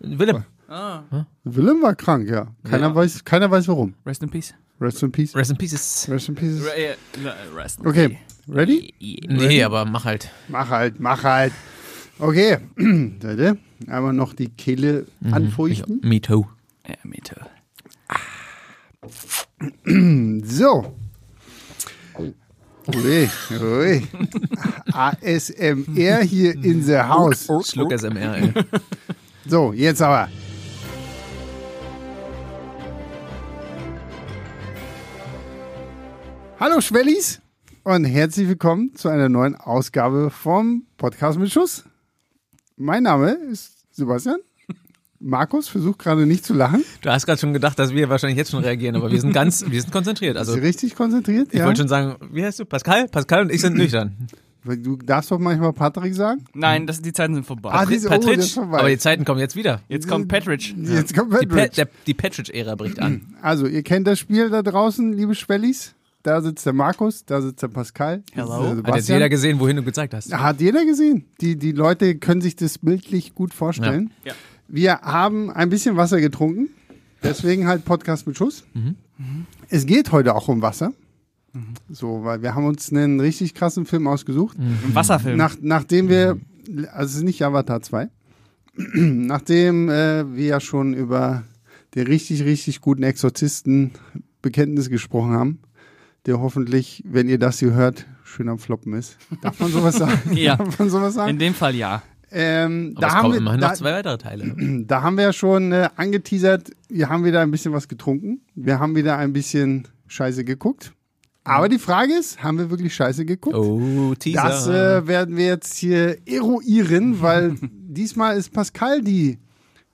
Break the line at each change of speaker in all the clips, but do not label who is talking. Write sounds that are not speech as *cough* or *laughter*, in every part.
Willem.
Ah,
Willem war krank, ja. Keiner,
Ja.
Weiß, keiner weiß warum.
rest in peace.
Rest in peace.
Rest in Pieces.
Rest in peace.
Re- äh, Rest in
Okay, ready?
Nee, aber mach halt.
Mach halt, mach halt. Okay, *clears throat* Leute, einmal noch die Kehle anfeuchten.
Me too.
peace. Ja, me too.
So. Ui, ui. *laughs* ASMR hier in the house.
Schluck SMR, ey.
So, jetzt aber. Hallo Schwellis und herzlich willkommen zu einer neuen Ausgabe vom Podcast mit Schuss. Mein Name ist Sebastian. Markus versucht gerade nicht zu lachen.
Du hast gerade schon gedacht, dass wir wahrscheinlich jetzt schon reagieren, aber wir sind ganz,
*laughs*
wir sind konzentriert.
Ist
Also
sie richtig konzentriert?
ich
Ja.
wollte schon sagen, wie heißt du? Pascal? Pascal und ich sind
*laughs*
nüchtern.
Du darfst doch manchmal Patrick sagen.
Nein, das, die Zeiten sind vorbei.
Ah, diese- oh,
Patridge,
das ist vorbei.
aber die Zeiten kommen jetzt wieder.
Jetzt kommt Patridge.
Jetzt kommt
Die,
Patrick.
Pat- der, die Patridge-Ära bricht
*clears throat*
an.
Also, ihr kennt das Spiel da draußen, liebe Schwellis. Da sitzt der Markus, da sitzt der Pascal.
Hello.
da sitzt der
Hat jetzt
Sebastian.
jeder gesehen, wohin du gezeigt hast.
ne?
Hat jeder gesehen. Die, die Leute können sich das bildlich gut vorstellen.
Ja. Ja.
Wir haben ein bisschen Wasser getrunken. Deswegen halt Podcast mit Schuss.
Mhm.
Es geht heute auch um Wasser. So, weil wir haben uns einen richtig krassen Film ausgesucht.
Mhm.
Ein
Ähm,
Wasserfilm.
Nach, nachdem wir, also es ist nicht Avatar 2, *clears throat* nachdem äh, wir ja schon über den richtig, richtig guten Exorzisten Bekenntnis gesprochen haben, der hoffentlich, wenn ihr das hier hört, schön am Floppen ist. Darf man sowas sagen?
*laughs*
Ja.
Darf man sowas
In
sagen?
dem Fall ja.
Ähm,
aber
da,
es
haben
kommen
wir,
immerhin
da,
noch zwei weitere Teile.
*clears throat* da haben wir ja schon äh, angeteasert, wir haben wieder ein bisschen was getrunken. Wir haben wieder ein bisschen Scheiße geguckt. Aber die Frage ist, haben wir wirklich Scheiße geguckt?
Oh, Teaser.
Das äh, werden wir jetzt hier
*laughs*
eruieren, weil diesmal ist Pascal die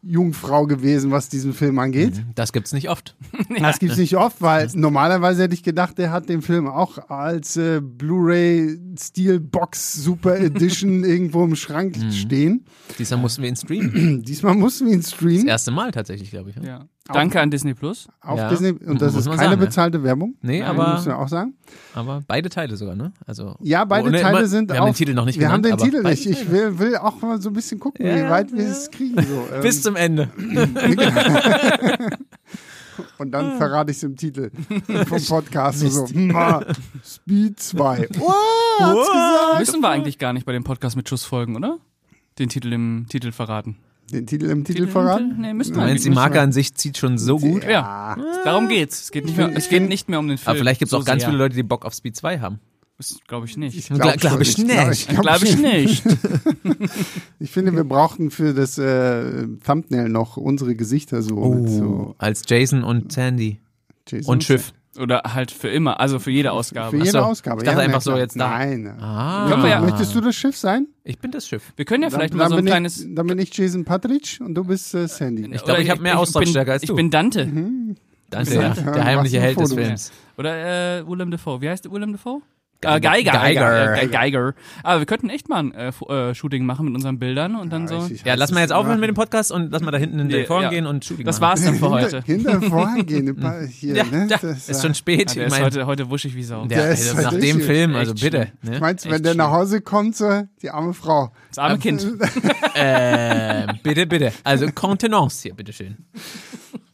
Jungfrau gewesen, was diesen Film
*laughs*
angeht.
das gibt's nicht oft.
Das gibt's nicht oft, weil normalerweise hätte ich gedacht, er hat den Film auch als äh, Blu-ray Steel Box
*laughs*
Super Edition irgendwo im Schrank
Mhm.
stehen. *clears throat*
Diesmal mussten wir ihn streamen.
Diesmal mussten wir ihn
Das
streamen
erste Mal tatsächlich, glaube ich. Ja.
ja. Danke an Disney Plus.
auf
Ja.
Disney und das
Muss
ist
man
keine
sagen, ja.
bezahlte Werbung.
Nee,
müssen wir
aber,
auch sagen.
aber beide Teile sogar, ne? Also,
Ja, beide
Ohne-
Teile
immer-
sind
Wir haben
auch-
den Titel noch nicht
wir haben
genannt.
den
aber
Titel
beide
nicht. Ich will, will auch mal so ein bisschen gucken,
Ja,
wie weit wir
ja.
es kriegen.
*laughs*
So. Ähm,
Bis zum Ende.
Und
Hm.
dann verrate ich es
*laughs*
im Titel vom Podcast. so, hm, ah, Speed 2. Oh, hat's
Ah,
gesagt.
Müssen wir eigentlich gar nicht bei dem Podcast mit Schuss folgen, oder? Den Titel im Titel verraten.
Den Titel im Titel verraten?
Nee, müssen
Du
wir
meinst,
nicht.
die Marke an sich zieht schon so gut.
Ja. Darum geht's. Es geht nicht mehr, es geht nicht mehr um den Film.
Aber vielleicht gibt's
so
auch ganz
sehr.
viele Leute, die Bock auf Speed 2 haben.
Das glaube ich *laughs* nicht.
Gla- glaub ich
schon. glaub-
nicht.
Ich, glaub,
Glaube ich nicht.
ich finde, wir brauchten für das äh, Thumbnail noch unsere Gesichter so. mit so
Als Jason und Sandy.
Jason
Oh. Und Schiff.
*laughs* Oder halt für immer, also für jede
Für
Ausgabe.
jede
Ach so.
Ausgabe.
Ich dachte
ja,
einfach
na
so
klar.
jetzt da.
Nein.
Können wir ja-
Ah.
Möchtest du das Schiff sein?
Ich bin das Schiff.
Wir können ja vielleicht mal so ein
bin
kleines.
ich, dann bin ich Jason Patrick und du bist äh, Sandy.
glaub,
Oder
ich hab mehr
bin-
Ausdrucksstärke als
ich
du. Mhm.
bin Dante.
Das ist der,
Ja,
der heimliche
was ein
Held des
Foto.
Films.
Oder äh, Willem Dafoe. Wie heißt der Willem Dafoe?
Geiger.
Äh, Geiger.
Geiger.
Geiger. Geiger. Aber wir könnten echt mal ein äh, Fo- äh, Shooting machen mit unseren Bildern und dann so.
ich- ich
Ja,
hasse
lass mal
es
jetzt aufhören
immer.
mit dem Podcast und lass mal da hinten in den
Nee,
Forum
ja.
gehen und Shooting
Das
machen.
war's
*laughs*
dann für heute.
Hinter, hinter vorangehen. ein paar Hier,
Ja,
ne?
ja,
Das,
ist
äh,
schon spät.
Ja, der
ich
ist
meine,
heute, heute wuschig wie Sau.
der,
Der ist
also
halt
nach
richtig-
dem Film, also
echt
bitte. Ne?
Meinst du, wenn
Echt
der nach
schlimm.
Hause kommt, so, die arme Frau,
Das arme Kind.
Ähm, bitte, bitte. Also Contenance hier, bitteschön.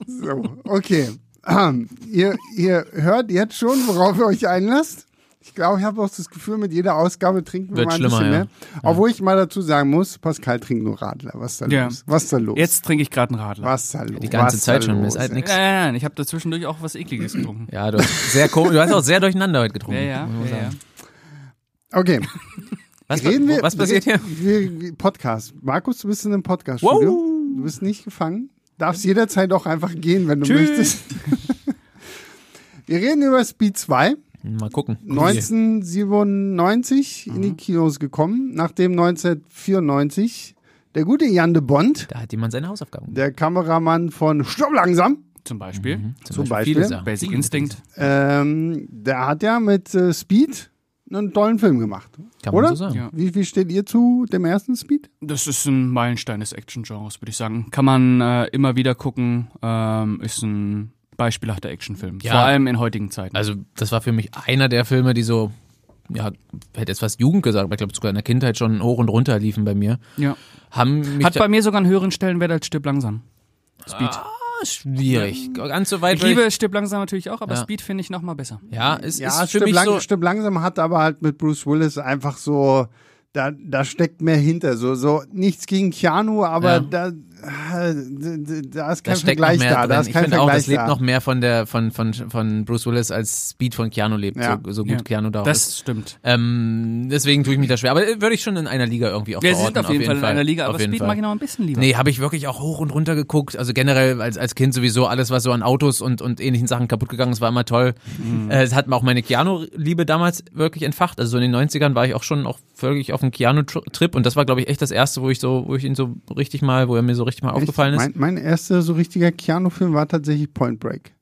So, okay. Ahem. ihr, ihr hört jetzt schon, worauf ihr euch einlasst. Ich glaube, ich habe auch das Gefühl, mit jeder Ausgabe trinken
Wird
wir mal ein
schlimmer,
bisschen
ja.
mehr. Obwohl ich mal dazu sagen muss, Pascal trinkt nur Radler. Was ist da
Ja.
los? Was ist da los?
Jetzt trinke ich gerade einen Radler.
Was ist da los?
Die ganze
Was
Zeit
da
schon,
los?
ist halt nix.
Nein, nein, nein. Ich habe dazwischendurch auch was Ekliges getrunken.
Ja, du hast, sehr komisch. du hast auch sehr durcheinander heute getrunken.
Ja, ja.
muss man
ja, ja.
sagen.
Okay,
*laughs* Was,
reden wir.
was passiert hier?
Wir, wir, Podcast. Markus, du bist in einem Podcast-Studio. Du bist nicht gefangen. Darfst jederzeit auch einfach gehen, wenn du
Tschüss.
möchtest. *laughs* wir reden über Speed 2.
Mal gucken.
1997 in die
Mhm.
Kinos gekommen, nachdem 1994 der gute Jan de Bond,
Da hat jemand seine Hausaufgaben.
der Kameramann von Stopp langsam,
Zum Beispiel.
Mhm.
Zum Beispiel.
Basic Instinct.
ähm, der hat ja mit äh, Speed einen tollen Film gemacht.
Kann man
oder?
so sagen.
Ja.
Wie, wie steht ihr zu dem ersten Speed?
Das ist ein Meilenstein des Action-Genres, würde ich sagen. Kann man äh, immer wieder gucken. Ähm, ist ein beispielhafter Actionfilm.
Ja.
Vor allem in heutigen Zeiten.
Also, das war für mich einer der Filme, die so ja, hätte jetzt fast Jugend gesagt, aber ich glaube sogar in der Kindheit schon hoch und runter liefen bei mir,
Ja.
haben mich
Hat
da,
bei mir sogar einen höheren Stellenwert als Stirb langsam. Speed.
ah, schwierig. Ganz so weit
ich
weil
liebe Stirb langsam natürlich auch, aber
Ja.
Speed finde ich nochmal besser.
Ja, es
Ja,
ist für
stimmt,
mich
lang,
so.
stimmt langsam hat aber halt mit Bruce Willis einfach so, da, da steckt mehr hinter. So, so nichts gegen Keanu, aber
Ja.
da, äh, d- d- da ist kein
Da steckt noch
Vergleich
mehr
da. Da
drin.
ist
Ich
kein
finde auch,
Vergleich
das lebt
da.
noch mehr von der von von von Bruce Willis als Speed von Keanu lebt.
Ja.
So, so gut
Ja.
Keanu da auch ist.
Das stimmt.
Ähm, deswegen tue ich mich da schwer. Aber äh, würde ich schon in einer Liga irgendwie auch
Wir
verorten,
sind auf jeden Fall in einer Liga, aber
Auf jeden
Speed
Fall.
mag ich noch ein bisschen lieber.
Nee, habe ich wirklich auch hoch und runter geguckt. Also generell als, als Kind sowieso alles, was so an Autos und, und ähnlichen Sachen kaputt gegangen ist, war immer toll.
Mhm.
Äh, es hat mir auch meine Keanu-Liebe damals wirklich entfacht. Also so in den 90ern war ich auch schon auch völlig auf einem Keanu-Trip und das war, glaube ich, echt das erste, wo ich so, wo ich ihn so richtig mal, wo er mir so richtig mal aufgefallen ist.
Mein, mein erster so richtiger Keanu-Film war tatsächlich Point Break.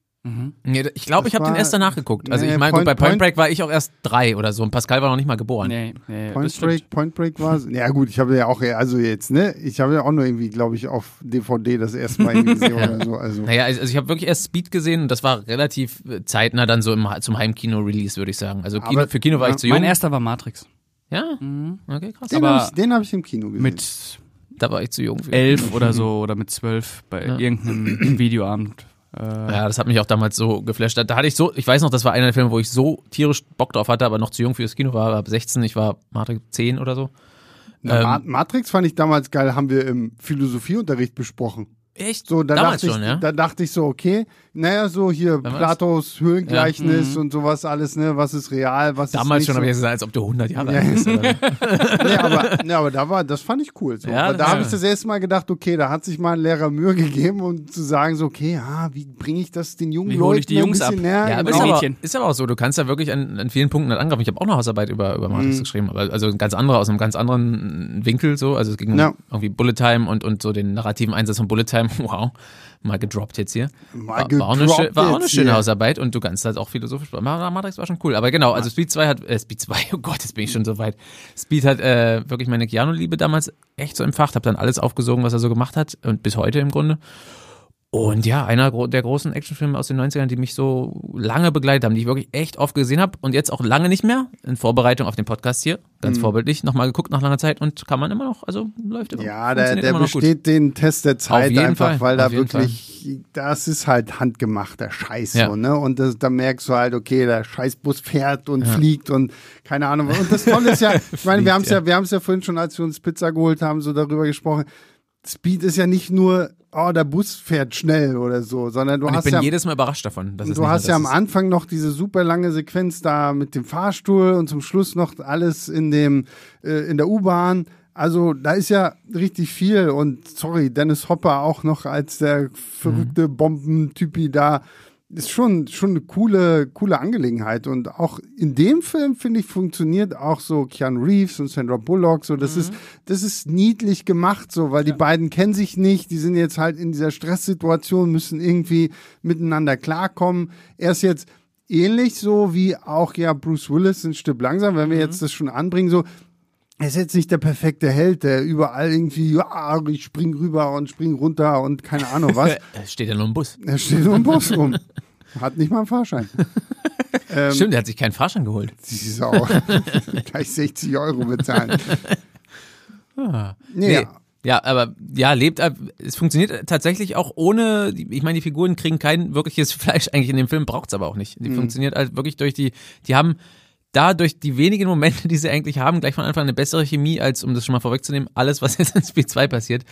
Nee, ich glaube,
Das
ich habe den
war-
erst danach geguckt. Also
Nee,
ich meine, gut,
Point-
bei Point
Point-
Break war ich auch erst drei oder so und Pascal war noch nicht mal geboren.
nee, nee das
Point
stimmt.
Break, Point Break war es. Ja gut, ich habe ja auch, also jetzt, ne? Ich habe ja auch nur irgendwie, glaube ich, auf DVD das erste Mal
*laughs*
irgendwie gesehen oder so. Also.
Naja, also also ich habe wirklich erst Speed gesehen und das war relativ äh, zeitnah dann so im, Ha- zum Heimkino-Release, würde ich sagen. Also Kino,
Aber-
für Kino war ich
ja, Mhm.
zu jung.
Mein erster war Matrix.
ja, okay, krass.
Den
Aber
aber-
habe ich, den hab ich im Kino gesehen.
Mit
da war ich zu jung für.
*laughs*
Äh.
elf *laughs* oder so oder mit zwölf bei
Ja.
*clears throat* irgendeinem Videoabend. Äh,
Ja, das hat mich auch damals so geflasht. Da, da hatte ich so, ich weiß noch, das war einer der Filme, wo ich so tierisch Bock drauf hatte, aber noch zu jung fürs Kino war. Ab 16, ich war Matrix 10 oder so.
Na,
ähm,
Ma- Matrix fand ich damals geil, haben wir im Philosophieunterricht besprochen.
Echt?
So, da
damals
dachte
schon,
ich,
ja?
da dachte ich so, okay, naja, so hier
Damals? hm.
Platos Höhlengleichnis und sowas alles, ne, was ist real, was
Damals
ist
schon
nicht
habe ich
so.
gesagt, als ob du 100 Jahre
Ja.
alt bist. Oder
*laughs*
so.
nee, aber, nee, aber da war, das fand ich cool. So.
Ja,
Aber da
das-
habe ich das erste Mal gedacht, okay, da hat sich mal ein Lehrer Mühe gegeben, um zu sagen, so, okay, ja, wie bringe ich das den jungen
Wie hol
Leuten
ich die
ein
Jungs
bisschen
ab?
näher?
Ja, aber
genau.
ist, aber,
Mädchen.
ist aber auch so, du kannst ja wirklich an, an vielen Punkten halt angreifen. Ich habe auch eine Hausarbeit über, über
Mhm.
Matrix geschrieben, aber also ein ganz anderer, aus einem ganz anderen Winkel so. Also es ging um
Ja.
irgendwie Bullet Time und, und so den narrativen Einsatz von Bullet Time. *laughs* Wow, mal gedroppt jetzt hier.
Mal
war, war auch eine,
gedroppt
schö- war auch eine
jetzt
schöne
hier.
Hausarbeit und du kannst halt auch philosophisch. Ma- Matrix war schon cool, aber genau, also Speed 2 hat, äh, Speed 2, *laughs* oh Gott, jetzt bin ich schon so weit. Speed hat äh, wirklich meine Keanu-Liebe damals echt so empfacht, habe dann alles aufgesogen, was er so gemacht hat und bis heute im Grunde. Und ja, einer gro- der großen Actionfilme aus den 90ern, die mich so lange begleitet haben, die ich wirklich echt oft gesehen habe und jetzt auch lange nicht mehr, in Vorbereitung auf den Podcast hier,
Mhm.
ganz vorbildlich, nochmal geguckt nach langer Zeit und kann man immer noch, also läuft immer.
Ja, der,
funktioniert
der
immer noch gut.
besteht den Test der Zeit
Auf jeden
einfach,
Fall,
weil
auf
da
jeden
wirklich, das ist halt handgemachter Scheiß
Ja.
so, ne? Und das, da merkst du halt, okay, der Scheißbus fährt und fliegt und keine Ahnung. was. Und das Tolle
*laughs*
ist ja, ich meine, wir haben es ja. wir haben es ja vorhin schon, als wir uns Pizza geholt haben, so darüber gesprochen. Speed ist ja nicht nur, oh, der Bus fährt schnell oder so, sondern du
Und ich
hast
bin
ja
jedes Mal überrascht davon. dass es
Du
nicht
hast
nur
ja
das
am
ist.
Anfang noch diese super lange Sequenz da mit dem Fahrstuhl und zum Schluss noch alles in dem äh, in der U-Bahn. Also da ist ja richtig viel und sorry, Dennis Hopper auch noch als der verrückte
Mhm.
Bombentypi da ist schon schon eine coole coole Angelegenheit und auch in dem Film finde ich funktioniert auch so Keanu Reeves und Sandra Bullock so das ist das ist niedlich gemacht so weil die beiden kennen sich nicht die sind jetzt halt in dieser Stresssituation müssen irgendwie miteinander klarkommen er ist jetzt ähnlich so wie auch ja Bruce Willis in Stück langsam wenn wir jetzt das schon anbringen so er ist jetzt nicht der perfekte Held, der überall irgendwie, ja, ich spring rüber und spring runter und keine Ahnung
*laughs*
was.
Äh, Steht ja nur im Bus.
Er steht nur im Bus rum. Hat nicht mal einen Fahrschein. Ähm,
Stimmt, der hat sich keinen Fahrschein geholt.
Die
*laughs*
Sau. Gleich 60 Euro bezahlen. Nee,
Nee. Ja, aber ja, lebt ab. Es funktioniert tatsächlich auch ohne, ich meine, die Figuren kriegen kein wirkliches *laughs* Fleisch eigentlich in dem Film, braucht's aber auch nicht. Die funktioniert halt wirklich durch die, die haben da durch die wenigen Momente, *laughs* die sie eigentlich haben, gleich von Anfang an eine bessere Chemie, als, um das schon mal vorwegzunehmen, alles, was jetzt in Speed 2 passiert.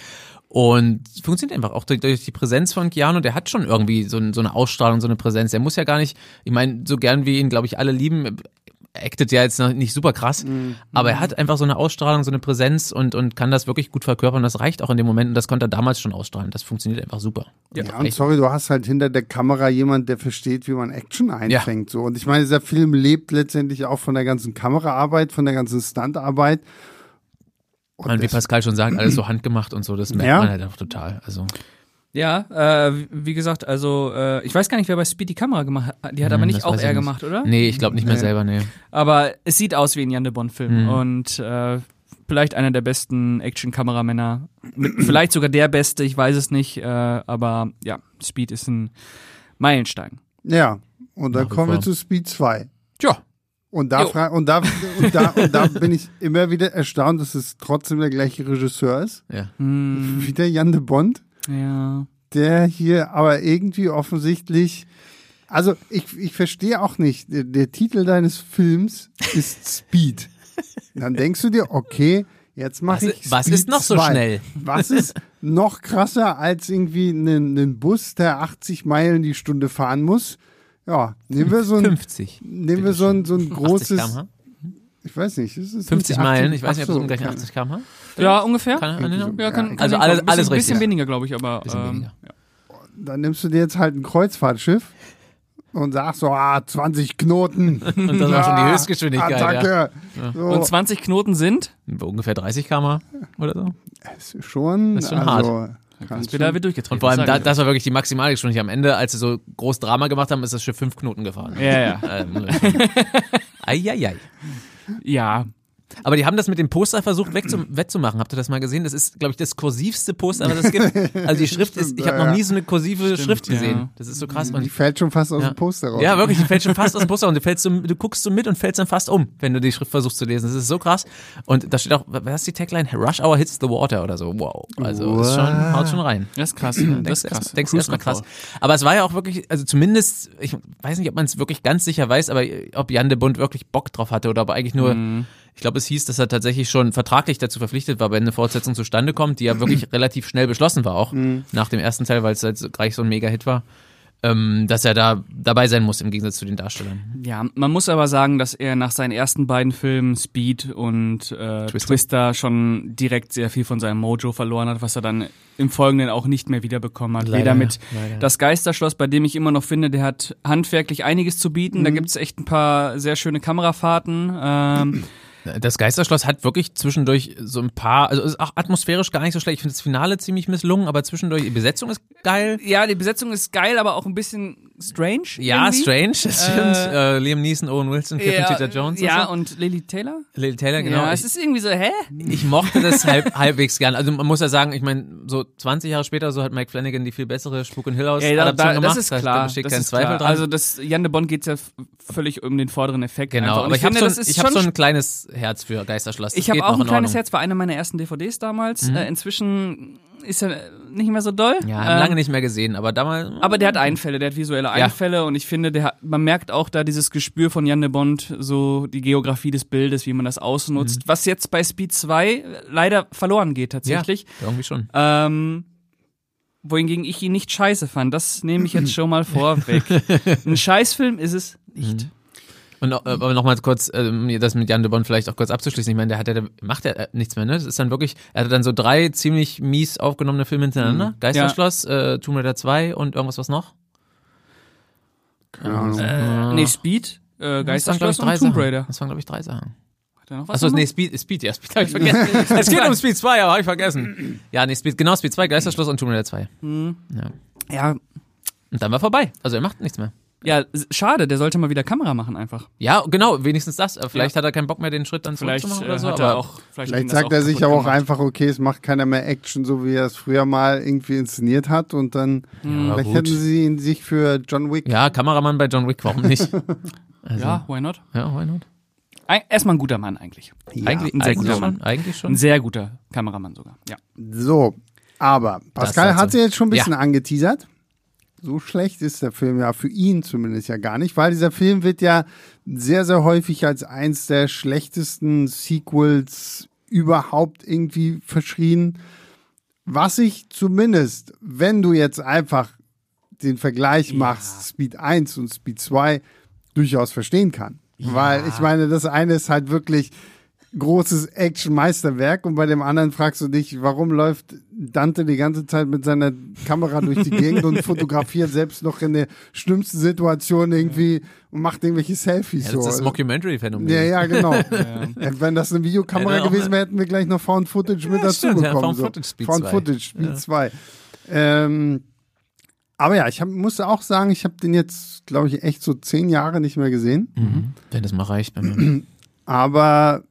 Und funktioniert einfach auch durch, durch die Präsenz von Keanu, der hat schon irgendwie so, ein- so eine Ausstrahlung, so eine Präsenz. Der muss ja gar nicht, ich meine, so gern wie ihn, glaube ich, alle lieben, actet ja jetzt noch nicht super krass,
Mhm.
aber er hat einfach so eine Ausstrahlung, so eine Präsenz und, und kann das wirklich gut verkörpern. Das reicht auch in dem Moment und das konnte er damals schon ausstrahlen. Das funktioniert einfach super.
Ja, und sorry, du hast halt hinter der Kamera jemand, der versteht, wie man Action einfängt. So. Und ich meine, dieser Film lebt letztendlich auch von der ganzen Kameraarbeit, von der ganzen Stuntarbeit.
und wie Pascal schon sagt, alles
*clears throat*
so handgemacht und so, das merkt
Ja.
man halt einfach total. Also,
Ja, äh, wie gesagt, also äh, ich weiß gar nicht, wer bei Speed die Kamera gemacht hat. Die hat aber
das
nicht auch
weiß ich
er
nicht.
gemacht, oder?
nee, ich glaube nicht mehr selber, nee.
Aber es sieht aus wie ein Jan de
Mhm.
Bond-Film und äh, vielleicht einer der besten Action-Kameramänner. Mit-
*clears throat*
vielleicht sogar der beste, ich weiß es nicht. Äh, aber ja, Speed ist ein Meilenstein.
Ja, und dann
Nach wie
kommen wir
vor.
zu Speed 2.
Tja,
Und da,
Jo.
fra- und, da, und, da, und da bin ich immer wieder erstaunt, dass es trotzdem der gleiche
*laughs*
Regisseur ist.
Ja.
Hm,
Mhm.
Wie der Jan de Bond,
ja.
der hier aber irgendwie offensichtlich. Also ich, ich verstehe auch nicht, der, der Titel deines Films ist Speed. Dann denkst du dir, okay, jetzt mache
Was-
ich.
was
Speed
ist noch so
2.
schnell?
Was ist noch krasser als irgendwie einen, einen Bus, der 80 Meilen die Stunde fahren muss? Ja, nehmen wir so ein,
50.
nehmen wir so ein, so ein
80
großes.
km/h?
Ich weiß nicht. Ist es
50
nicht 80?
Meilen, ich weiß nicht, ob
Ach
es
so,
im gleichen
keine-
80 km/h
ja, ungefähr.
Kann
Irgendwie
einer-
so.
ja, kann, kann
Also
hinkommen.
alles-
bisschen,
alles richtig,
Bisschen
ja.
weniger, glaube ich, aber.
Bisschen
ähm,
weniger.
Dann nimmst du dir jetzt halt ein Kreuzfahrtschiff und sagst so, ah, 20 Knoten.
Und *laughs* das war schon die
Ah,
Höchstgeschwindigkeit. Ja.
Attacke. So,
Oh.
Und 20 Knoten sind.
Ungefähr 30 km/h oder so.
das ist schon,
Das ist schon
also,
Das
kannst
wird da
schon-
wird durchgetreten.
Und vor allem,
sag
da,
ich.
das war wirklich die maximale Geschwindigkeit. Am Ende, als sie so groß Drama gemacht haben, ist das Schiff fünf Knoten gefahren.
Ja, ja.
*laughs* Ähm, Eieiei.
Ja.
Aber die haben das mit dem Poster versucht wegzum wettzumachen. Habt ihr das mal gesehen? Das ist, glaube ich, das kursivste Poster, was es gibt. Also die Schrift ist, ich habe
ja,
noch
ja.
nie so eine kursive Schrift
ja.
gesehen. Das ist so krass.
die
Und
fällt schon fast aus
Ja.
dem Poster raus.
ja, wirklich, die fällt schon fast aus dem Poster und du, fällst so, du guckst so mit und fällst dann fast um, wenn du die Schrift versuchst zu lesen. Das ist so krass. Und da steht auch, was ist die Tagline? Rush Hour hits the water oder so. Wow. Also ist schon,
Wow.
haut schon rein.
Das
*clears throat*
ist krass. Ne? Das
Denkst
ist
du
krass.
erst- denkst du erstmal krass. Aber es war ja auch wirklich, also zumindest, ich weiß nicht, ob man es wirklich ganz sicher weiß, aber ob Jan de Bund wirklich Bock drauf hatte oder ob er eigentlich nur, ich glaube, es hieß, dass er tatsächlich schon vertraglich dazu verpflichtet war, wenn eine Fortsetzung zustande kommt, die ja wirklich relativ schnell beschlossen war auch, nach dem ersten Teil, weil es halt so- gleich so ein Mega-Hit war, ähm, dass er da dabei sein muss im Gegensatz zu den Darstellern.
Ja, man muss aber sagen, dass er nach seinen ersten beiden Filmen Speed und äh, Twister.
Twister.
schon direkt sehr viel von seinem Mojo verloren hat, was er dann im Folgenden auch nicht mehr wiederbekommen hat.
Leider,
Weder mit
ja, leider.
Das Geisterschloss, bei dem ich immer noch finde, der hat handwerklich einiges zu bieten. Da gibt's echt ein paar sehr schöne Kamerafahrten. Ähm,
Das Geisterschloss hat wirklich zwischendurch so ein paar, also ist auch atmosphärisch gar nicht so schlecht. Ich finde das Finale ziemlich misslungen, aber zwischendurch, die Besetzung ist geil.
ja, die Besetzung ist geil, aber auch ein bisschen strange.
Ja,
irgendwie.
strange, das stimmt. Äh, Liam Neeson, Owen Wilson, Kevin
Ja,
Peter Jones.
Ja,
und,
und Lily Taylor?
so. Lily Taylor, genau.
Ja, es
ich,
ist irgendwie so, hä?
ich mochte das halb, *laughs* halbwegs gern. Also man muss ja sagen, ich meine, so 20 Jahre später, so hat Mike Flanagan die viel bessere Spuk und Hill House
Ey, da,
Adaption
da,
gemacht.
das ist
heißt,
klar.
Da besteht
das
kein
ist
Zweifel
klar.
dran.
Also das Jan de Bond geht ja f- völlig um den vorderen Effekt.
genau,
einfach. Und
aber ich, hab
finde,
so
das
ein-
ist
ich habe
schon
so ein kleines Herz für Geisterschloss. Das
Ich habe
geht
auch
noch
ein
in
kleines
Ordnung. Mhm.
Herz, war einer meiner ersten DVDs damals. Äh, inzwischen ist er nicht mehr so doll.
Ja, haben
Ähm,
lange nicht mehr gesehen, aber damals.
aber der hat Einfälle, der hat visuelle Einfälle und ich finde, der hat, man merkt auch da dieses Gespür von Jan de Bond, so die Geografie des Bildes, wie man das ausnutzt,
Mhm.
was jetzt bei Speed 2 leider verloren geht
ja,
tatsächlich.
irgendwie schon.
Ähm, wohingegen ich ihn nicht scheiße fand, das nehme ich jetzt schon
*laughs*
mal vorweg. Ein Scheißfilm ist es nicht.
Und äh,
Mhm.
aber nochmal kurz, ähm, das mit Jan de Bond vielleicht auch kurz abzuschließen. Ich meine, der hat ja, macht ja äh, nichts mehr, ne? Das ist dann wirklich, er hatte dann so drei ziemlich mies aufgenommene Filme hintereinander.
Mhm.
Geisterschloss, äh, Tomb Raider 2 und irgendwas was noch.
Keine Ahnung.
Äh,
Nee, Speed, äh,
das waren, glaub
Geisterschloss
ich, drei
und Tomb
Sachen.
Raider.
Das waren, glaube ich, drei Sachen.
Hat er noch was
Achso,
gemacht?
nee, Speed, Speed, ja, Speed habe ich
*laughs*
vergessen. es geht um Speed 2, aber habe ich vergessen. Ja, nee, Speed, genau, Speed 2, Geisterschloss und Tomb Raider 2.
Mhm.
Ja.
Ja,
Und dann war vorbei. Also er macht nichts mehr.
ja, s- schade, der sollte mal wieder Kamera machen einfach.
Ja, genau, wenigstens das. Aber Vielleicht hat er keinen Bock mehr, den Schritt dann
Vielleicht
zurückzumachen
äh,
oder so.
hat
aber
er auch vielleicht, hat ihm
Vielleicht
das
sagt er sich
kaputt
aber auch
gemacht.
einfach, okay, es macht keiner mehr Action, so wie er es früher mal irgendwie inszeniert hat. Und dann
Ja,
vielleicht
gut.
hätten sie ihn sich für John Wick.
ja, Kameramann bei John Wick, warum
*laughs*
nicht? Also,
Ja, why not?
Ja, why not?
Ein, erstmal ein guter Mann eigentlich.
eigentlich,
ein sehr
eigentlich
guter
schon. Eigentlich
Ein
schon.
sehr guter Kameramann sogar. Ja.
So, aber Pascal
Das
hat
hat's-
sie jetzt schon ein bisschen
Ja.
angeteasert. So schlecht ist der Film ja für ihn zumindest ja gar nicht, weil dieser Film wird ja sehr, sehr häufig als eins der schlechtesten Sequels überhaupt irgendwie verschrien. Was ich zumindest, wenn du jetzt einfach den Vergleich machst, Speed 1 und Speed 2, durchaus verstehen kann. Weil ich meine, das eine ist halt wirklich großes Action-Meisterwerk und bei dem anderen fragst du dich, warum läuft Dante die ganze Zeit mit seiner Kamera durch die Gegend
*laughs*
und fotografiert selbst noch in der schlimmsten Situation irgendwie und macht irgendwelche Selfies.
Ja,
so. Also
das ist das Mockumentary-Phänomen.
ja,
*laughs*
ja, genau. Wenn das eine Videokamera
Ja, dann auch
gewesen wäre, hätten wir gleich noch Found Footage mit
Ja,
dazu
stimmt, ja,
bekommen.
Found
so.
Footage Speed
Found
2.
Footage Speed 2. Ähm, aber ja, ich hab, musste auch sagen, ich habe den jetzt, glaube ich, echt so zehn Jahre nicht mehr gesehen.
Mhm. Wenn das mal reicht. Wenn man
*clears throat* aber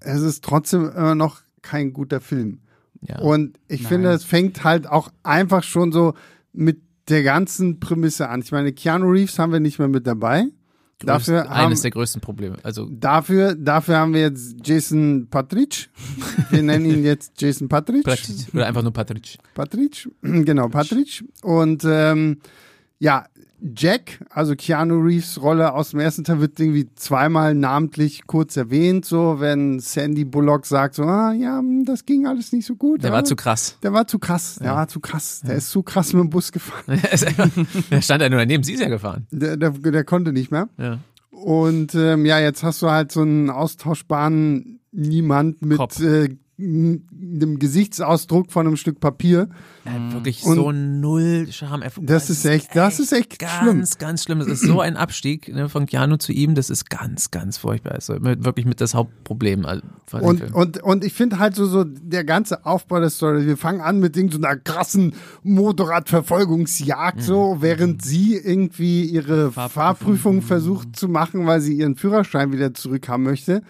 es ist trotzdem immer noch kein guter Film.
Ja.
Und ich
Nein.
finde, es fängt halt auch einfach schon so mit der ganzen Prämisse an. Ich meine, Keanu Reeves haben wir nicht mehr mit dabei.
größte,
Dafür haben-
eines der größten Probleme. Also
Dafür, dafür haben wir jetzt Jason Patric.
*laughs*
Wir nennen ihn jetzt Jason Patric.
Patric oder einfach nur Patric.
Patric, genau, Patric. Und ähm, ja, Jack, also Keanu Reeves Rolle aus dem ersten Teil wird irgendwie zweimal namentlich kurz erwähnt, so wenn Sandy Bullock sagt, so, ah ja, hm, das ging alles nicht so gut.
Der
aber
war zu krass. *laughs*
der war zu krass, der war zu krass, der ist zu krass mit dem Bus gefahren.
der stand ja nur daneben, sie ist ja gefahren.
Der, der, der konnte nicht mehr.
Ja.
Und ähm, ja, jetzt hast du halt so einen austauschbaren Niemand
Kopf.
mit äh, n- einem Gesichtsausdruck von einem Stück Papier.
Ja, wirklich
Und-
so null Charme. Er-
Das ist echt, das ist echt
ganz,
schlimm.
ganz schlimm. Es ist so ein Abstieg ne, von Keanu zu ihm. Das ist ganz, ganz furchtbar. Also mit- wirklich mit das Hauptproblem. Also, von dem
Und,
Film.
und, und ich finde halt so, so der ganze Aufbau der Story, wir fangen an mit irgend so einer krassen Motorradverfolgungsjagd, so, während sie irgendwie ihre Fahrprüfung versucht zu machen, weil sie ihren Führerschein wieder zurückhaben möchte.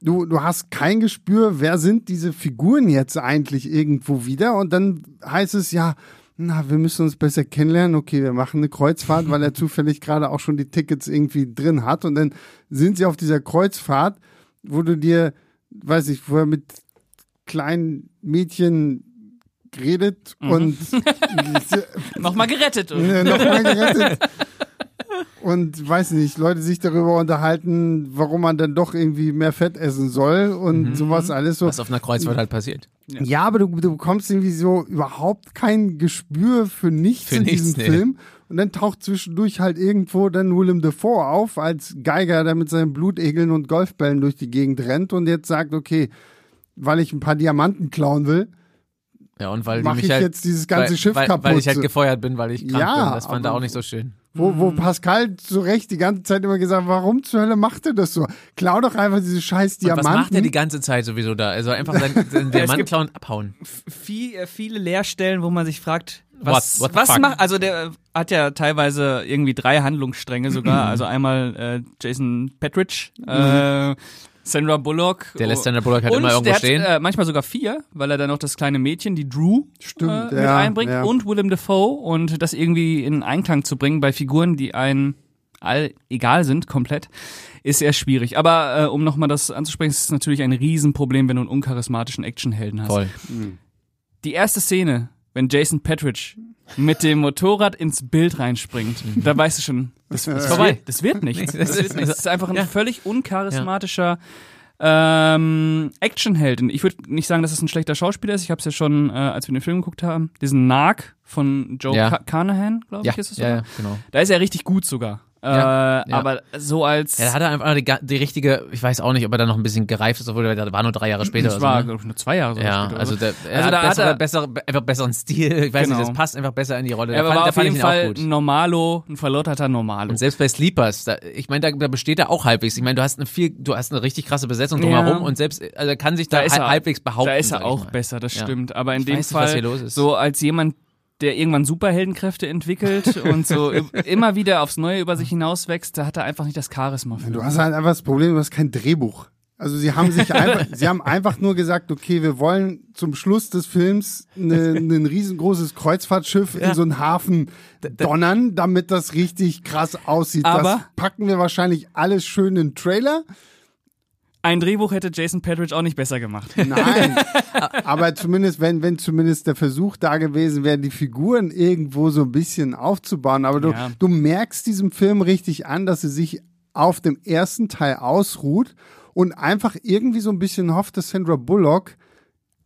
Du, du hast kein Gespür, wer sind diese Figuren jetzt eigentlich irgendwo wieder? Und dann heißt es ja, na, wir müssen uns besser kennenlernen. Okay, wir machen eine Kreuzfahrt, weil er zufällig gerade auch schon die Tickets irgendwie drin hat. Und dann sind sie auf dieser Kreuzfahrt, wo du dir weiß ich, wo er mit kleinen Mädchen redet und *laughs*
Nochmal gerettet. oder?
äh, nochmal gerettet. Und weiß nicht, Leute sich darüber unterhalten, warum man dann doch irgendwie mehr Fett essen soll und sowas alles so.
was auf einer Kreuzfahrt halt passiert.
Ja, aber du, du bekommst irgendwie so überhaupt kein Gespür für nichts
Für
in
nichts,
diesem
nee.
Film. Und dann taucht zwischendurch halt irgendwo dann Willem Dafoe auf als Geiger, der mit seinen Blutegeln und Golfbällen durch die Gegend rennt und jetzt sagt, okay, weil ich ein paar Diamanten klauen will,
Ja, und weil die
mache
mich
ich
halt,
jetzt dieses ganze
weil,
Schiff
weil,
kaputt.
Weil ich halt gefeuert bin, weil ich krank
Ja,
bin. Das fand er
aber-
auch nicht so schön.
wo,
Mhm.
wo Pascal zu Recht die ganze Zeit immer gesagt, warum zur Hölle macht er das so? Klau doch einfach diese scheiß
Und was
Diamanten.
macht er die ganze Zeit sowieso da? Also einfach
*laughs*
seinen, seinen Diamant klauen und abhauen.
viel, äh, viele Leerstellen, wo man sich fragt, was,
What- what the
was
fuck?
macht. Also der äh, hat ja teilweise irgendwie drei Handlungsstränge
*clears throat*
sogar. also einmal äh, Jason Petridge, äh, Sandra Bullock.
Mhm. Der lässt
oh.
Sandra Bullock halt
und
immer irgendwo
der
stehen.
Hat, äh, manchmal sogar vier, weil er dann noch das kleine Mädchen, die Drew,
Stimmt,
äh, mit
ja,
reinbringt
ja.
und Willem Dafoe und das irgendwie in Einklang zu bringen bei Figuren, die einem all egal sind, komplett, ist eher schwierig. Aber äh, um nochmal das anzusprechen, es ist natürlich ein Riesenproblem, wenn du einen uncharismatischen Actionhelden hast.
Voll.
Die erste Szene, wenn Jason Patridge mit dem Motorrad ins Bild reinspringt, da weißt du schon, das ist
Mhm. vorbei.
Das wird nichts.
Nee, das
Das wird nichts. Das ist einfach ein
Ja.
völlig uncharismatischer ähm, Actionheld. Und Ich würde nicht sagen, dass es ein schlechter Schauspieler ist. Ich habe es ja schon, äh, als wir den Film geguckt haben, diesen Narc von Joe
Ja.
Ca- Carnahan, glaube
Ja,
ich, ist es.
ja,
sogar.
ja, genau.
Da ist er richtig gut sogar. Äh,
Ja, ja.
Aber so als
Ja, da hat er einfach die, ga- die richtige, ich weiß auch nicht, ob er da noch ein bisschen gereift ist, obwohl er da war nur drei Jahre später.
das
oder so,
war,
ne?
glaube ich, nur zwei Jahre so
Ja,
später oder
also,
so.
der, er
Also
hat,
da hat
bessere,
er-
bessere, einfach besseren Stil. Ich weiß
Genau.
nicht, das passt einfach besser in die Rolle.
er
da fand,
war
da
auf
fand
jeden
ich ihn auch
Fall
gut.
ein Normalo, ein verlotterter Normalo.
Und selbst bei Sleepers, da, ich meine, da, da besteht er auch halbwegs. Ich meine, du hast eine viel, du hast eine richtig krasse Besetzung drumherum
Ja.
und selbst, also er kann sich da,
Da ist er-
hal- halbwegs behaupten.
Da ist
sag
er
ich
auch
mal.
besser, das
Ja.
stimmt. Aber in
Ich weiß
dem
nicht,
Fall,
was hier los ist.
so als jemand, der irgendwann Superheldenkräfte entwickelt *laughs* und so i- immer wieder aufs Neue über sich hinauswächst, da hat er einfach nicht das Charisma. Für.
Du hast halt einfach das Problem, du hast kein Drehbuch. Also sie haben sich einfach, sie haben einfach nur gesagt, okay, wir wollen zum Schluss des Films ne- ein riesengroßes Kreuzfahrtschiff in so einen Hafen donnern, damit das richtig krass aussieht. das
Aber-
packen wir wahrscheinlich alles schön in den Trailer.
Ein Drehbuch hätte Jason Patridge auch nicht besser gemacht.
*laughs*
Nein. Aber zumindest, wenn, wenn zumindest der Versuch da gewesen wäre, die Figuren irgendwo so ein bisschen aufzubauen. Aber du,
Ja.
du merkst diesem Film richtig an, dass sie sich auf dem ersten Teil ausruht und einfach irgendwie so ein bisschen hofft, dass Sandra Bullock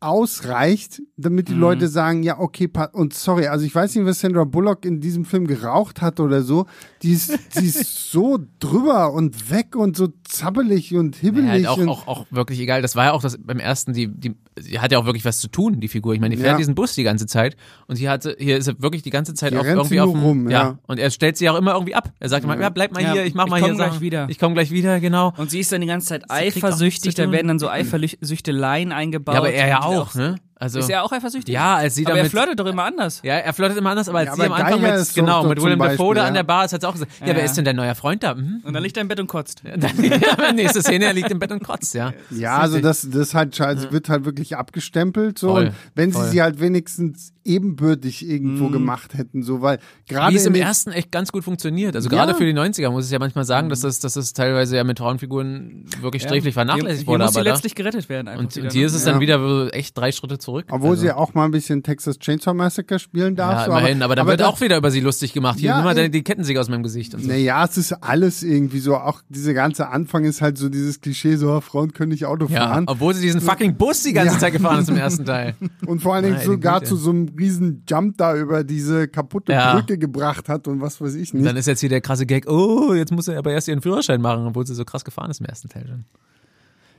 ausreicht, damit
Mhm.
die Leute sagen, ja, okay, pa- und sorry, also ich weiß nicht, was Sandra Bullock in diesem Film geraucht hat oder so, die ist, die ist
*laughs*
so drüber und weg und so zappelig und hibbelig.
Ja, halt auch,
und
auch, auch wirklich egal. Das war ja auch das beim ersten, die, die, sie hat ja auch wirklich was zu tun, die Figur. Ich meine, die
Ja.
fährt diesen Bus die ganze Zeit und sie hatte, hier ist er wirklich die ganze Zeit
Hier
auch
rennt
irgendwie
sie
auf
nur
dem-
rum, ja.
Und er stellt sie auch immer irgendwie ab. Er sagt immer, ja, bleib mal
Ja,
hier, ich mach
ich
mal
komm
hier
gleich
Sachen.
wieder.
Ich komme gleich wieder, genau.
Und sie ist dann die ganze Zeit
kriegt auch nichts
eifersüchtig,
zu
da
tun.
werden dann so Eifersüchteleien eingebaut.
Ja, aber er ja
Und
auch, ne? Also,
Ist er auch eifersüchtig?
ja, als sie
aber er
damit.
flirtet doch immer anders.
ja, er flirtet immer anders, aber als
Ja,
sie am
aber
Anfang
Geier
mit,
ist doch
genau,
doch
mit
zum
William Dafoe
Beispiel,
da an
ja.
der Bar, das hat sie auch gesagt. Ja,
Ja.
wer ist denn dein neuer Freund da? Mhm. *laughs*
Und dann liegt er im Bett und *laughs* kotzt.
Dann, *laughs* nächste Szene, er liegt im Bett und kotzt, ja.
Ja, also das, das halt, also wird halt wirklich abgestempelt. So.
Voll,
und wenn
voll. Mhm.
sie sie halt wenigstens ebenbürtig irgendwo gemacht hätten, so, weil
Wie
gerade
es im
in den-
ersten echt ganz gut funktioniert. Also gerade
Ja.
für die 90er muss ich ja manchmal sagen, dass das, dass das teilweise ja mit Frauenfiguren wirklich sträflich vernachlässigt
Hier-
wurde.
Hier muss sie
aber da,
letztlich gerettet werden. Einfach
und,
wieder,
und hier
ne?
ist es
Ja.
dann wieder so echt drei Schritte zurück.
Obwohl
also,
sie ja auch mal ein bisschen Texas Chainsaw Massacre spielen darf.
ja,
so,
immerhin, aber, da wird
das-
auch wieder über sie lustig gemacht. Hier,
Ja,
nimm mal
ey.
deine- die Kettensäge aus meinem Gesicht und so.
Naja, es ist alles irgendwie so, auch dieser ganze Anfang ist halt so dieses Klischee, so Frauen können nicht Auto
Ja,
fahren.
obwohl sie diesen fucking Bus die ganze
Ja.
Zeit gefahren ist im ersten Teil.
Und vor allen Dingen
Meine
sogar
Güte.
zu so einem riesen Jump da über diese kaputte
Ja.
Brücke gebracht hat und was weiß ich nicht.
Dann ist jetzt hier der krasse Gag, oh, jetzt muss er aber erst ihren Führerschein machen, obwohl sie so krass gefahren ist im ersten Teil schon.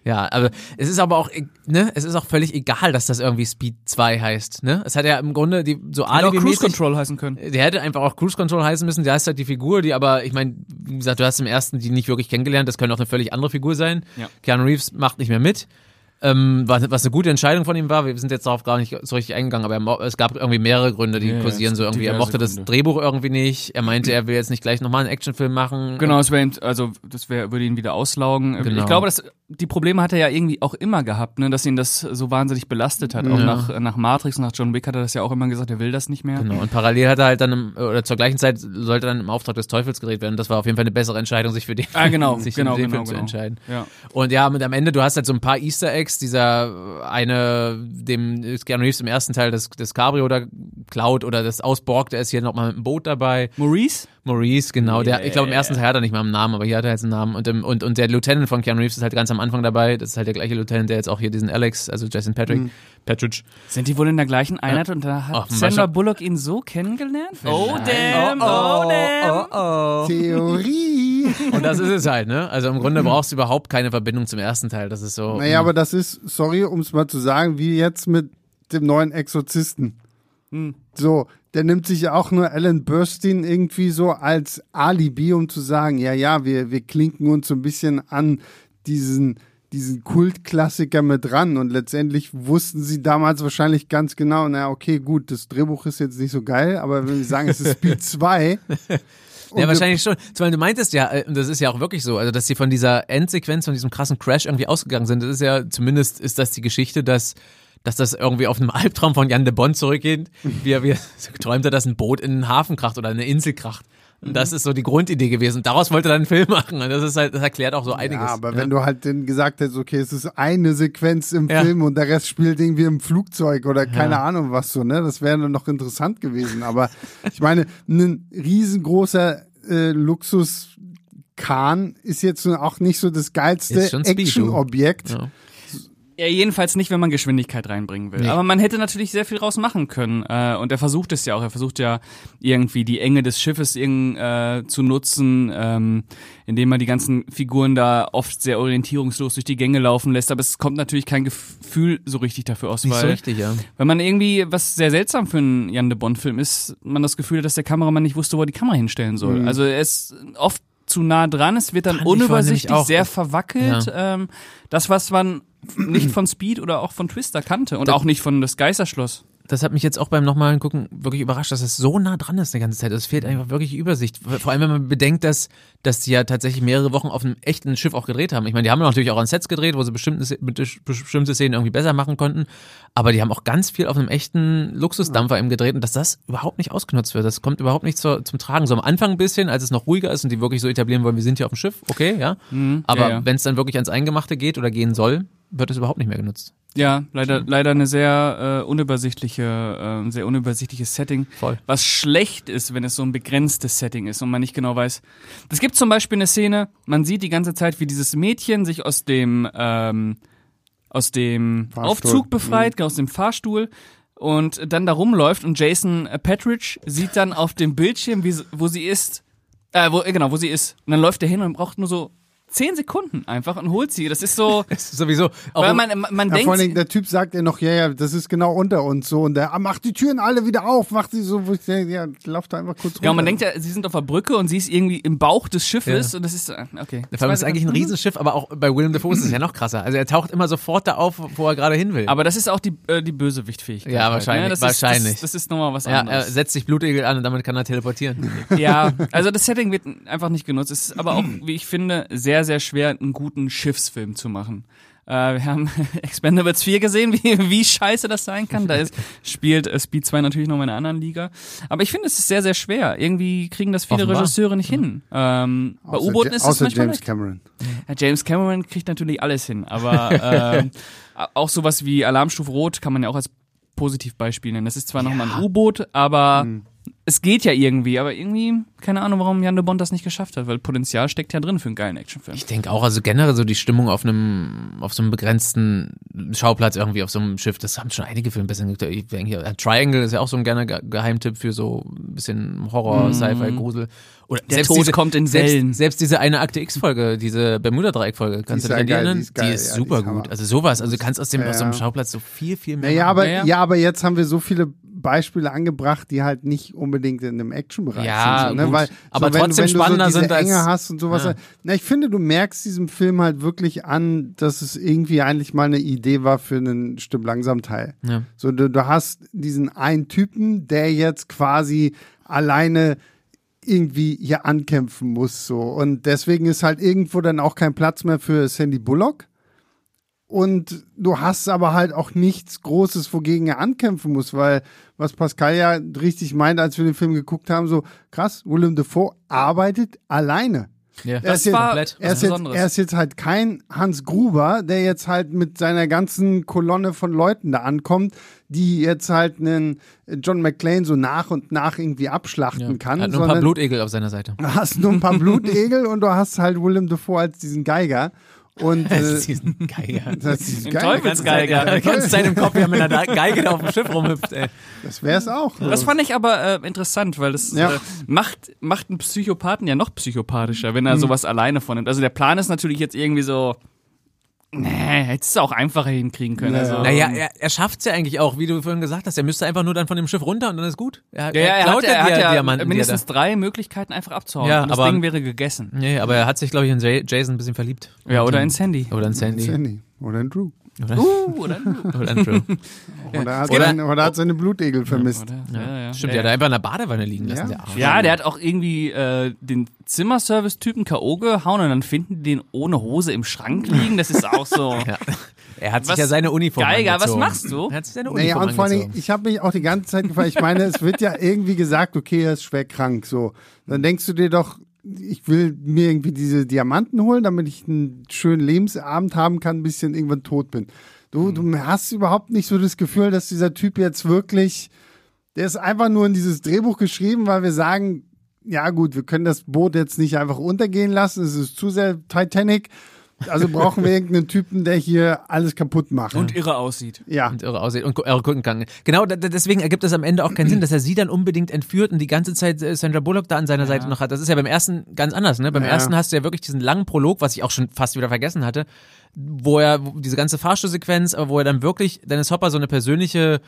Ja, aber es ist aber auch, ne, es ist auch völlig egal, dass das irgendwie Speed 2 heißt, ne? Es hat ja im Grunde die so
Hätte auch Cruise
alibi-mäßig
Control heißen können.
Der hätte einfach auch Cruise Control heißen müssen. Der heißt halt die Figur, die aber, ich meine, wie gesagt, du hast im ersten die nicht wirklich kennengelernt. Das könnte auch eine völlig andere Figur sein.
Ja.
Keanu Reeves macht nicht mehr mit. Ähm, was, was eine gute Entscheidung von ihm war. Wir sind jetzt darauf gar nicht so richtig eingegangen, aber er, mo- es gab irgendwie mehrere Gründe, die
Ja, ja,
kursieren
es
so
gibt
irgendwie. Er
diverse
mochte das
Gründe.
Drehbuch irgendwie nicht. Er meinte, er will jetzt nicht gleich nochmal einen Actionfilm machen.
Genau, es wäre, also das wär, würde ihn wieder auslaugen.
Genau.
Ich glaube, dass die Probleme hat er ja irgendwie auch immer gehabt, ne, dass ihn das so wahnsinnig belastet hat. Auch
Ja.
nach, nach Matrix und nach John Wick hat er das ja auch immer gesagt, er will das nicht mehr.
Genau. Und parallel hat er halt dann, im, oder zur gleichen Zeit sollte dann im Auftrag des Teufels gedreht werden. Das war auf jeden Fall eine bessere Entscheidung, sich für den,
Ah,
*laughs*
genau,
sich
genau,
für den
genau,
Film zu
genau.
entscheiden.
Ja.
Und ja, mit am Ende, du hast halt so ein paar Easter Eggs, dieser äh, eine, dem äh, Keanu Reeves im ersten Teil das, das Cabrio da klaut oder das ausborgt, der ist hier nochmal mit dem Boot dabei.
Maurice?
Maurice, genau, der, ich glaube im ersten Teil hat er nicht mal einen Namen, aber hier hat er jetzt einen Namen. Und, im, und, und der Lieutenant von Keanu Reeves ist halt ganz am Anfang dabei, das ist halt der gleiche Lieutenant, der jetzt auch hier diesen Alex, also Jason Patrick, Patrick.
Sind die wohl in der gleichen Einheit und da hat
Äh, Ach, man weiß
Sandra
schon-
Bullock ihn so kennengelernt? Oh damn,
Oh, oh,
oh damn.
Genau.
Theorie.
Und das ist es halt, ne? Also im Grunde brauchst du überhaupt keine Verbindung zum ersten Teil, das ist so.
Naja, aber das ist, sorry, um es mal zu sagen, wie jetzt mit dem neuen Exorzisten. So, der nimmt sich ja auch nur Alan Burstyn irgendwie so als Alibi, um zu sagen, ja, ja, wir, wir klinken uns so ein bisschen an diesen, diesen Kultklassiker mit ran. Und letztendlich wussten sie damals wahrscheinlich ganz genau, na okay, gut, das Drehbuch ist jetzt nicht so geil, aber wenn wir sagen, es ist Speed 2,
Ja, wahrscheinlich schon. Zumal du meintest ja, äh, und das ist ja auch wirklich so, also dass sie von dieser Endsequenz, von diesem krassen Crash irgendwie ausgegangen sind. Das ist ja, zumindest ist das die Geschichte, dass, dass das irgendwie auf einem *laughs* Albtraum von Jan de Bond zurückgeht. Wie er, wie *laughs* er so geträumt hat, dass ein Boot in einen Hafen kracht oder eine Insel kracht. Und
Mhm.
das ist so die Grundidee gewesen. Daraus wollte er dann einen Film machen. Und das ist halt, das erklärt auch so einiges.
Ja, aber wenn du halt denen gesagt hättest, okay, es ist eine Sequenz im
Ja.
Film und der Rest spielt irgendwie im Flugzeug oder keine Ahnung was so, ne? Das wäre dann noch interessant
*laughs*
gewesen. Aber ich meine, ein riesengroßer äh, Luxus. Kahn ist jetzt nun auch nicht so das geilste
Ist schon Speed, du.
Action-Objekt.
Ja.
Ja, jedenfalls nicht, wenn man Geschwindigkeit reinbringen will. Aber man hätte natürlich sehr viel draus machen können. Äh, und er versucht es ja auch. Er versucht ja irgendwie die Enge des Schiffes irgend, äh, zu nutzen, ähm, indem man die ganzen Figuren da oft sehr orientierungslos durch die Gänge laufen lässt. Aber es kommt natürlich kein Gefühl so richtig dafür aus,
Nicht so
weil,
richtig, ja.
weil man irgendwie, was sehr seltsam für einen Jan de Bond-Film ist, man das Gefühl hat, dass der Kameramann nicht wusste, wo er die Kamera hinstellen soll. Also er ist oft zu nah dran, es wird dann
Mhm. Fand ich vorhin
unübersichtlich,
nämlich auch.
sehr verwackelt. Ähm, das, was man nicht von Speed oder auch von Twister kannte und auch nicht von das Geisterschloss.
das hat mich jetzt auch beim nochmalen Gucken wirklich überrascht, dass es so nah dran ist die ganze Zeit. Es fehlt einfach wirklich die Übersicht. Vor allem, wenn man bedenkt, dass, dass die ja tatsächlich mehrere Wochen auf einem echten Schiff auch gedreht haben. Ich meine, die haben natürlich auch an Sets gedreht, wo sie bestimmte, Sz- mit- bestimmte Szenen irgendwie besser machen konnten. Aber die haben auch ganz viel auf einem echten Luxusdampfer eben gedreht und dass das überhaupt nicht ausgenutzt wird. Das kommt überhaupt nicht zur, zum Tragen. So am Anfang ein bisschen, als es noch ruhiger ist und die wirklich so etablieren wollen, wir sind hier auf dem Schiff, okay, ja. Aber
Mhm, ja, ja.
wenn es dann wirklich ans Eingemachte geht oder gehen soll, wird es überhaupt nicht mehr genutzt.
Ja, leider, leider eine sehr äh, unübersichtliche, äh, ein sehr unübersichtliches Setting.
Voll.
Was schlecht ist, wenn es so ein begrenztes Setting ist und man nicht genau weiß. Es gibt zum Beispiel eine Szene, man sieht die ganze Zeit, wie dieses Mädchen sich aus dem, ähm, aus dem
Fahrstuhl.
Aufzug befreit, aus dem Fahrstuhl. Und dann da rumläuft und Jason äh, Patridge sieht dann auf dem Bildschirm, wie, s- wo sie ist, äh, wo, äh, genau, wo sie ist. Und dann läuft er hin und braucht nur so zehn Sekunden einfach und holt sie. Das ist so,
Das ist sowieso. Auch
weil
im-
man, man
Ja, vor
denkt,
allem, der Typ sagt ja noch, ja, ja, das ist genau unter uns so. Und der, ah, macht die Türen alle wieder auf, macht sie so, wo ich denke, ja, lauf da einfach kurz runter.
ja, und man denkt
also.
ja, sie sind auf der Brücke und sie ist irgendwie im Bauch des Schiffes und das ist, äh, okay.
Vor allem ist es eigentlich ein Riesenschiff, aber auch bei William Dafoe ist es ja noch krasser. Also er taucht immer sofort da auf, wo er gerade hin will.
Aber das ist auch die, äh, die Bösewichtfähigkeit. ne?
Ja, wahrscheinlich,
das
wahrscheinlich.
Ist, das, das ist nochmal was
ja, äh, er
anderes.
setzt sich Blutegel an und damit kann er teleportieren.
Ja, also das Setting wird einfach nicht genutzt. Es ist aber auch, wie ich finde, sehr, sehr schwer, einen guten Schiffsfilm zu machen. Äh, wir haben *laughs* Expendables 4 gesehen, wie, wie scheiße das sein kann. Da ist, spielt äh, Speed 2 natürlich noch in einer anderen Liga. Aber ich finde, es ist sehr, sehr schwer. Irgendwie kriegen das viele
Offenbar.
Regisseure nicht hin. Ähm, bei
Außer
U-Booten
Ja-
ist es
Außer
manchmal
James
leicht.
Cameron.
Ja, James Cameron kriegt natürlich alles hin, aber
*laughs*
ähm, auch sowas wie Alarmstufe Rot kann man ja auch als Positivbeispiel nennen. Das ist zwar nochmal ein U-Boot, aber
Hm.
es geht ja irgendwie. Aber irgendwie, keine Ahnung, warum Jan de Bond das nicht geschafft hat, weil Potenzial steckt ja drin für einen geilen Actionfilm.
Ich denke auch, also generell so die Stimmung auf einem, auf so einem begrenzten Schauplatz irgendwie, auf so einem Schiff, das haben schon einige Filme besser gemacht. Ich denke, äh, Triangle ist ja auch so ein gerne Ge- Geheimtipp für so ein bisschen Horror, Sci-Fi, Grusel. Oder
Der Tod kommt in
selbst,
Wellen.
Selbst diese eine Akte X-Folge, diese Bermuda-Dreieck-Folge, kannst
ist
du dich
ja
an die
geil, die
erinnern?
ist geil,
die ist
ja, die
super
ist Hammer.
gut. Also sowas, also du kannst aus dem, aus so einem
Ja.
Schauplatz so viel, viel mehr.
Naja,
machen.
aber,
Ja.
ja, aber jetzt haben wir so viele Beispiele angebracht, die halt nicht unbedingt in dem Actionbereich
Ja,
sind. So, ne?
gut.
Weil,
Aber
so, wenn,
trotzdem
wenn du
spannender
so diese
sind als-
Enge hast und sowas.
Ja.
Na, ich finde, du merkst diesem Film halt wirklich an, dass es irgendwie eigentlich mal eine Idee war für einen Stück langsam Teil.
Ja.
So, du, du hast diesen einen Typen, der jetzt quasi alleine irgendwie hier ankämpfen muss. So. Und deswegen ist halt irgendwo dann auch kein Platz mehr für Sandy Bullock. Und du hast aber halt auch nichts Großes, wogegen er ankämpfen muss, weil was Pascal ja richtig meinte, als wir den Film geguckt haben, so krass, Willem Dafoe arbeitet alleine.
Ja.
Er ist jetzt-
war
komplett
Er
was
ist, jetzt,
Besonderes.
er ist jetzt halt kein Hans Gruber, der jetzt halt mit seiner ganzen Kolonne von Leuten da ankommt, die jetzt halt einen John McClane so nach und nach irgendwie abschlachten
Ja.
kann.
Hat nur ein paar
sondern-
Blutegel auf seiner Seite.
Du hast nur
*laughs*
ein paar Blutegel und du hast halt Willem Dafoe als diesen Geiger.
*laughs*
Und *laughs*
*laughs*
äh, genau.
diesen
*laughs*
Geiger. *laughs*
das ist
Im
geil.
Teufelsgeiger.
Du kannst deinem Kopf ja mit
*laughs*
einer Geige da auf dem Schiff rumhüpft, ey.
Das wär's auch.
Das fand ich aber äh, interessant, weil das
Ja.
äh, macht, macht einen Psychopathen ja noch psychopathischer,
Hm.
wenn er sowas alleine vornimmt. Also der Plan ist natürlich jetzt irgendwie so, nee, hättest du auch einfacher hinkriegen können.
Ja.
Also,
Naja, er, er schafft's ja eigentlich auch, wie du vorhin gesagt hast. Er müsste einfach nur dann von dem Schiff runter und dann ist gut. Er,
Ja, ja, er, hat,
klaut
er hat
Dia-
ja
Diamanten, die er
mindestens drei Möglichkeiten einfach abzuhauen.
Ja,
und das
aber-
Ding wäre gegessen.
*laughs* da- Nee, aber er hat sich, glaube ich, in Jay- Jason ein bisschen verliebt.
Ja, oder
Und-
in Sandy.
Oder in Sandy.
Sandy. Oder ein Drew.
Oder,
Uh, oder?
oder in
*laughs*
Drew.
Oder hat,
geht
seine- oder hat seine Blutegel vermisst.
oder ja, ja.
Stimmt,
ja,
der hat einfach in der Badewanne liegen lassen,
Ja.
der Arsch.
Ja, der hat auch irgendwie äh, den Zimmerservice-Typen K.O. gehauen und dann finden die den ohne Hose im Schrank liegen. Das ist auch so.
*laughs* Ja. Er hat sich
Was-
ja seine Uniform
Geiger, was
angezogen.
machst du?
Er hat sich seine
Naja,
Uniform
und vor allem,
angezogen.
ich habe mich auch die ganze Zeit gefragt, ich meine, es wird ja irgendwie gesagt, okay, er ist schwer krank, so. Dann denkst du dir doch, ich will mir irgendwie diese Diamanten holen, damit ich einen schönen Lebensabend haben kann, bis ich dann irgendwann tot bin. Du, du hast überhaupt nicht so das Gefühl, dass dieser Typ jetzt wirklich, der ist einfach nur in dieses Drehbuch geschrieben, weil wir sagen, ja gut, wir können das Boot jetzt nicht einfach untergehen lassen, es ist zu sehr Titanic, also brauchen wir irgendeinen Typen, der hier alles kaputt macht.
Und irre aussieht.
ja.
und irre aussieht und irre gucken kann. Genau, da- da- deswegen ergibt es am Ende auch keinen
*clears throat*
Sinn, dass er sie dann unbedingt entführt und die ganze Zeit äh, Sandra Bullock da an seiner Seite noch hat. Das ist ja beim ersten ganz anders, ne? Beim
Ja.
ersten hast du ja wirklich diesen langen Prolog, was ich auch schon fast wieder vergessen hatte, wo er wo diese ganze Fahrstuhlsequenz, aber wo er dann wirklich Dennis Hopper so eine persönliche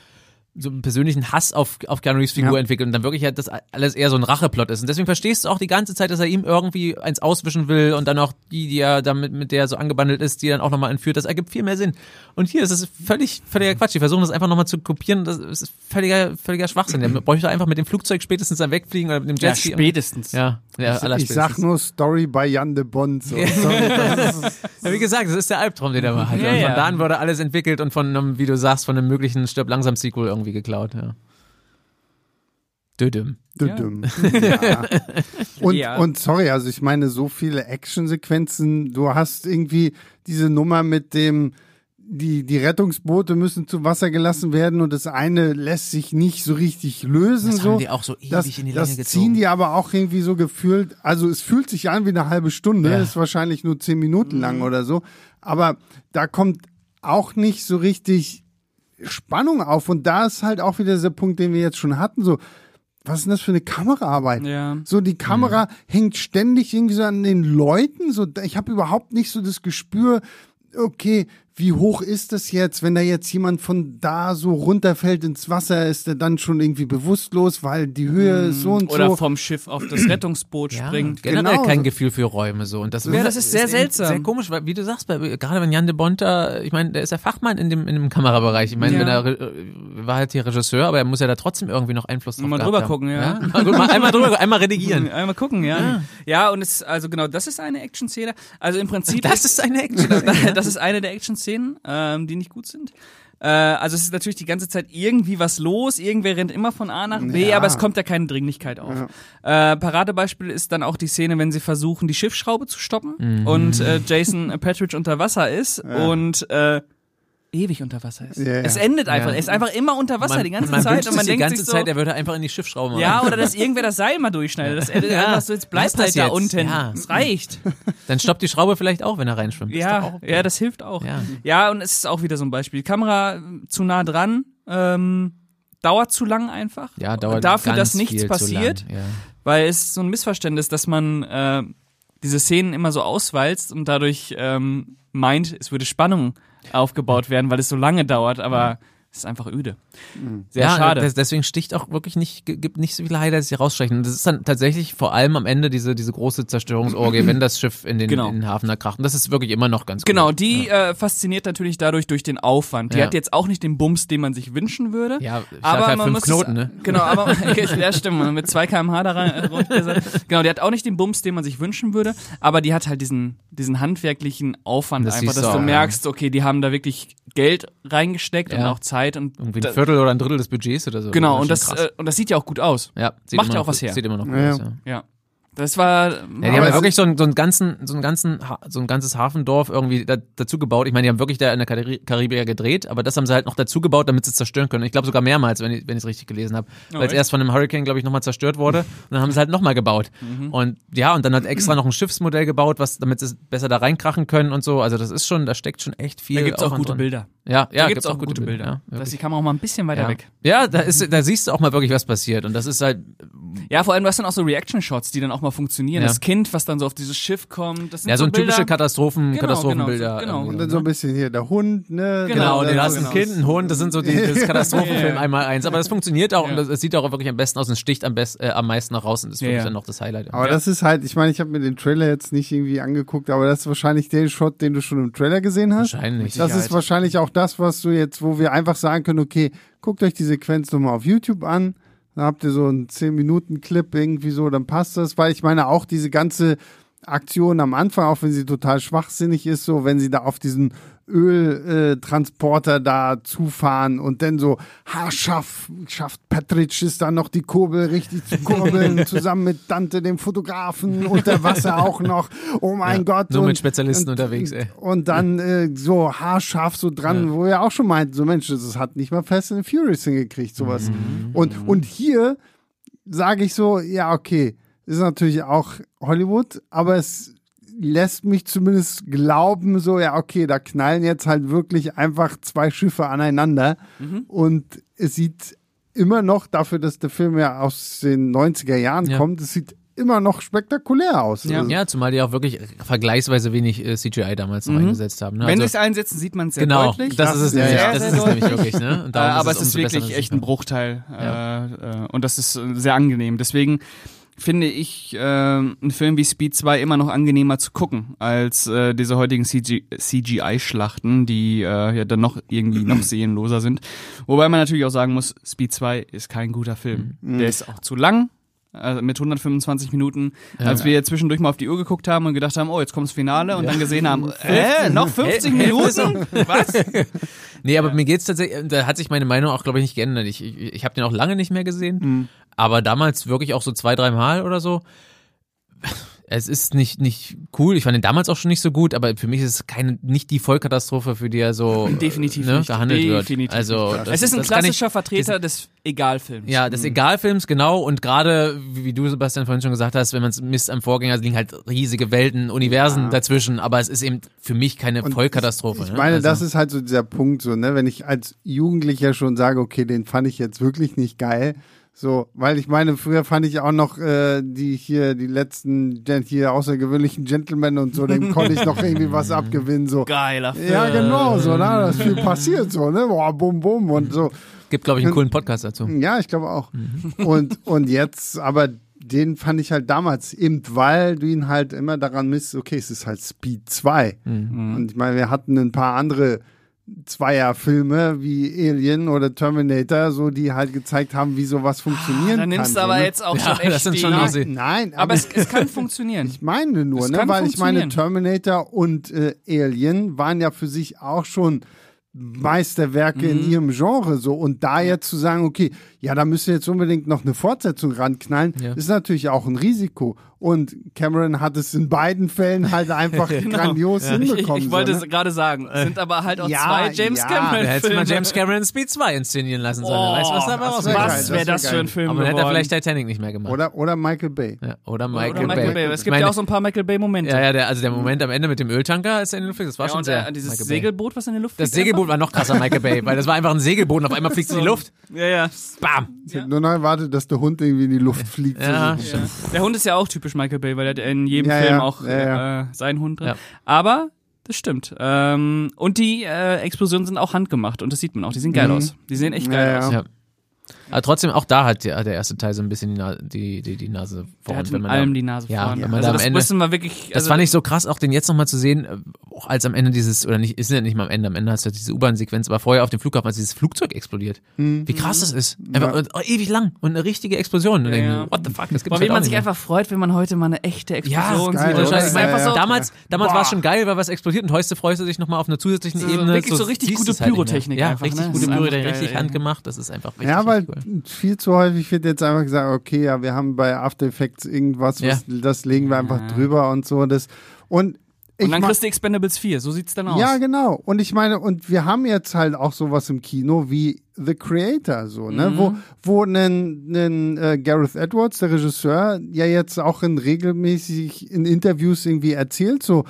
so einen persönlichen Hass auf, auf Keanu Reeves Figur
Ja.
entwickelt und dann wirklich halt das alles eher so ein Racheplot ist. Und deswegen verstehst du auch die ganze Zeit, dass er ihm irgendwie eins auswischen will und dann auch die, die er damit, mit der er so angebandelt ist, die dann auch nochmal entführt. Das ergibt viel mehr Sinn. Und hier ist es völlig, völliger Quatsch. Die versuchen das einfach nochmal zu kopieren. Das ist völliger, völliger Schwachsinn.
*clears throat*
Der bräuchte einfach mit dem Flugzeug spätestens dann wegfliegen oder mit dem
Ja,
Jetski.
spätestens.
ja, ja,
Ich sag nur Story bei Jan de Bond.
*laughs*
So. Sorry, das ist,
Ja, wie gesagt, das ist der Albtraum, den er mal hatte.
Ja,
und von
ja.
da an wurde alles entwickelt und von einem, wie du sagst, von einem möglichen Stirb langsam Sequel irgendwie geklaut. Ja. Dödüm.
Ja.
düdüm. Ja. Und,
Ja.
und sorry, also ich meine, so viele Actionsequenzen, du hast irgendwie diese Nummer mit dem, die, die Rettungsboote müssen zu Wasser gelassen werden und das eine lässt sich nicht so richtig lösen.
Das
so.
haben die auch so ewig
das,
in die
das
Länge gezogen.
ziehen die aber auch irgendwie so gefühlt, also es fühlt sich an wie eine halbe Stunde,
Ja. Mhm.
ist wahrscheinlich nur zehn Minuten lang oder so, aber da kommt auch nicht so richtig Spannung auf und da ist halt auch wieder der Punkt, den wir jetzt schon hatten, so was ist denn das für eine Kameraarbeit?
Ja.
So, die Kamera hängt ständig irgendwie so an den Leuten. So, ich habe überhaupt nicht so das Gespür, okay, wie hoch ist das jetzt, wenn da jetzt jemand von da so runterfällt ins Wasser, ist er dann schon irgendwie bewusstlos, weil die
Mhm.
Höhe ist so und
Oder
so.
vom Schiff auf
*clears throat*
das Rettungsboot springt.
generell
Genau.
kein Gefühl für Räume so und das,
Ja, das ist sehr
eben
seltsam.
sehr komisch weil wie du sagst bei, gerade wenn Jan de Bonta ich meine der ist ja Fachmann in dem in dem Kamerabereich ich meine
Ja.
wenn er re- äh, war halt hier Regisseur aber er muss ja da trotzdem irgendwie noch Einfluss drauf
Mal
gehabt
drüber
haben.
gucken, ja.
mal, gut, mal einmal drüber einmal
*laughs*
redigieren
Einmal gucken, ja.
Ah.
ja. und es, also genau, das ist eine Action-Szene. Also im Prinzip.
das ist eine Action
*laughs* das ist eine der Action-Szenen, ähm, die nicht gut sind. Äh, also es ist natürlich die ganze Zeit irgendwie was los, irgendwer rennt immer von A nach B,
Ja.
aber es kommt ja keine Dringlichkeit auf. Äh, Paradebeispiel ist dann auch die Szene, wenn sie versuchen, die Schiffsschraube zu stoppen
Mhm.
und äh, Jason Patridge unter Wasser ist und äh, ewig unter Wasser ist.
Ja, ja.
Es endet einfach,
Ja.
er ist einfach immer unter Wasser
man,
die ganze
man
Zeit
wünscht
und man
sich die
denkt
ganze
sich so,
Zeit er würde einfach in die Schiffsschraube machen.
ja, oder dass irgendwer das Seil mal durchschneidet. Das endet einfach so, jetzt bleibt
Lass das
halt da
jetzt.
unten.
Ja.
Das reicht.
dann stoppt die Schraube vielleicht auch wenn er reinschwimmt Ist
Ja,
doch auch okay.
ja, das hilft auch. Ja.
Ja.
und es ist auch wieder so ein Beispiel. Kamera äh, zu nah dran, ähm, dauert zu lang einfach.
ja dauert
Dafür,
ganz
dass nichts
viel
passiert,
zu lang. Ja.
weil es so ein Missverständnis, dass man äh, diese Szenen immer so auswalzt und dadurch ähm, meint, es würde Spannung aufgebaut werden, weil es so lange dauert, aber es ist einfach öde. Sehr
Mhm. ja,
schade.
des- deswegen sticht auch wirklich nicht, ge- gibt nicht so viele Highlights, die rausstechen. Und das ist dann tatsächlich vor allem am Ende diese, diese große Zerstörungsorgie, wenn das Schiff in den,
Genau.
in den Hafen da kracht. Und das ist wirklich immer noch ganz
Genau,
gut.
die äh, fasziniert natürlich dadurch durch den Aufwand. Die
Ja.
hat jetzt auch nicht den Bums, den man sich wünschen würde.
Ja, ich sag
aber
halt
man
fünf
muss
Knoten,
es,
ne? *laughs*
Genau, aber ja, stimmt, mit 2 kmh da rein. äh, rumgesagt. genau, die hat auch nicht den Bums, den man sich wünschen würde, aber die hat halt diesen, diesen handwerklichen Aufwand
Das
einfach,
siehst
dass
du
du
auch, ja.
merkst, okay, die haben da wirklich Geld reingesteckt und
Ja.
auch Zeit und
Irgendwie
da-
ein Viertel oder ein Drittel des Budgets oder so.
genau, und
Schon
das,
krass.
äh, und das sieht ja auch gut aus.
ja, sieht
macht
immer
ja
noch
auch was
gut-
her.
Sieht immer noch gut
Ja.
aus, ja.
Ja. Das
Ja,
war
die haben
Aber
ja
es
wirklich so einen, so einen ganzen, so einen ganzen, Ha- so ein ganzes Hafendorf irgendwie da, dazu gebaut. Ich meine, die haben wirklich da in der Kari- Karibik ja gedreht, aber das haben sie halt noch dazu gebaut, damit sie es zerstören können. Ich glaube sogar mehrmals, wenn ich wenn ich es richtig gelesen habe, weil es
echt? Mhm.
erst von einem Hurricane, glaube ich, nochmal zerstört wurde und dann haben sie es halt nochmal gebaut. Und ja, und dann hat extra noch ein Schiffsmodell gebaut, was damit sie es besser da reinkrachen können und so. Also das ist schon, da steckt schon echt viel.
da gibt's auch
Aufwand
gute
drin.
Bilder.
Ja, ja,
da gibt's auch gute Bilder.
Ja,
da ist die
wirklich.
Kamera auch mal ein bisschen weiter
ja.
weg.
ja, da ist, da siehst du auch mal wirklich, was passiert. Und das ist halt,
Ja, vor allem du hast dann auch so Reaction-Shots, die dann auch mal funktionieren.
Ja.
Das Kind, was dann so auf dieses Schiff kommt, das sind
ja, so,
so
ein typische
Bilder.
Katastrophen,
Genau,
Katastrophenbilder.
genau, genau.
irgendwie
Und
so,
dann
ne?
so ein bisschen hier der Hund, ne?
Genau,
Genau,
Dann-
den hast
genau.
ein Kind, ein Hund, das sind so die,
*laughs*
das Katastrophenfilm
Ja.
einmal eins. Aber das funktioniert auch
Ja.
und es sieht auch wirklich am besten aus und es sticht am, best, äh, am meisten nach raus und ist
Ja,
wirklich
ja. also
dann noch das Highlight.
Aber das ist halt, ich meine, ich habe mir den Trailer jetzt nicht irgendwie angeguckt, aber das ist wahrscheinlich der Shot, den du schon im Trailer gesehen hast.
Wahrscheinlich.
Das ist wahrscheinlich auch das, was du jetzt, wo wir einfach sagen können, okay, guckt euch die Sequenz nochmal auf YouTube an. Dann habt ihr so einen 10-Minuten-Clip irgendwie so, dann passt das. Weil ich meine, auch diese ganze Aktion am Anfang, auch wenn sie total schwachsinnig ist, so wenn sie da auf diesen Öltransporter da zufahren und dann so, ha, schaff, schafft Patritsch es dann noch die Kurbel richtig zu
*laughs*
kurbeln, zusammen mit Dante, dem Fotografen, unter Wasser auch noch. Oh mein Gott.
Nur
und-
mit Spezialisten
und-
unterwegs, ey.
und dann äh, so haarscharf so dran, wo wir auch schon meinten, so Mensch, das ist- hat nicht mal Fast and Furious hingekriegt, sowas. Und, und hier sage ich so, ja, okay, ist natürlich auch Hollywood, aber es lässt mich zumindest glauben, so, ja, okay, da knallen jetzt halt wirklich einfach zwei Schiffe aneinander und es sieht immer noch, dafür, dass der Film ja aus den 90er Jahren
Ja.
kommt, es sieht immer noch spektakulär aus.
Ja.
Also,
Ja, zumal die auch wirklich vergleichsweise wenig äh, CGI damals noch eingesetzt haben. Ne?
Mhm. Wenn sie
Also,
es einsetzen, sieht man es sehr
genau,
deutlich.
das ist es
Ja,
nämlich.
ja.
Das ist
Sehr,
es
sehr
nämlich wirklich, ne? Und
äh,
darum
aber
es
es ist
umso besser,
wirklich
dass
echt
es-
ein Bruchteil. Äh, äh, und das ist äh, sehr angenehm. Deswegen finde ich äh, einen Film wie Speed 2 immer noch angenehmer zu gucken, als äh, diese heutigen CG CGI-Schlachten, die äh, ja dann noch
*clears throat*
irgendwie noch seelenloser sind. Wobei man natürlich auch sagen muss, Speed 2 ist kein guter Film.
Mhm.
Der ist auch zu lang. äh, Mit 125 Minuten, als wir zwischendurch mal auf die Uhr geguckt haben und gedacht haben, oh, jetzt kommt das Finale und dann gesehen haben, äh, noch 50 Minuten? Also, Was?
*laughs* Nee, aber mir geht's tatsächlich, da hat sich meine Meinung auch, glaube ich, nicht geändert. Ich, ich, ich habe den auch lange nicht mehr gesehen,
Mhm.
aber damals wirklich auch so zwei, dreimal oder so. Es ist nicht, nicht cool. Ich fand den damals auch schon nicht so gut, aber für mich ist es keine, nicht die Vollkatastrophe, für die er so äh,
*laughs* Definitiv
ne,
nicht.
gehandelt wird.
Definitiv
Also
es ist ein
kann ich-
klassischer Mhm. Vertreter des Egalfilms.
ja, des Egalfilms, genau. Und gerade, wie wie du, Sebastian, vorhin schon gesagt hast, wenn man es misst am Vorgänger, liegen halt riesige Welten, Universen dazwischen. Aber es ist eben für mich keine Vollkatastrophe.
Hm. Ich
ne?
meine,
Also-
das ist halt so dieser Punkt, so, ne, wenn ich als Jugendlicher schon sage, okay, den fand ich jetzt wirklich nicht geil, So, weil ich meine, früher fand ich auch noch äh, die hier, die letzten Gen hier außergewöhnlichen Gentlemen und so, dem konnte ich noch irgendwie
*laughs*
was abgewinnen. So.
Geiler Film.
Ja, genau, so, na, da ist viel passiert, so, ne? Boah, bum, bum und so.
Gibt, glaube ich, einen coolen Podcast dazu.
Ja, ich glaube auch.
Mhm.
*laughs* Und, und jetzt, aber den fand ich halt damals, eben weil du ihn halt immer daran misst, okay, es ist halt Speed 2.
Mhm.
Und ich meine, wir hatten ein paar andere Zweierfilme wie Alien oder Terminator, so die halt gezeigt haben, wie sowas funktionieren
Ah, Dann nimmst
kann. so,
du aber
ne?
jetzt auch
Ja,
schon
*laughs*
echt
das sind
die,
schon
aber,
Aussie-
Nein, aber,
es,
*laughs*
es kann funktionieren.
ich meine nur,
Es
ne?
kann
weil ich meine,
funktionieren.
Terminator und äh, Alien waren ja für sich auch schon Meisterwerke
Mhm.
in ihrem Genre so und da jetzt zu sagen, okay, ja, da müssen wir jetzt unbedingt noch eine Fortsetzung ranknallen,
Ja.
ist natürlich auch ein Risiko und Cameron hat es in beiden Fällen halt
*laughs*
einfach grandios
Genau. Ich,
hinbekommen.
ich, ich wollte
so,
es
ne?
gerade sagen. Es sind aber halt auch
Ja,
zwei James
ja.
Da
Cameron
hättest du
Filme.
mal James Cameron Speed 2 inszenieren lassen sollen.
oh,
weißt du, was dabei
wär geil,
Was
rausgekommen
das
wäre
wär
das für
geil.
ein Film
Aber dann hätte er
geworden?
vielleicht Titanic nicht mehr gemacht.
oder oder Michael Bay.
ja, oder
Oder
Michael,
Michael Bay.
Bay.
Es
Ich
gibt
meine,
ja auch so ein paar Michael Bay-Momente.
ja, ja, der, also der Moment am Ende mit dem Öltanker ist in den Luft. Das war
Ja,
schon
und
sehr.
der, äh, dieses
Michael Bay.
Segelboot, was in der Luft
Das
fliegt ne?
Segelboot war noch krasser, Michael Bay, weil das war einfach ein Segelboot und auf
*laughs*
einmal fliegst du in die Luft.
einfach. Ja, ja.
Bam!
Ich hab nur noch erwartet, dass der Hund irgendwie in die Luft fliegt.
Ja,
so.
stimmt.
Der Hund ist ja auch typisch Michael Bay, weil er hat in jedem
Ja,
Film
ja,
auch
ja, ja.
Äh, seinen Hund drin.
Ja.
Aber das stimmt. Ähm, und die äh, Explosionen sind auch handgemacht und das sieht man auch. Die sehen geil aus. Die sehen echt geil
Ja,
aus.
ja.
Ja. Aber trotzdem, auch da hat der, der erste Teil so ein bisschen die, Na die, die, die Nase
Der
vorn.
hat in
da-
allem die Nase
Ja,
vorne.
wenn man
also
da am
das
Ende-
müssen wir wirklich.
Das
also,
fand ich so krass, auch den jetzt nochmal zu sehen, äh, auch als am Ende dieses, oder nicht, ist ja nicht mal am Ende, am Ende hast du diese U-Bahn-Sequenz, aber vorher auf dem Flughafen, als dieses Flugzeug explodiert.
Mhm.
Wie krass das ist. Einfach und, oh, ewig lang und eine richtige Explosion. Und
Ja,
dann
ja.
denk ich, what the fuck, das gibt's
Boah, wie
halt
man
auch nicht
sich
mehr.
einfach freut, wenn man heute mal eine echte
ja,
Explosion
geil,
sieht.
oder?
Das ist
Ja,
einfach
ja,
so.
damals damals war es
Boah.
schon geil, weil was explodiert und heute freust du dich nochmal auf einer zusätzlichen
So
Ebene.
wirklich so richtig
siehst
gute
es halt nicht mehr.
Pyrotechnik
Ja,
einfach,
richtig
ne? Das
gute
ist einfach
Pyrotechnik,
geil,
richtig
ey.
handgemacht, das ist einfach richtig,
Ja, weil
richtig cool.
viel zu häufig wird jetzt einfach gesagt, okay, ja, wir haben bei After Effects irgendwas,
Ja.
was, das legen wir einfach drüber und so. Das, und ich
Und dann
ma-
kriegst du Expendables 4. So sieht's dann aus.
ja, genau. Und ich meine, und wir haben jetzt halt auch sowas im Kino wie The Creator, so, ne? Wo, wo nen nen, äh, Gareth Edwards, der Regisseur, ja jetzt auch in regelmäßig in Interviews irgendwie erzählt, so,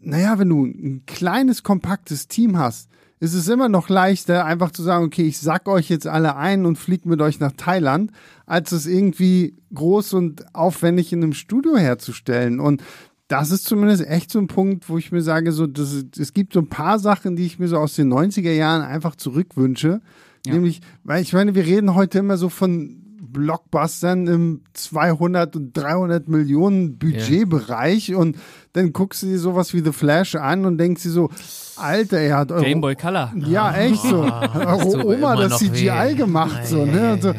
naja, wenn du ein kleines, kompaktes Team hast, ist es immer noch leichter, einfach zu sagen, okay, ich sack euch jetzt alle ein und flieg mit euch nach Thailand, als es irgendwie groß und aufwendig in einem Studio herzustellen. Und das ist zumindest echt so ein Punkt, wo ich mir sage, so, das, es gibt so ein paar Sachen, die ich mir so aus den 90er Jahren einfach zurückwünsche. Nämlich, weil ich meine, wir reden heute immer so von Blockbustern im 200 und 300 Millionen Budgetbereich und dann guckst du dir sowas wie The Flash an und denkst dir so, Alter, er hat Euro
Gameboy Color.
ja,
*laughs*
echt so. Hat eure
Ah. tut
Oma
immer
das
noch
CGI
weh.
gemacht so, ne? Und, so.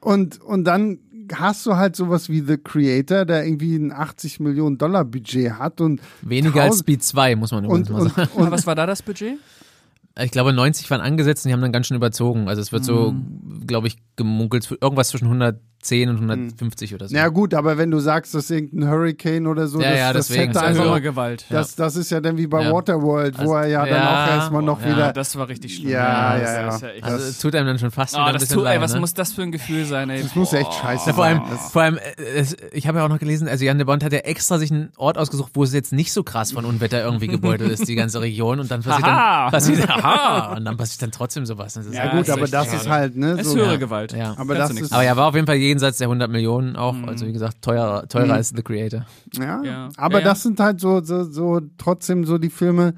und und dann hast du halt sowas wie The Creator, der irgendwie ein 80 Millionen Dollar Budget hat und
Weniger als
tausend-
Speed 2, muss man übrigens
und,
mal sagen.
und, und,
Aber was war da das Budget?
Ich glaube, 90 waren angesetzt und die haben dann ganz schön überzogen. Also es wird so,
Mhm.
glaube ich, gemunkelt, für irgendwas zwischen 110 und 150 oder so.
na gut, aber wenn du sagst, dass irgendein Hurricane oder so,
Ja,
das,
ja,
das
deswegen.
hätte
Also-
einfach,
Gewalt.
das, das ist ja dann wie bei
Ja.
Waterworld, wo
Also-
er ja, dann
Ja,
auch erstmal noch
ja,
wieder
Das war richtig schlimm.
Ja,
das
ja,
ist
ja.
echt-
also
das-
es tut einem dann schon fast wieder
Ah,
ein
das
bisschen
tut, ey,
leid,
was
ne?
muss das für ein Gefühl sein, ey?
das muss ja echt scheiße
ja, vor allem,
sein. Das-
vor allem äh, es, ich habe ja auch noch gelesen, also Jan de Bond hat ja extra sich einen Ort ausgesucht, wo es jetzt nicht so krass von Unwetter irgendwie gebeutelt ist, die ganze Region. Und dann passiert
Aha!
dann, passiert, *laughs* aha, und dann passiert dann trotzdem sowas. Das ist
Ja,
halt
ja gut,
echt
aber das
schade.
ist halt, ne?
Es
So,
ist höhere Gewalt.
Ja.
Aber
Kannst
das
du nichts
ist-
Aber er war auf jeden Fall jenseits der 100 Millionen auch. Also wie gesagt, teurer, teurer
Mhm.
als The Creator.
Ja,
Ja.
aber
Ja, ja.
das sind halt so, so, so trotzdem so die Filme.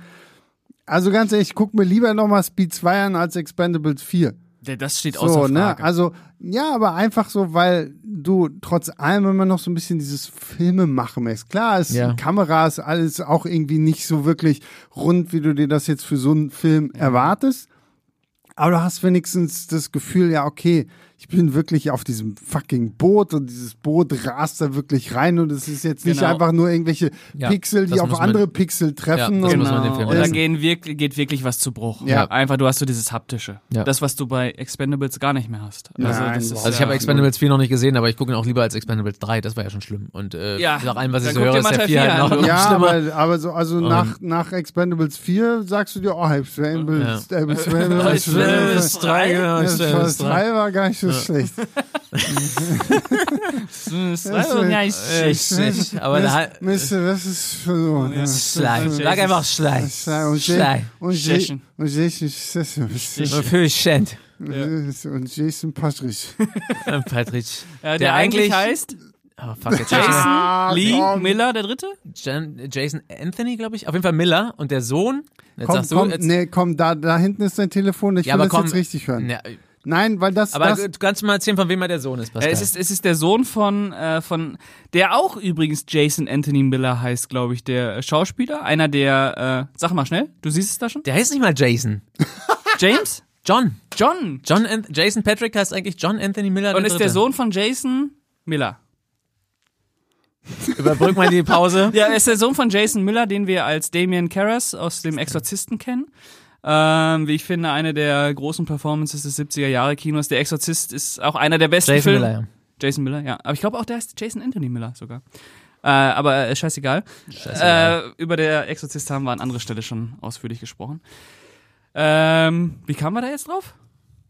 Also ganz ehrlich, ich guck mir lieber nochmal Speed 2 an als Expendables 4.
Der- Das steht außer
So,
Frage.
ne? Also, ja, aber einfach so, weil du trotz allem immer noch so ein bisschen dieses Filme machen möchtest. Klar, es
Ja.
Kamera ist alles auch irgendwie nicht so wirklich rund, wie du dir das jetzt für so einen Film erwartest. Aber du hast wenigstens das Gefühl, ja, okay, ich bin wirklich auf diesem fucking Boot und dieses Boot rast da wirklich rein und es ist jetzt nicht
Genau.
einfach nur irgendwelche
Ja,
Pixel, die
das
auf
muss man-
andere Pixel treffen.
Ja, das
und,
muss man den Film
Und da
lassen.
gehen wirklich, geht wirklich was zu Bruch.
Ja.
Einfach, du hast so dieses Haptische.
Ja.
Das, was du bei Expendables gar nicht mehr hast.
Nein,
Also, das ist,
überhaupt
Also ich habe
ja,
Expendables 4 noch nicht gesehen, aber ich gucke ihn auch lieber als Expendables 3, das war ja schon schlimm. Und äh,
Ja,
nach allem, was
dann
ich so
guck
höre,
dir
ist
mal
der
Teil
4 halt
4 an.
*laughs* noch irgendwie
Ja,
schlimmer.
aber, aber so, also nach, nach Expendables 4 sagst du dir, oh, Expendables, ja. Expendables, Expendables
Expendables 3, genau, Expendables 3.
3 war gar nicht so schlecht.
Also, ja, ich-
Äh, shit. Aber da hat
Mist, das ist verloren. Ja.
Schlei. Sag einfach Schlei.
Und Jason-
Schlei.
und
Jason.
Jason- und Jason Statham.
Für Schend.
Und Jason Patrick.
Äh, *laughs* Patrick.
Ja, der, eigentlich, heißt
Oh, fuck, jetzt
Jason
Jason,
Ah,
Lee
komm.
Miller, der dritte?
Jan, Jason Anthony, glaube ich. Auf jeden Fall Miller und der Sohn. Jetzt
Komm,
sagst du,
komm,
jetzt,
nee, komm, da, da hinten ist dein Telefon. Ich
ja,
will
aber
das
komm.
jetzt richtig hören.
Na,
Nein, weil das,
aber
das
du kannst mal erzählen, von wem er der Sohn ist, Pascal.
Äh, es, ist, es ist der Sohn von, äh, von, der auch übrigens Jason Anthony Miller heißt, glaube ich, der Schauspieler. Einer der, äh, sag mal schnell, du siehst es da schon?
der heißt nicht mal Jason.
James?
John.
John.
John An Jason Patrick heißt eigentlich John Anthony Miller.
Und ist der
Dritte.
Sohn von Jason Miller.
Überbrück mal die Pause.
*laughs* Ja, er ist der Sohn von Jason Miller, den wir als Damien Karras aus dem Exorzisten kennen. Ähm, wie ich finde, eine der großen Performances des 70er Jahre Kinos. Der Exorzist ist auch einer der besten
Jason
Filme.
Miller, ja.
Jason Miller, ja. Aber ich glaube auch, der heißt Jason Anthony Miller sogar. Äh, aber äh, scheißegal.
Scheißegal.
Äh, über der Exorzist haben wir an anderer Stelle schon ausführlich gesprochen. Ähm, wie kamen wir da jetzt drauf?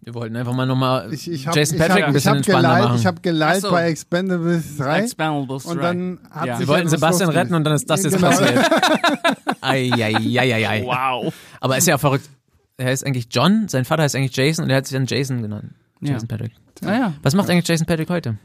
Wir wollten einfach mal nochmal
ich, ich hab,
Jason
ich hab,
Patrick ein
ich
bisschen
hab
entspannender
geleilt,
machen.
ich habe geleilt
Ach so.
bei Expendables 3
Expendables
und
drei.
dann hat
Ja.
sich
Wir wollten
etwas
Sebastian
losgelöst.
retten und dann ist das
Ja,
jetzt
genau.
passiert.
*laughs*
Eieieiei.
*laughs* Wow.
Aber ist ja auch verrückt. Er heißt eigentlich John, sein Vater heißt eigentlich Jason und er hat sich dann Jason genannt.
Ah Ja.
Jason Patrick.
Naja.
Was macht eigentlich Jason Patrick heute?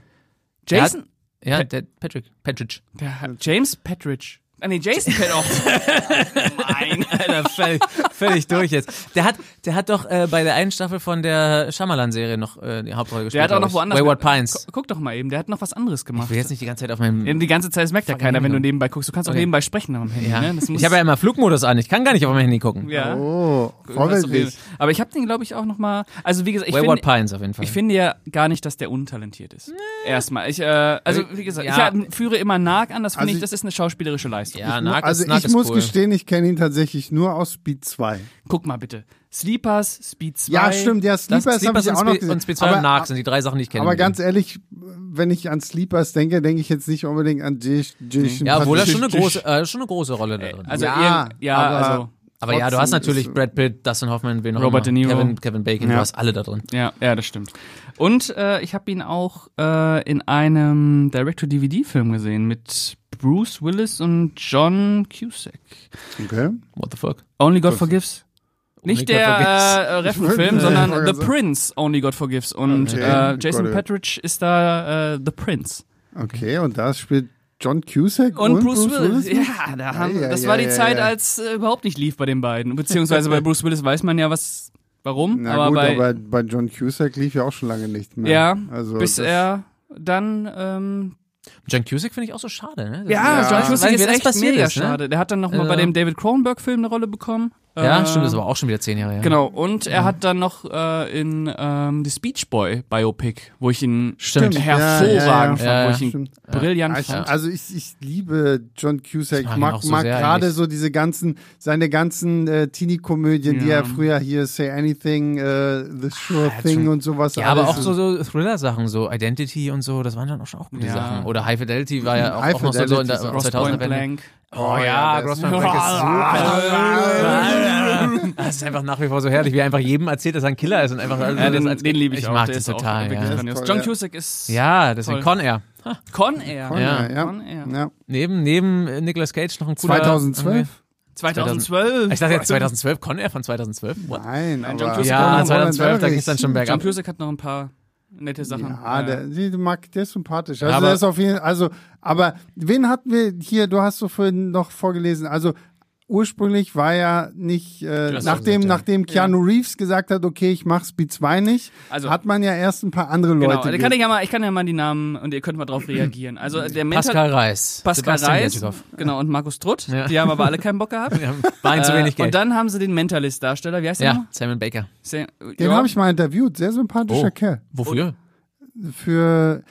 Der hat-
Jason.
Ja, der Patrick. Patrick. *laughs*
Der hat James Patridge. Ah, nee, Jason *laughs* Patridge. Nein.
Alter, völlig, völlig durch jetzt. Der hat, der hat doch äh, bei der einen Staffel von der Shyamalan-Serie noch äh, die Hauptrolle gespielt.
Der hat auch
glaub
noch
ich.
woanders.
Wayward Pines.
Gu- Guck doch mal eben, der hat noch was anderes
Ich
gemacht.
will jetzt nicht die ganze Zeit auf meinem.
Eben Die ganze Zeit das merkt ja
Fucking
keiner, wenn du
Handy.
nebenbei guckst. Du kannst auch
Okay.
nebenbei sprechen am Handy.
ja.
Ne? Das muss-
Ich habe ja immer Flugmodus an, ich kann gar nicht auf mein Handy gucken.
ja.
Oh,
Irgendwas zu
vorbildlich.
reden. Aber ich habe den, glaube ich, auch noch mal. Also wie gesagt, ich
Wayward
finde,
Pines auf jeden Fall.
ich finde ja gar nicht, dass der untalentiert ist. Erstmal, ich äh, also wie gesagt, ich
Ja.
hab- führe immer Nag an. Das finde
Also
ich,
ich-
das ist eine schauspielerische Leistung.
ja, Narc
also
ist, Narc
ich
ist
muss
cool.
gestehen, ich kenne ihn tatsächlich nur aus Speed 2.
Guck mal bitte, Sleepers, Speed 2.
Ja, stimmt, ja,
Das
Sleepers, habe
Sleepers
ich
und,
auch noch
Spe
gesehen.
und Speed 2 und Narc sind die drei Sachen, die ich kenne.
aber
mit ihm.
ganz ehrlich, wenn ich an Sleepers denke, denke ich jetzt nicht unbedingt an Jason Jason
Ja, obwohl er schon eine
Patrick.
große, äh, schon eine große Rolle da drin.
Also
Ja,
ja, ja
aber-
also
aber ja, du hast
trotzdem
natürlich
ist-
Brad Pitt, Dustin Hoffman, wen auch
Robert
immer.
De Niro.
Kevin, Kevin Bacon,
Ja.
du hast alle da drin.
Ja, ja, das stimmt. Und äh, ich habe ihn auch äh, in einem Direct-to-DVD-Film gesehen mit Bruce Willis und John Cusack.
Okay.
What the fuck?
Only God Forgives. Nicht
God
der
Forgives.
äh, äh, Reffen-Film,
Ich
sondern
wollte
The
sagen.
Prince, Only God Forgives. Und
Okay.
äh, Jason
Gott, ja.
Patridge ist da äh, The Prince.
Okay, und da spielt John Cusack
Und, Bruce, Willis. Ja, da haben,
Ei,
das
ei,
war die
ei,
Zeit,
ei.
als äh, überhaupt nicht lief bei den beiden. Beziehungsweise bei Bruce Willis weiß man ja, was, warum.
Na
aber
gut,
bei,
aber bei John Cusack lief ja auch schon lange nicht mehr.
ja,
also
bis
das-
er dann ähm,
John Cusack finde ich auch so schade, ne? Das-
Ja,
Ja.
John Cusack
Weil
ist
mir das
echt
passiert
mega
ist, ne?
schade. Der hat dann nochmal mal
Also-
bei dem David Cronenberg-Film eine Rolle bekommen.
Ja,
Äh,
stimmt, das war auch schon wieder zehn Jahre her.
Genau, und er hat dann noch äh, in ähm, The Speech Boy Biopic, wo ich ihn
Stimmt.
hervorragend
Ja, ja, ja.
fand, wo ich ihn
Stimmt.
brillant
Also,
fand.
also ich, ich liebe John Cusack.
mag
Ich
ihn
mag,
auch so
mag
sehr
gerade
eigentlich.
so diese ganzen, seine ganzen äh, Teenie-Komödien, die
Ja.
er früher hier Say Anything, äh, The Sure
Ah,
Thing
schon-
und sowas.
Ja, aber
alles.
auch so, so Thriller-Sachen, so Identity und so, das waren dann auch schon auch gute
Ja.
Sachen. Oder High Fidelity war ja auch,
High
auch noch so, so in der
Fidelity
Ross
2000er
Point
Wende.
Blank.
Oh
ja,
ja,
der
Gross
ist-
Point Blank ist super. Das ist einfach nach wie vor so herrlich, wie er einfach jedem erzählt, dass er ein Killer ist und einfach also
Ja, den,
als-
den liebe ich,
Ich
auch.
mag
der
den
ist auch
total,
wirklich
ja.
grandios.
Toll,
John
ja.
Cusack ist
Ja, deswegen
Toll.
Con Air.
Con Air.
Con
Ja.
Air, ja.
Con Air.
ja.
Neben, neben äh, Nicolas Cage noch ein cooler.
2012?
2012.
Irgendwie- Ich dachte jetzt 2012, Con Air von 2012. What?
Nein,
Nein, John
aber
Cusack
Ja,
Roland
2012, da ging es dann schon
John
bergab.
Cusack hat noch ein paar nette Sachen.
Ja, der, die, die mag, der ist sympathisch.
äh, Ja,
Also,
aber-
der ist auf jeden also, aber wen hatten wir hier? Du hast so vorhin noch vorgelesen. Also, ursprünglich war ja nicht, äh,
hast
nachdem,
gesagt, ja.
nachdem Keanu Reeves gesagt hat, okay, ich mach Speed 2 nicht,
Also-
hat man ja erst ein paar andere
Genau,
Leute.
da kann
ge-
ich, ja mal, ich kann ja mal die Namen und ihr könnt
*clears throat*
mal drauf reagieren. Also der Mentor,
Pascal Reis.
Pascal
Sebastian
Reis,
Jertikow.
genau, und Markus Trutt,
Ja.
die haben aber alle keinen
*laughs*
Bock gehabt.
Wir haben- War ihm zu
Äh,
wenig Geld.
Und dann haben sie den Mentalist-Darsteller, wie heißt der
ja,
noch?
Simon Baker.
Sam,
Den
ja.
habe ich mal interviewt. Sehr sympathischer
Oh.
Kerl.
Wofür?
Für,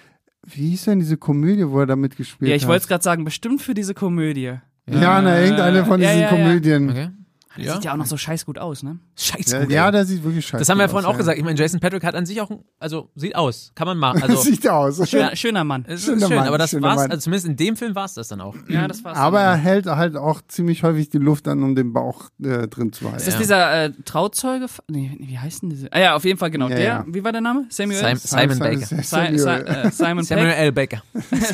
wie hieß denn diese Komödie, wo er da mitgespielt
Ja,
hat?
ich wollte es gerade sagen, bestimmt für diese Komödie.
Ja, na, irgendeine von
Ja,
diesen
ja, ja.
Komödien.
Okay. Ja.
Sieht ja auch noch so scheiß gut aus, ne?
Scheiße.
Ja,
gut,
ja,
ey.
der sieht wirklich scheiße
das haben wir ja vorhin
aus,
auch
*laughs*
gesagt. Ich meine, Jason Patrick hat an sich auch, ein- also sieht aus, kann man
*laughs*
machen.
Das
Also
sieht aus.
Schöner, schöner Mann.
es ist schön,
schöner Mann,
aber das
schöner
war's.
Mann.
Also zumindest in dem Film war es das dann auch.
Ja, das war's.
Aber er hält halt auch ziemlich häufig die Luft an, um den Bauch äh, drin zu halten.
ist das
Ja.
dieser äh, Trauzeuge? Nee, wie heißt denn diese? Ah ja, auf jeden Fall, genau.
Ja,
der,
ja.
wie war der Name? Samuel?
Sim Simon Baker.
Sa-
Si si
Samuel.
*laughs*
äh, Simon
Samuel
Pegg. *laughs*
L. Baker.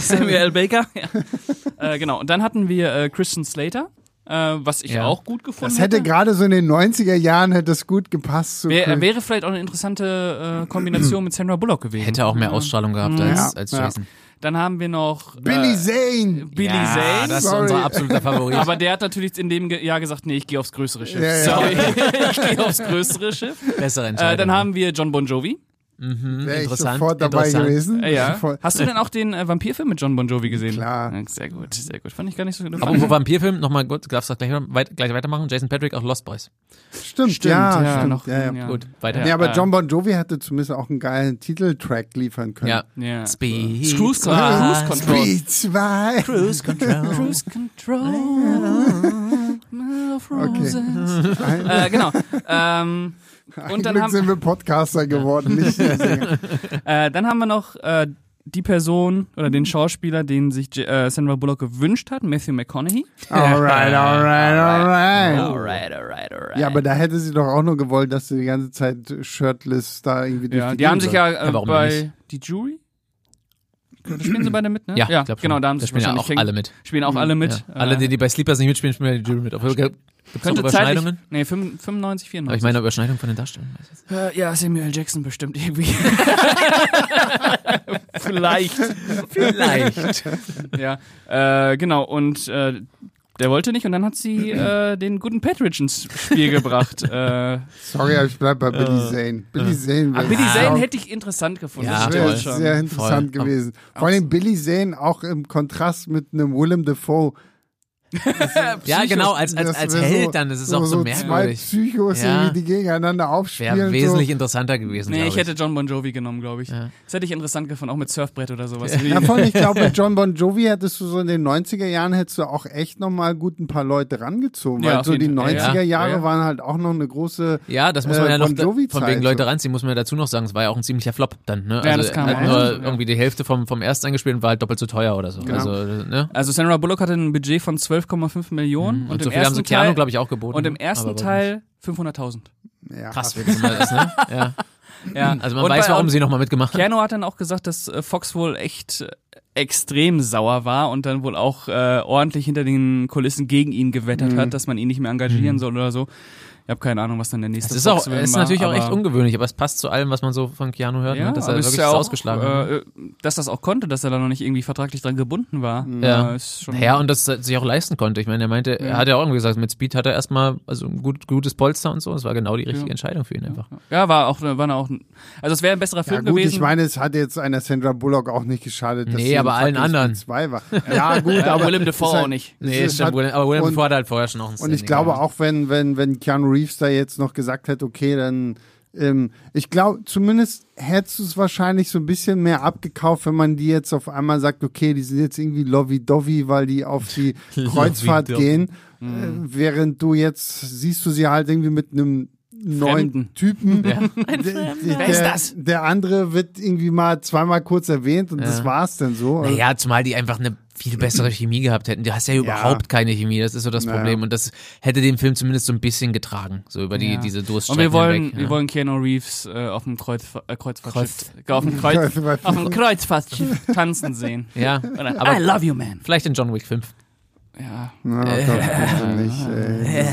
Samuel L. Baker. Ja. äh, genau, und dann hatten wir äh, Christian Slater. äh, was ich
Ja.
auch gut gefunden
Das hätte gerade so in den 90er Jahren hätte das gut gepasst. So
Wär,
Chris-
Wäre vielleicht auch eine interessante äh, Kombination mit Sandra Bullock gewesen.
Hätte auch mehr Ausstrahlung gehabt als,
Ja,
als
ja.
Jason.
Dann haben wir noch äh,
Billy Zane.
Billy
ja,
Zane.
das ist
Sorry.
unser absoluter Favorit.
Aber der hat natürlich in dem Ge- Jahr gesagt, nee, ich gehe aufs größere Schiff.
Ja, ja.
Sorry, *laughs* ich gehe aufs größere Schiff.
*laughs* Bessere Entscheidung. Mhm,
Äh, dann haben wir John Bon Jovi.
Wäre ich
interessant,
sofort dabei
interessant.
gewesen.
Äh, ja.
Sofort.
Hast du denn auch den äh, Vampirfilm mit John Bon Jovi gesehen?
Klar.
Ja, Sehr gut, sehr gut. Fand ich gar nicht so gut.
Aber wo Vampirfilm, nochmal gut, darfst du gleich, weit, gleich weitermachen. Jason Patrick, auch Lost Boys.
Stimmt, ja, stimmt.
noch,
ja, ja.
Gut, weiter.
Ja,
Ja.
aber
äh,
John Bon Jovi hätte zumindest auch einen geilen Titeltrack liefern können.
Ja.
Speed.
Cruise Control.
Ah,
Cruise Control.
Speed 2.
Cruise Control.
Cruise Control. of Roses. Äh, genau. Ähm,
Und
und
dann
dann haben,
sind wir Podcaster geworden, nicht mehr Sänger.
äh, dann haben wir noch äh, die Person oder den Schauspieler, den sich J äh, Sandra Bullock gewünscht hat, Matthew McConaughey. Oh.
Alright, alright, alright.
Alright, alright, alright.
Ja, aber da hätte sie doch auch nur gewollt, dass du die ganze Zeit shirtless da irgendwie durch
Ja,
die
die haben
Gegend
sich ja
Ja,
äh,
warum
bei die Jury. Spielen sie beide mit, ne?
Ja, ich glaub schon.
genau, da haben sie sich
spielen ja
wahrscheinlich
auch
kennengelernt.
alle mit. Mhm.
Spielen auch alle mit. Äh,
Ja. Alle, die, die bei Sleepers nicht mitspielen, spielen bei der Jury mit. Obwohl, gibt es
könnte zeitlich,
Überschneidungen?
nee, 95, 94.
Aber ich meine Überschneidung von den Darstellern. weiß ich nicht.
Äh, ja, Samuel L. Jackson bestimmt
*laughs*
irgendwie. *laughs* Vielleicht.
Vielleicht.
Ja, äh, genau. Und äh, der wollte nicht und dann hat sie äh, den guten Patridge ins Spiel gebracht. Äh,
Sorry, aber ich bleib bei Billy Zane. Billy Zane wäre
Ah, Billy
es
Zane
auch-
hätte ich interessant gefunden.
Ja,
das
wäre
voll.
stimmt
es
schon. *laughs*
sehr interessant
Voll.
gewesen. Vor allem Billy Zane auch im Kontrast mit einem Willem Dafoe.
ja,
Psychos,
genau, als, als,
das
als
wär
Held dann, das ist auch so,
zwei
merkwürdig.
Psychos,
Ja.
irgendwie, die gegeneinander aufspielen.
Wäre
so.
wesentlich interessanter gewesen.
Nee,
glaub
ich hätte John Bon Jovi genommen, glaube ich.
Ja.
Das hätte ich interessant gefunden, auch mit Surfbrett oder sowas.
Ja, vor allem, ich glaube, mit John Bon Jovi hättest du so in den 90er Jahren hättest du auch echt nochmal gut ein paar Leute rangezogen,
Ja,
weil
auf
so die
jeden Fall.
90er
Ja,
Jahre
ja, ja.
waren halt auch noch eine große
Ja, das muss man
Äh,
ja noch
Bon
da-
Jovi-Zeit,
von wegen Leute
so.
ranziehen, muss man ja dazu noch sagen. Es war ja auch ein ziemlicher Flop dann, ne?
Ja, das kam
er hat
auch.
nur
Ja.
irgendwie die Hälfte vom, vom ersten eingespielt und war halt doppelt so teuer oder so.
Genau.
Also, ne?
Also Sandra Bullock hatte ein Budget von 12,5 Millionen und,
Mhm. Und,
im
so viel haben
ersten
sie Keanu,
Teil,
glaube ich, auch geboten.
und im
aber
ersten
weiß
Teil 500.000.
ja.
nicht. Krass, wie das immer ist,
*laughs*
ne? Ja.
Ja,
Also man
und
weiß,
bei-
warum sie nochmal mitgemacht hat.
Keanu hat dann auch gesagt, dass äh, Fox wohl echt äh, extrem sauer war und dann wohl auch äh, ordentlich hinter den Kulissen gegen ihn gewettert
Mhm.
hat, dass man ihn nicht mehr engagieren soll oder so. Ich habe keine Ahnung, was dann der nächste
Es ist, auch,
Fox
es ist natürlich auch echt
ungewöhnlich,
ungewöhnlich, aber es passt zu allem, was man so von Keanu hört, ne? dass er wirklich so ausgeschlagen hat.
äh, dass das auch konnte, dass er da noch nicht irgendwie vertraglich dran gebunden war.
Mhm. Ja.
Äh, ist
Hm.
schon
Naja, und das er sich auch leisten konnte. Ich meine, er meinte, er hat ja auch irgendwie gesagt, mit Speed hat er erstmal also ein gut, gutes Polster und so. Das war genau die richtige
Ja.
Entscheidung für ihn einfach.
Ja, war auch, ne, war auch, ein- also es wäre ein besserer
Ja
Film
gut,
gewesen.
ich meine, es hat jetzt einer Sandra Bullock auch nicht geschadet. Dass
Nee,
sie
aber allen
in fucking
anderen.
Speed
*laughs*
2 war. Ja gut,
Ja,
aber
Willem Dafoe
ist
auch nicht.
es
Nee,
ist
stimmt.
halt-
William, aber William
und-
Ford hat halt vorher schon noch einen
Und ich glaube auch, wenn, wenn, wenn Keanu Reeves da jetzt noch gesagt hätte, okay, dann, ähm, ich glaube, zumindest hättest du es wahrscheinlich so ein bisschen mehr abgekauft, wenn man die jetzt auf einmal sagt, okay, die sind jetzt irgendwie lovey-dovey, weil die auf die Kreuzfahrt
*laughs* Lovey-dovey. Mhm.
gehen, äh, während du jetzt siehst du sie halt irgendwie mit einem neuen
Fremden.
Typen. *laughs*
Ja.
Der,
Wer ist
der,
das?
der andere wird irgendwie mal zweimal kurz erwähnt und das war's denn so.
Naja, zumal die einfach eine viel bessere Chemie gehabt hätten. Du hast ja überhaupt keine Chemie, das ist so das
Hm. Naja.
Problem. Und das hätte den Film zumindest so ein bisschen getragen, so über die,
Ja.
diese
Und
Durststrecke
wir wollen,
hinweg.
wir
ja.
wollen Keanu Reeves äh, auf dem Kreuz, äh, Kreuzfahrtschiff,
Kreuz-
auf dem Kreuz,
Also,
auf dem Kreuzfahrtschiff tanzen sehen.
ja,
Oder,
Aber-
I love you, man.
vielleicht in John Wick 5.
Ja,
*laughs* Na,
Äh.
doch,
*laughs*
bitte nicht, äh, ey.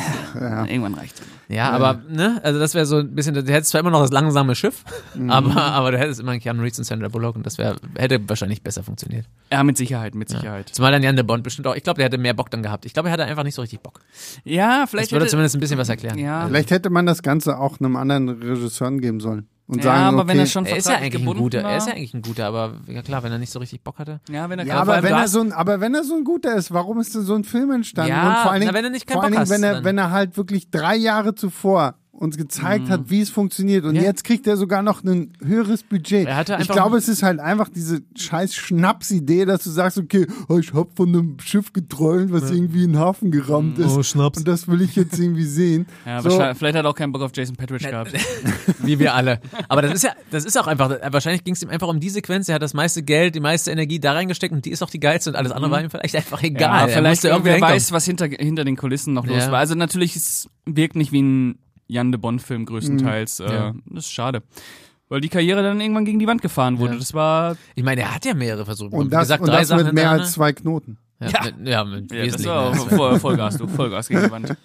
irgendwann reicht's.
Ja, aber, ne, also das wäre so ein bisschen, du hättest zwar immer noch das langsame Schiff,
Mhm.
aber, aber du hättest immer einen Keanu Reeves und Sandra Bullock und das wäre, hätte wahrscheinlich besser funktioniert.
Ja, mit Sicherheit, mit Sicherheit.
Zumal dann Jan de Bond bestimmt auch, ich glaube, der hätte mehr Bock dann gehabt. Ich glaube, er hatte einfach nicht so richtig Bock.
Ja,
Das
vielleicht
würde
hätte,
zumindest ein bisschen was erklären.
Ja.
Also,
Vielleicht hätte man das Ganze auch einem anderen Regisseuren geben sollen. Und
ja,
sagen,
aber
okay,
wenn er schon
er ist ja
vertraglich
eigentlich ein
gebunden
guter,
war,
er ist ja eigentlich ein guter, aber ja klar, wenn er nicht so richtig Bock hatte.
ja, wenn er
Ja,
gerade-
aber
vor allem
wenn,
du
er
hast-
so ein, aber wenn er so ein guter ist, warum ist denn so ein Film entstanden?
Ja,
und vor allen
na,
Dingen,
wenn er nicht keinen
vor allen
Bock
Dingen, wenn
hast,
er,
dann-
wenn er halt wirklich drei Jahre zuvor uns gezeigt hat, wie es funktioniert. Und
Mhm. Ja.
jetzt kriegt er sogar noch ein höheres Budget.
Er hatte
ich
einfach-
glaube, es ist halt einfach diese scheiß Schnapsidee, dass du sagst, okay, oh, ich hab von einem Schiff geträumt, was irgendwie in den Hafen gerammt ist.
Oh, Schnaps.
Und das will ich jetzt irgendwie sehen.
ja,
so,
wahrscheinlich- vielleicht hat er auch keinen Bock auf Jason Patridge
*laughs*
gehabt.
Wie wir alle. Aber das ist ja, das ist auch einfach, wahrscheinlich ging es ihm einfach um die Sequenz, er hat das meiste Geld, die meiste Energie da reingesteckt und die ist auch die geilste und alles andere war ihm vielleicht einfach egal.
Mhm. Ja,
Er
vielleicht
musste irgendwie
irgendwer
hinkommen.
weiß, was hinter, hinter den Kulissen noch los
Ja.
war. Also natürlich, es wirkt nicht wie ein Jan de Bonn-Film größtenteils. Äh,
Mhm. Ja.
Das ist schade. Weil die Karriere dann irgendwann gegen die Wand gefahren wurde.
Ja.
Das war
Ich meine, er hat ja mehrere Versuche.
und das,
gesagt,
und
drei
das
Sachen
mit mehr
hintereinander.
als zwei Knoten.
Ja,
Ja.
mit- ja, mit
Ja, das
wesentlich
war
mehr.
voll, Vollgas, du, Vollgas gegen die Wand.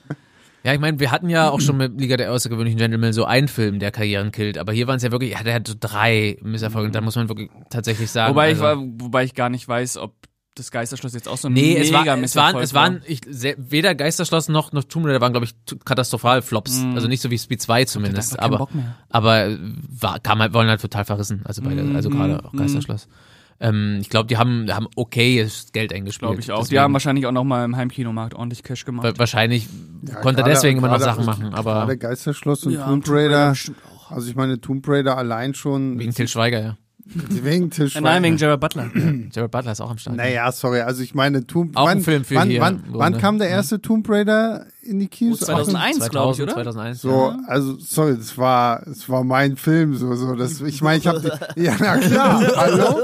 Ja, ich meine, wir hatten ja auch schon mit Liga der außergewöhnlichen Gentlemen so einen Film, der Karrieren killt, aber hier waren es ja wirklich, ja, der hat so drei Misserfolge und da muss man wirklich tatsächlich sagen.
Mhm. Wobei, ich
also,
war, wobei ich gar nicht weiß, ob das Geisterschloss jetzt auch so ein
Nee, es, war,
mega
es waren,
Misserfolg
es waren ich, sehr, weder Geisterschloss noch, noch Tomb Raider waren, glaube ich, t- katastrophal Flops.
Mhm.
Also nicht so wie Speed 2 zumindest.
einfach keinen
Aber,
Bock mehr.
aber äh, war, kam halt, wollen halt total verrissen. Also beide,
Mhm,
also gerade auch Geisterschloss. Ähm, ich glaube, die haben, haben okayes Geld eingespielt.
Glaube ich auch. Die
Deswegen- Äh,
haben wahrscheinlich auch nochmal im Heimkinomarkt ordentlich Cash gemacht.
wa- wahrscheinlich konnte er
gerade-
deswegen immer noch
gerade-
Sachen machen, aber
Gerade Geisterschloss und
Ja,
Tomb
Tomb Raider
Raider.
bestimmt
Also ich meine, Tomb Raider allein schon
wegen Til Schweiger, ja.
*laughs* wegen Tisch.
Äh, Nein, wegen
*clears throat*
Jared Butler.
Jared Butler ist auch am Start.
Naja, sorry, also ich meine, Tomb
Auch ein
wann,
Film für
wann,
hier ne? Hm?
wann,
im
wann
Grunde.
kam der erste Tomb Raider in die Kinos? Also-
Oh, 2001.
2000,
glaub ich, oder?
2001.
So, also sorry, das war das war mein Film so so, das ich meine, ich habe *laughs* ja na klar, hallo.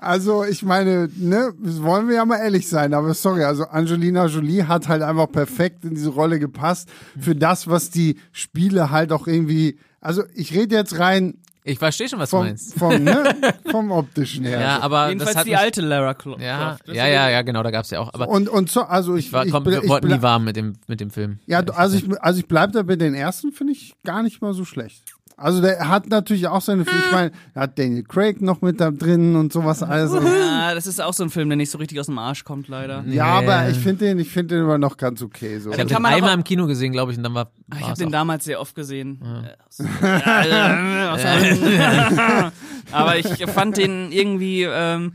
Also, ich meine, ne, das wollen wir ja mal ehrlich sein, aber sorry, also Angelina Jolie hat halt einfach perfekt in diese Rolle gepasst für das, was die Spiele halt auch irgendwie, also ich rede jetzt rein
Ich verstehe schon, was du
vom, also
meinst.
vom,
*laughs*
ne, vom optischen her.
Ja, aber das
Jedenfalls
hat
die
mich-
alte Lara Clo- Croft.
ja,
Das
ja,
ist-
ja, ja, genau, da gab's ja auch. Aber
und und so, also ich,
war, komm,
ich,
wir
ich,
wurden
ich
nie warm mit dem, mit dem Film.
Ja, du, also ich, also ich bleib da bei den ersten, finde ich gar nicht mal so schlecht. Also der hat natürlich auch seine,
Hm.
ich meine, da hat Daniel Craig noch mit da drin und sowas also. alles.
Ja, das ist auch so ein Film, der nicht so richtig aus dem Arsch kommt, leider.
Ja, aber ich finde den, ich finde den immer noch ganz okay. So.
Ich habe
kann
den
man
einmal
aber-
im Kino gesehen, glaube ich, und dann war.
Ah, Ich
war's
habe den
auch.
damals sehr oft gesehen. Äh,
*laughs*
aus- äh, aus- äh,
*laughs*
Aber ich fand den irgendwie. Ähm,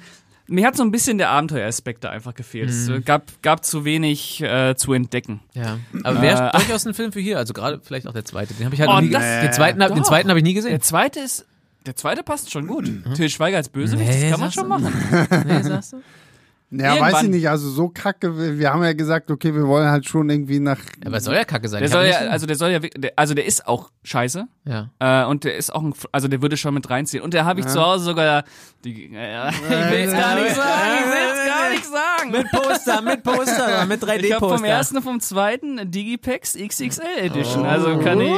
mir hat so ein bisschen der Abenteueraspekt da einfach gefehlt.
Mhm.
Es gab, gab zu wenig äh, zu entdecken.
ja. Aber wäre
Äh,
durchaus ein Film für hier. Also gerade vielleicht auch der zweite. Den habe ich halt noch
Oh,
nie
das-
gesehen. Den zweiten, hab- den
Doch.
zweiten habe ich nie gesehen.
Der zweite ist. Der zweite passt schon gut.
Mhm.
Till Schweiger als Bösewicht,
Nee,
das kann man
sagst
schon
du?
machen.
Nee, sagst du?
Ja, weiß ich
irgendwann-
nicht, also so kacke, wir, wir haben ja gesagt, okay, wir wollen halt schon irgendwie nach.
Aber soll ja kacke sein.
Der
Ich hab
soll ja,
nicht-
also der soll ja, wirk- der, also der ist auch scheiße.
ja.
Äh, und der ist auch ein, also der würde schon mit reinziehen. Und der habe ich zu Hause sogar, die, äh, ich will's *laughs* gar nicht sagen, ich will's gar nicht sagen.
Mit Poster, mit
*laughs*
Poster, mit 3D-Poster.
Ich habe vom ersten und vom zweiten Digipex XXL Edition.
Oh.
Also kann ich.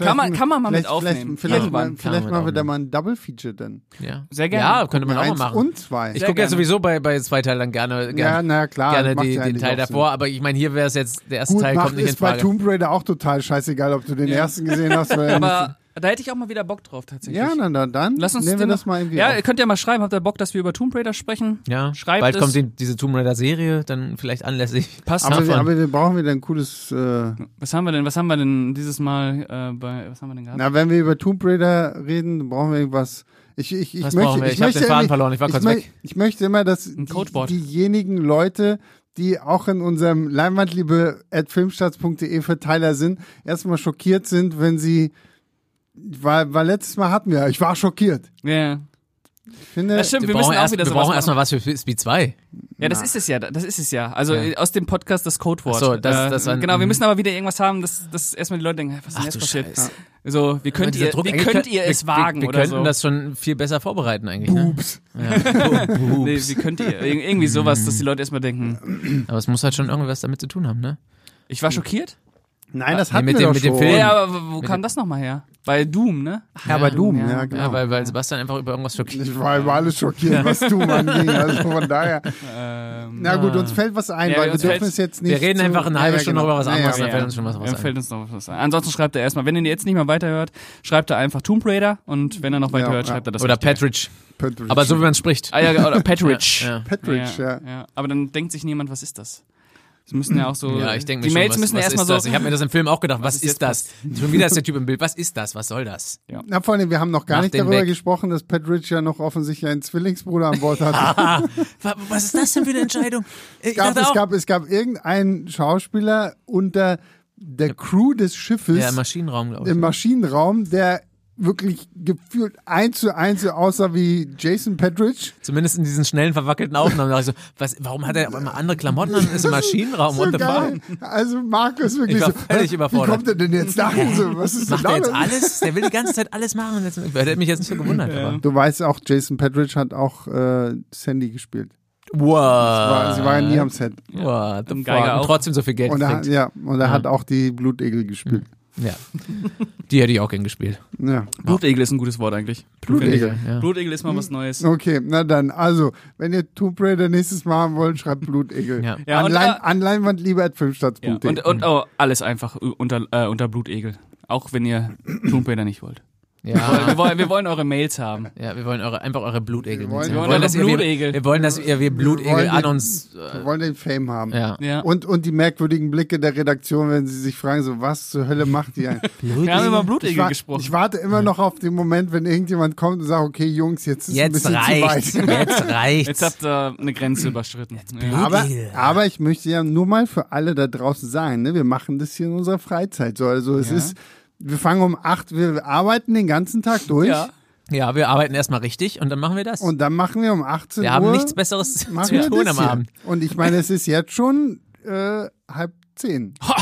Kann man, kann man mal mit
vielleicht,
aufnehmen.
Vielleicht, vielleicht,
Irgendwann.
mal, vielleicht
man
mal
mit
wieder mal ein Double Feature dann.
Ja.
Sehr gerne.
Ja, könnte man auch
Eins
mal machen.
und zwei.
Ich
Sehr
gucke ja
gerne.
sowieso bei, bei zwei Teilen dann gerne,
ja,
gerne,
na klar.
gerne
macht
die,
ja
den
eigentlich
Teil
auch Sinn.
davor, aber ich meine, hier wäre es jetzt, der erste
Gut,
Teil
macht
kommt nicht
ist
in
bei
Frage.
Tomb Raider auch total scheißegal, ob du den ersten gesehen hast oder den
*laughs* Aber da hätte ich auch mal wieder Bock drauf tatsächlich.
Ja, na, na dann
Lass uns
nehmen wir
den
das
noch-
mal irgendwie
Ja,
auf.
ihr könnt ja mal schreiben, habt ihr Bock, dass wir über Tomb Raider sprechen?
Ja,
Schreibt
bald
es.
kommt die, diese Tomb Raider Serie, dann vielleicht anlässlich. Passt
Aber, wir, aber wir brauchen wieder ein cooles. Äh,
Was haben wir denn? Was haben wir denn dieses Mal äh, bei was haben wir denn gehabt?
na, wenn wir über Tomb Raider reden, dann brauchen wir irgendwas. Ich, ich, ich
Was
möchte,
brauchen wir?
Ich,
Ich hab
möchte
den Faden
irgendwie-
verloren, ich war kurz
mö-
weg.
Ich möchte immer, dass
Ein
die,
Codewort.
diejenigen Leute, die auch in unserem leinwandliebe.filmstarts.de Verteiler sind, erstmal schockiert sind, wenn sie. Weil, weil letztes Mal hatten wir, ich war schockiert.
Ja.
Ich finde,
Das stimmt,
wir,
wir,
brauchen
müssen
erst,
auch wieder
wir
sowas
brauchen
machen.
erstmal was für Speed 2.
Ja, das ist es ja, das ist es ja. Also
Ja.
äh, aus dem Podcast das Codewort.
Ach so, das-
Äh,
das war-
genau, wir
mhm.
müssen aber wieder irgendwas haben, dass, dass erstmal die Leute denken, hä, was ist denn jetzt
du
passiert?
Scheiße.
So, wie
Also
könnt, ihr, wie könnt ihr es wagen
Wir, wir
oder
könnten
so?
das schon viel besser vorbereiten eigentlich. Ne?
*laughs* nee, wie könnt ihr? Ir- Irgendwie sowas, dass die Leute erstmal denken,
Aber es muss halt schon irgendwas damit zu tun haben, ne?
ich war schockiert?
Nein, das
Nee,
hatten
mit
wir
dem-
doch
mit dem
schon.
Film.
Ja, aber wo- wo kam das nochmal her? Bei Doom, ne?
Ja, bei Doom, ja,
Ja,
genau.
Ja, weil, weil Sebastian einfach über irgendwas schockiert.
Ich war über alles schockiert, was du anging. Also von daher.
Ähm,
Na gut, uns fällt was ein,
Ja,
weil wir
uns
dürfen
fällt-
es jetzt nicht.
Wir reden
zu-
einfach eine
Ja,
halbe
ja,
Stunde
genau.
über was
Ja,
anderes,
ja,
dann fällt uns schon was
Dann
ein.
fällt uns noch was ein. Ansonsten schreibt er erstmal, wenn ihr jetzt nicht mehr weiterhört, schreibt er einfach Tomb Raider und wenn er noch weiterhört,
ja.
schreibt er das.
Oder
Richtige.
Patridge.
Petridge.
Aber so wie man spricht.
Ah, ja,
*laughs*
oder Patridge.
Ja.
Petridge, ja.
Aber dann denkt sich niemand, was ist das? Es müssen ja auch so.
Ja, ich denke mir
Die
schon,
Mails
was,
müssen
was
erstmal
ist
so.
das? Ich habe mir das im Film auch gedacht, was,
ist
ist
jetzt
das? Schon wieder ist der Typ im Bild, was ist das? Was soll das?
Na, vor allem, wir haben noch gar
Mach
nicht
den
darüber
weg.
gesprochen, dass Petridge ja noch offensichtlich einen Zwillingsbruder an Bord hatte.
*laughs* Wa- Was ist das denn für eine Entscheidung? Ich
*laughs* es, gab,
dachte
es,
auch-
gab, es gab irgendeinen Schauspieler unter der Crew des Schiffes
Ja, im Maschinenraum, glaube ich.
im Maschinenraum, der wirklich gefühlt eins zu eins so aussah wie Jason Petridge.
Zumindest in diesen schnellen, verwackelten Aufnahmen. Da dachte ich so, was, warum hat er aber immer andere Klamotten an? Ist im Maschinenraum,
So
what the
geil.
fuck?
Also Markus wirklich
Ich war
so,
völlig
"Hä,
überfordert."
Wie kommt er denn jetzt dahin? So, was ist
Macht
denn
er
da
jetzt
los?
alles? Der will die ganze Zeit alles machen. Jetzt, ich hätte mich jetzt nicht so gewundert. Aber.
Du weißt auch, Jason Petridge hat auch äh, Sandy gespielt. War,
Wow.
sie waren nie am Set.
What the
Und
fuck?
Geiger
Und
auch.
trotzdem so viel Geld
Und er, hat-
gekriegt.
ja, und er hat auch die Blutegel gespielt.
Ja. Die hätte ich auch gern gespielt.
Ja.
*laughs* Blutegel ist ein gutes Wort eigentlich.
Blutegel. Hm.
Ja.
Blutegel ist mal was Neues.
Okay, na dann. Also, wenn ihr Tomb Raider nächstes Mal haben wollt, schreibt Blutegel.
Ja.
Ja,
an,
und,
Lein,
äh,
an Leinwand lieber at
Ja,
filmstarts.de.
und und oh, alles einfach ü- unter, äh, unter Blutegel. Auch wenn ihr Tomb Raider nicht wollt.
Ja.
Wir wollen, wir wollen eure Mails haben.
Ja, wir wollen eure, einfach eure Blutegel.
Wir wollen-
mitnehmen.
wir
wollen
dass
eure
ihr- wir-
Blutegel.
Wir wollen, dass ihr wir Blutegel
wollen
an
den-
uns. Äh,
Wir wollen den Fame haben.
ja.
Ja.
Und, und die merkwürdigen Blicke der Redaktion, wenn sie sich fragen, so was zur Hölle
*laughs*
macht die eigentlich?
wir haben über Blutegel
Ich, wa
gesprochen.
ich warte immer noch auf den Moment, wenn irgendjemand kommt und sagt, okay, Jungs, jetzt ist ein
Jetzt
bisschen
reicht's.
zu weit.
Jetzt reicht's.
Jetzt habt ihr eine Grenze überschritten. Ja.
Blut-
Aber,
Blutegel.
aber ich möchte ja nur mal für alle da draußen sagen, ne, wir machen das hier in unserer Freizeit. So, also es
Ja.
ist, wir fangen um acht, wir arbeiten den ganzen Tag durch
Ja.
ja, wir arbeiten erstmal richtig und dann machen wir das.
und dann machen wir um 18
wir
Uhr.
haben nichts Besseres *laughs* zu
machen wir
tun
das
am
hier.
Abend.
Und ich meine, es ist jetzt schon äh, halb zehn.
Boah,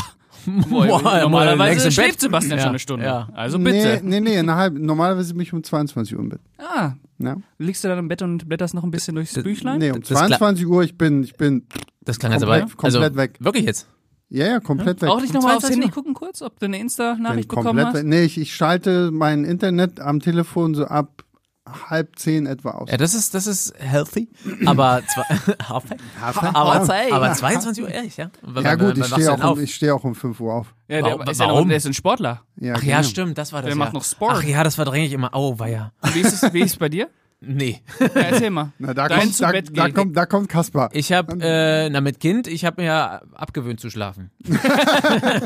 boah, längst
Normalerweise
im
schläft
Bett.
Sebastian schon
Ja,
eine Stunde.
ja.
Also bitte.
Nee, nee, nee, eine halbe, normalerweise bin ich um 22 Uhr im Bett.
Ah,
Ja?
liegst du dann im Bett und blätterst noch ein bisschen durchs Büchlein?
Nee, um
Das ist klar.
22 Uhr, ich bin, ich bin,
Das klang jetzt aber
Komplett-
also,
komplett weg.
Wirklich jetzt?
ja, ja, komplett weg.
Auch nicht nochmal aufs
22
Handy
Uhr.
gucken kurz, ob du eine
bin
Insta-Nachricht bekommen
komplett
hast?
weg. Nee, ich, ich schalte mein Internet am Telefon so ab halb zehn etwa aus.
Ja, das ist das ist
*clears throat*
healthy, aber *laughs* zwar, aber, zwei- aber 22 Uhr ehrlich, ja? W-
Oh. Ja
wann-
gut,
wann
ich
wachst du
stehe
denn
auch,
auf?
um, ich stehe auch um 5 Uhr auf.
Ja,
Warum-
der, ist ja noch,
warum?
der ist ein Sportler.
Ach ja,
genau.
stimmt, das war das.
Der
ja.
macht noch Sport.
Ach ja, das war dringlich immer. Oh, war ja.
Wie ist es, wie ist es bei dir?
Nee.
Ja, erzähl mal.
Na, da
Dein
kommt,
zu
da,
Bett
da
gehen.
kommt, da kommt Kaspar.
Ich habe äh, na mit Kind, ich habe mir ja abgewöhnt zu schlafen. nee,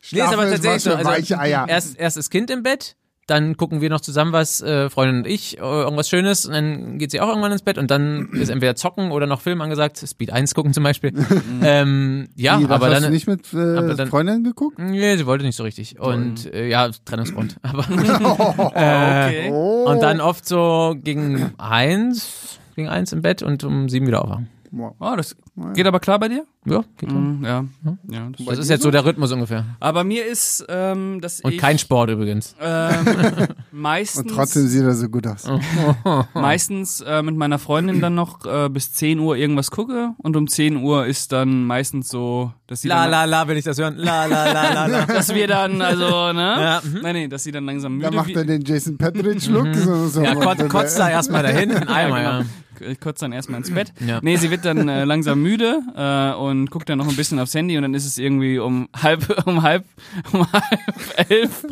Schlafen ist was für weiche Eier.
also erst, erst das Kind im Bett, dann gucken wir noch zusammen was, äh, Freundin und ich, äh, irgendwas Schönes und dann geht sie auch irgendwann ins Bett und dann ist entweder zocken oder noch Film angesagt, Speed 1 gucken zum Beispiel. ähm, ja,
Wie, das
aber
hast
dann...
du nicht mit äh,
aber dann-
Freundin geguckt?
Nee, sie wollte nicht so richtig. Und äh, ja, Trennungsgrund. Aber *laughs* Äh,
Okay.
Oh.
und dann oft so gegen eins, gegen eins im Bett und um sieben wieder aufwachen.
Oh, das geht aber klar bei dir?
Ja, geht schon.
Mhm, Ja. ja das
Das ist jetzt so der Rhythmus ungefähr.
aber mir ist, ähm, dass
Und
ich
kein Sport übrigens.
*laughs* ähm,
Und
meistens,
trotzdem sieht er so gut aus.
Mhm.
meistens äh, mit meiner Freundin dann noch äh, bis 10 Uhr irgendwas gucke und um 10 Uhr ist dann meistens so, dass sie
La
dann,
la la, will ich das hören. La la la la la.
dass wir dann, also, ne?
*laughs* Ja, mhm.
Nein, nee, dass sie dann langsam müde
Da macht er
wird.
den Jason Patrick-Schluck. so, so.
Ja, kot, kotzt da erstmal dahin.
*laughs*
Ein Eimer, ja.
genau. Ich kotze dann erstmal ins Bett.
Ja.
Nee, sie wird dann äh, langsam müde äh, und guckt dann noch ein bisschen aufs Handy und dann ist es irgendwie um halb, *laughs* um halb, um halb elf.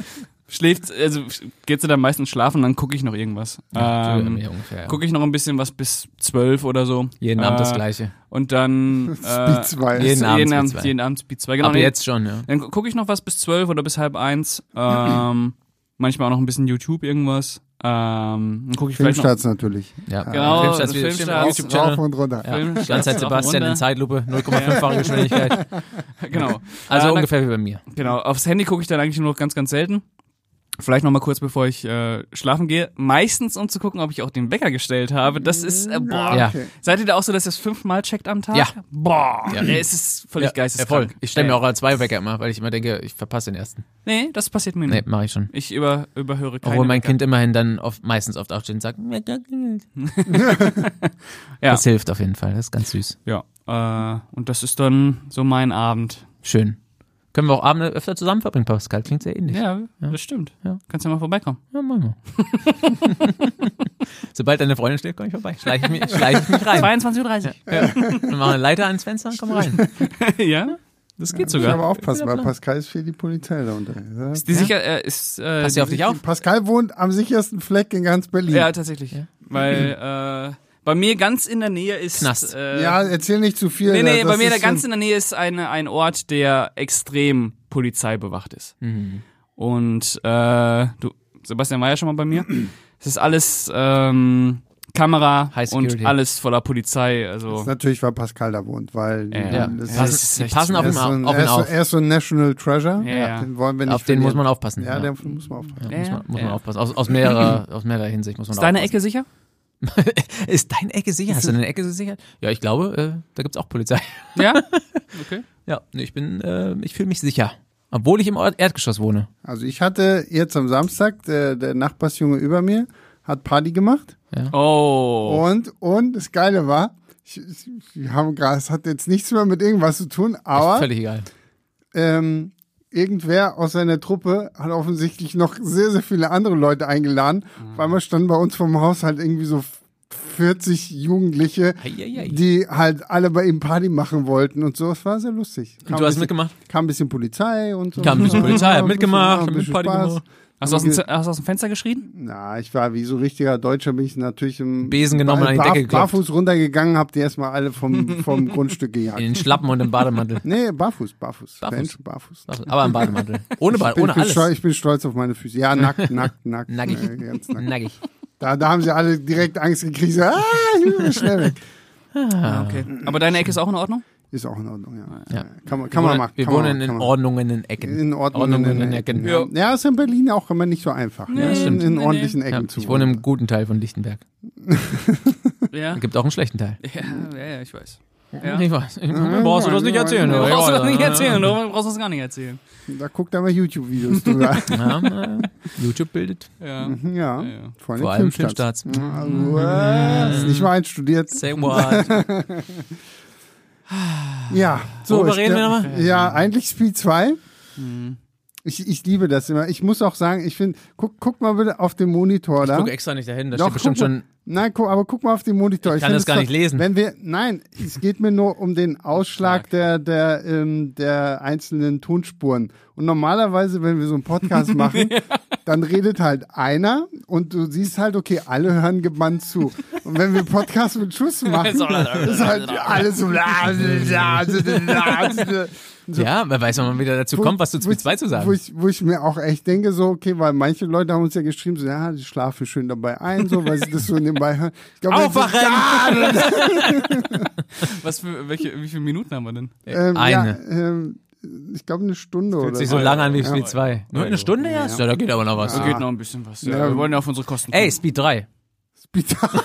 Schläft, also geht sie dann meistens schlafen, dann gucke ich noch irgendwas. Ähm,
Ja, ungefähr, ja.
gucke ich noch ein bisschen was bis zwölf oder so.
Jeden
äh,
Abend das Gleiche.
Und dann. Äh,
*laughs* Speed 2.
jeden Abend
jeden Abend,
Speed
jeden
zwei.
Abend, jeden Abend Speed 2. Genau,
Ab
nee,
jetzt schon, ja.
Dann gucke ich noch was bis zwölf oder bis halb eins.
*clears throat*
Ähm, manchmal auch noch ein bisschen YouTube irgendwas. Ähm, dann gucke ich vielleicht noch
Filmstarts natürlich.
ja.
Genau,
Filmstarts,
das
stimmt,
Filmstarts.
YouTube
Rauf
Channel.
und runter.
Ja.
Film-
Die ganze Zeit
Rauf und
Sebastian in
runter.
Zeitlupe, 0,5-fache
*laughs*
Geschwindigkeit.
Genau.
Also
Äh, dann-
ungefähr wie bei mir.
Genau, aufs Handy gucke ich dann eigentlich nur noch ganz, ganz selten. Vielleicht nochmal kurz, bevor ich äh, schlafen gehe. Meistens, um zu gucken, ob ich auch den Wecker gestellt habe. Das ist, äh, boah.
Ja.
Okay.
Seid ihr da auch so, dass ihr es fünfmal checkt am Tag?
Ja.
Boah,
Ja.
ey, es ist völlig geisteskrank.
Ich stelle mir
Ey.
auch zwei Wecker immer, weil ich immer denke, ich verpasse den ersten.
Nee, das passiert mir
Nee,
nicht.
mache ich schon.
Ich über, überhöre Hm. keine
Obwohl mein
Wecker.
Kind immerhin dann oft, meistens oft aufsteht und sagt,
*laughs* Ja.
das hilft auf jeden Fall, das ist ganz süß.
Ja, äh, und das ist dann so mein Abend.
Schön. Können wir auch Abende öfter zusammen verbringen, Pascal, klingt sehr ähnlich.
Ja, das stimmt.
Ja.
Kannst ja mal vorbeikommen.
Ja, mach mal. *laughs* Sobald deine Freundin steht, komme ich vorbei. Schleiche ich mich, schleiche ich mich rein.
22.30
Wir machen eine Leiter ans Fenster und komm rein.
Uhr. ja, *laughs* das geht
Ich
sogar.
aber aufpassen, weil
Ja.
Pascal ist für die Polizei da unter.
Ist die sicher, äh, ist, äh,
Pass
die
ja auf dich auf.
Pascal wohnt am sichersten Fleck in ganz Berlin.
Ja,
Ja,
tatsächlich. Weil äh, bei mir ganz in der Nähe ist.
Knast.
Äh,
erzähl nicht zu viel.
nee, nee,
das
bei mir
ist
da ganz
so-
in der Nähe ist eine, ein Ort, der extrem polizeibewacht ist.
Hm.
Und äh, du, Sebastian war ja schon mal bei mir. Es ist alles ähm, Kamera
High
und
Security.
alles voller Polizei.
Das ist
Also
natürlich, weil Pascal da wohnt, weil
Ja.
Ja.
das
Passen-
ist-
ist
die
echt
passen auf
er,
ihn
ist so ein,
auf.
er,
Auf, ihn
ist so,
auf.
er ist so ein National Treasure.
Ja, ja.
Den wollen wir nicht
auf den muss
verlieren.
man aufpassen.
Ja,
Ja,
den muss man aufpassen.
Muss man, muss
Ja.
man aufpassen. Aus, aus, mehrerer, aus mehrerer Hinsicht muss man
ist deine
aufpassen.
Ecke sicher?
Ist deine Ecke sicher? Hast du deine Ecke gesichert? Ja, ich glaube, äh, da gibt's auch Polizei. *laughs*
Ja? Okay.
Ja, nee, ich bin, äh, ich fühle mich sicher. Obwohl ich im Ort Erdgeschoss wohne.
Also ich hatte jetzt am Samstag, der, der Nachbarsjunge über mir hat Party gemacht.
Oh.
Und, und das Geile war, ich, ich, wir haben gerade, es hat jetzt nichts mehr mit irgendwas zu tun, aber
Völlig egal.
ähm, irgendwer aus seiner Truppe hat offensichtlich noch sehr, sehr viele andere Leute eingeladen.
Mhm.
Auf einmal standen bei uns vom Haus halt irgendwie so 40 Jugendliche,
Eieiei.
die halt alle bei ihm Party machen wollten und so. Es war sehr lustig. Kam
du hast
ein bisschen,
mitgemacht?
Kam ein bisschen Polizei und so.
Kam ein bisschen Polizei, hab
*laughs* Ja,
mitgemacht,
ein
hab
bisschen
mit Party
Spaß.
gemacht.
Hast du aus dem, Z- hast du aus dem Fenster geschrien?
Na, ich war wie so richtiger Deutscher, bin ich natürlich im
Besen genommen und an die Decke geklopft.
barfuß runtergegangen, hab die erstmal
*laughs*
alle vom, vom Grundstück gejagt.
In den Schlappen und im
*laughs*
Bademantel.
Nee, barfuß, barfuß.
Barfuß.
Mensch, barfuß.
Aber im Bademantel. Ohne
Ich
Bad,
bin,
ohne
ich bin Stolz,
alles.
ich bin stolz auf meine Füße. Ja,
*laughs*
nackt, nackt, nackt.
Nackig.
Ja, ganz nackt.
Nackig.
Da, da haben sie alle direkt Angst gekriegt. So, ah, ich bin schnell weg.
Ah, okay. Aber deine Ecke ist auch in Ordnung?
Ist auch in Ordnung, ja.
Ja.
Kann, man,
Wir
kann man
wohnen-
machen.
Wir
kann man
wohnen
machen,
in
kann man.
ordnungen Ecken.
In Ordnung.
Ordnungen
in
Ecken.
Ja.
Ja.
ja, ist in Berlin auch immer nicht so einfach.
Nee,
ne?
stimmt.
In, in
Nee,
ordentlichen
Ja,
Ecken zu
ich wohne im guten Teil von Lichtenberg.
Ah.
Ja.
Gibt auch einen schlechten Teil.
Ja, *laughs* ja, ja, ich weiß. Ja.
Ich weiß. Brauchst du das nicht erzählen.
Du
oder?
brauchst du
Ja,
das nicht
ja,
erzählen, du brauchst das gar nicht erzählen.
Da guckt aber YouTube-Videos drüber. *laughs*
Ja, äh, YouTube bildet.
*laughs* Ja.
ja,
ja.
vor allem, Ah,
Vor allem
Filmstarts. Mhm.
Filmstarts.
Ja, Was? Nicht mal einstudiert.
Say what?
Ja. So,
Worüber
ich
reden wir
glaub-
nochmal?
Ja, eigentlich Speed 2. Ich, ich liebe das immer. Ich muss auch sagen, ich finde, guck, guck mal bitte auf den Monitor da.
Guck extra nicht dahin, da
Doch,
steht bestimmt
guck
schon.
mal- Nein, guck, aber guck mal auf den Monitor.
Ich kann
find
das
es
gar
doch-
nicht lesen.
Wenn wir, nein, es geht mir nur um den Ausschlag der, der, ähm, der einzelnen Tonspuren. Und normalerweise, wenn wir so
*laughs*
einen Podcast machen, dann redet halt einer und du siehst halt, okay, alle hören gebannt zu. Und wenn wir Podcast mit
*laughs*
Schuss machen, ist halt
Genau.
alles so.
Ja, wer weiß, wann man wieder dazu kommt, was du zu
Wo
Speed
ich-
2 zu
Wo
sagen.
ich, wo ich mir auch echt denke, so, okay, weil manche Leute haben uns ja geschrieben, so, ja, die schlafen schön dabei ein, so, weil sie das so nebenbei hören. Ich glaub, wenn
Aufwachen!
sie-
Was für, welche, wie viele Minuten haben wir denn?
*laughs*
Äh,
Ähm,
Eine.
Ja, ähm, ich glaube, eine Stunde oder
Sich so
*laughs*
lange an wie Speed 2. Nur
Ja.
eine Stunde erst? Ja, da geht aber noch was.
Da geht noch ein bisschen was. Ja.
Ja.
Wir wollen ja auf unsere Kosten.
Ey, Speed 3.
gucken.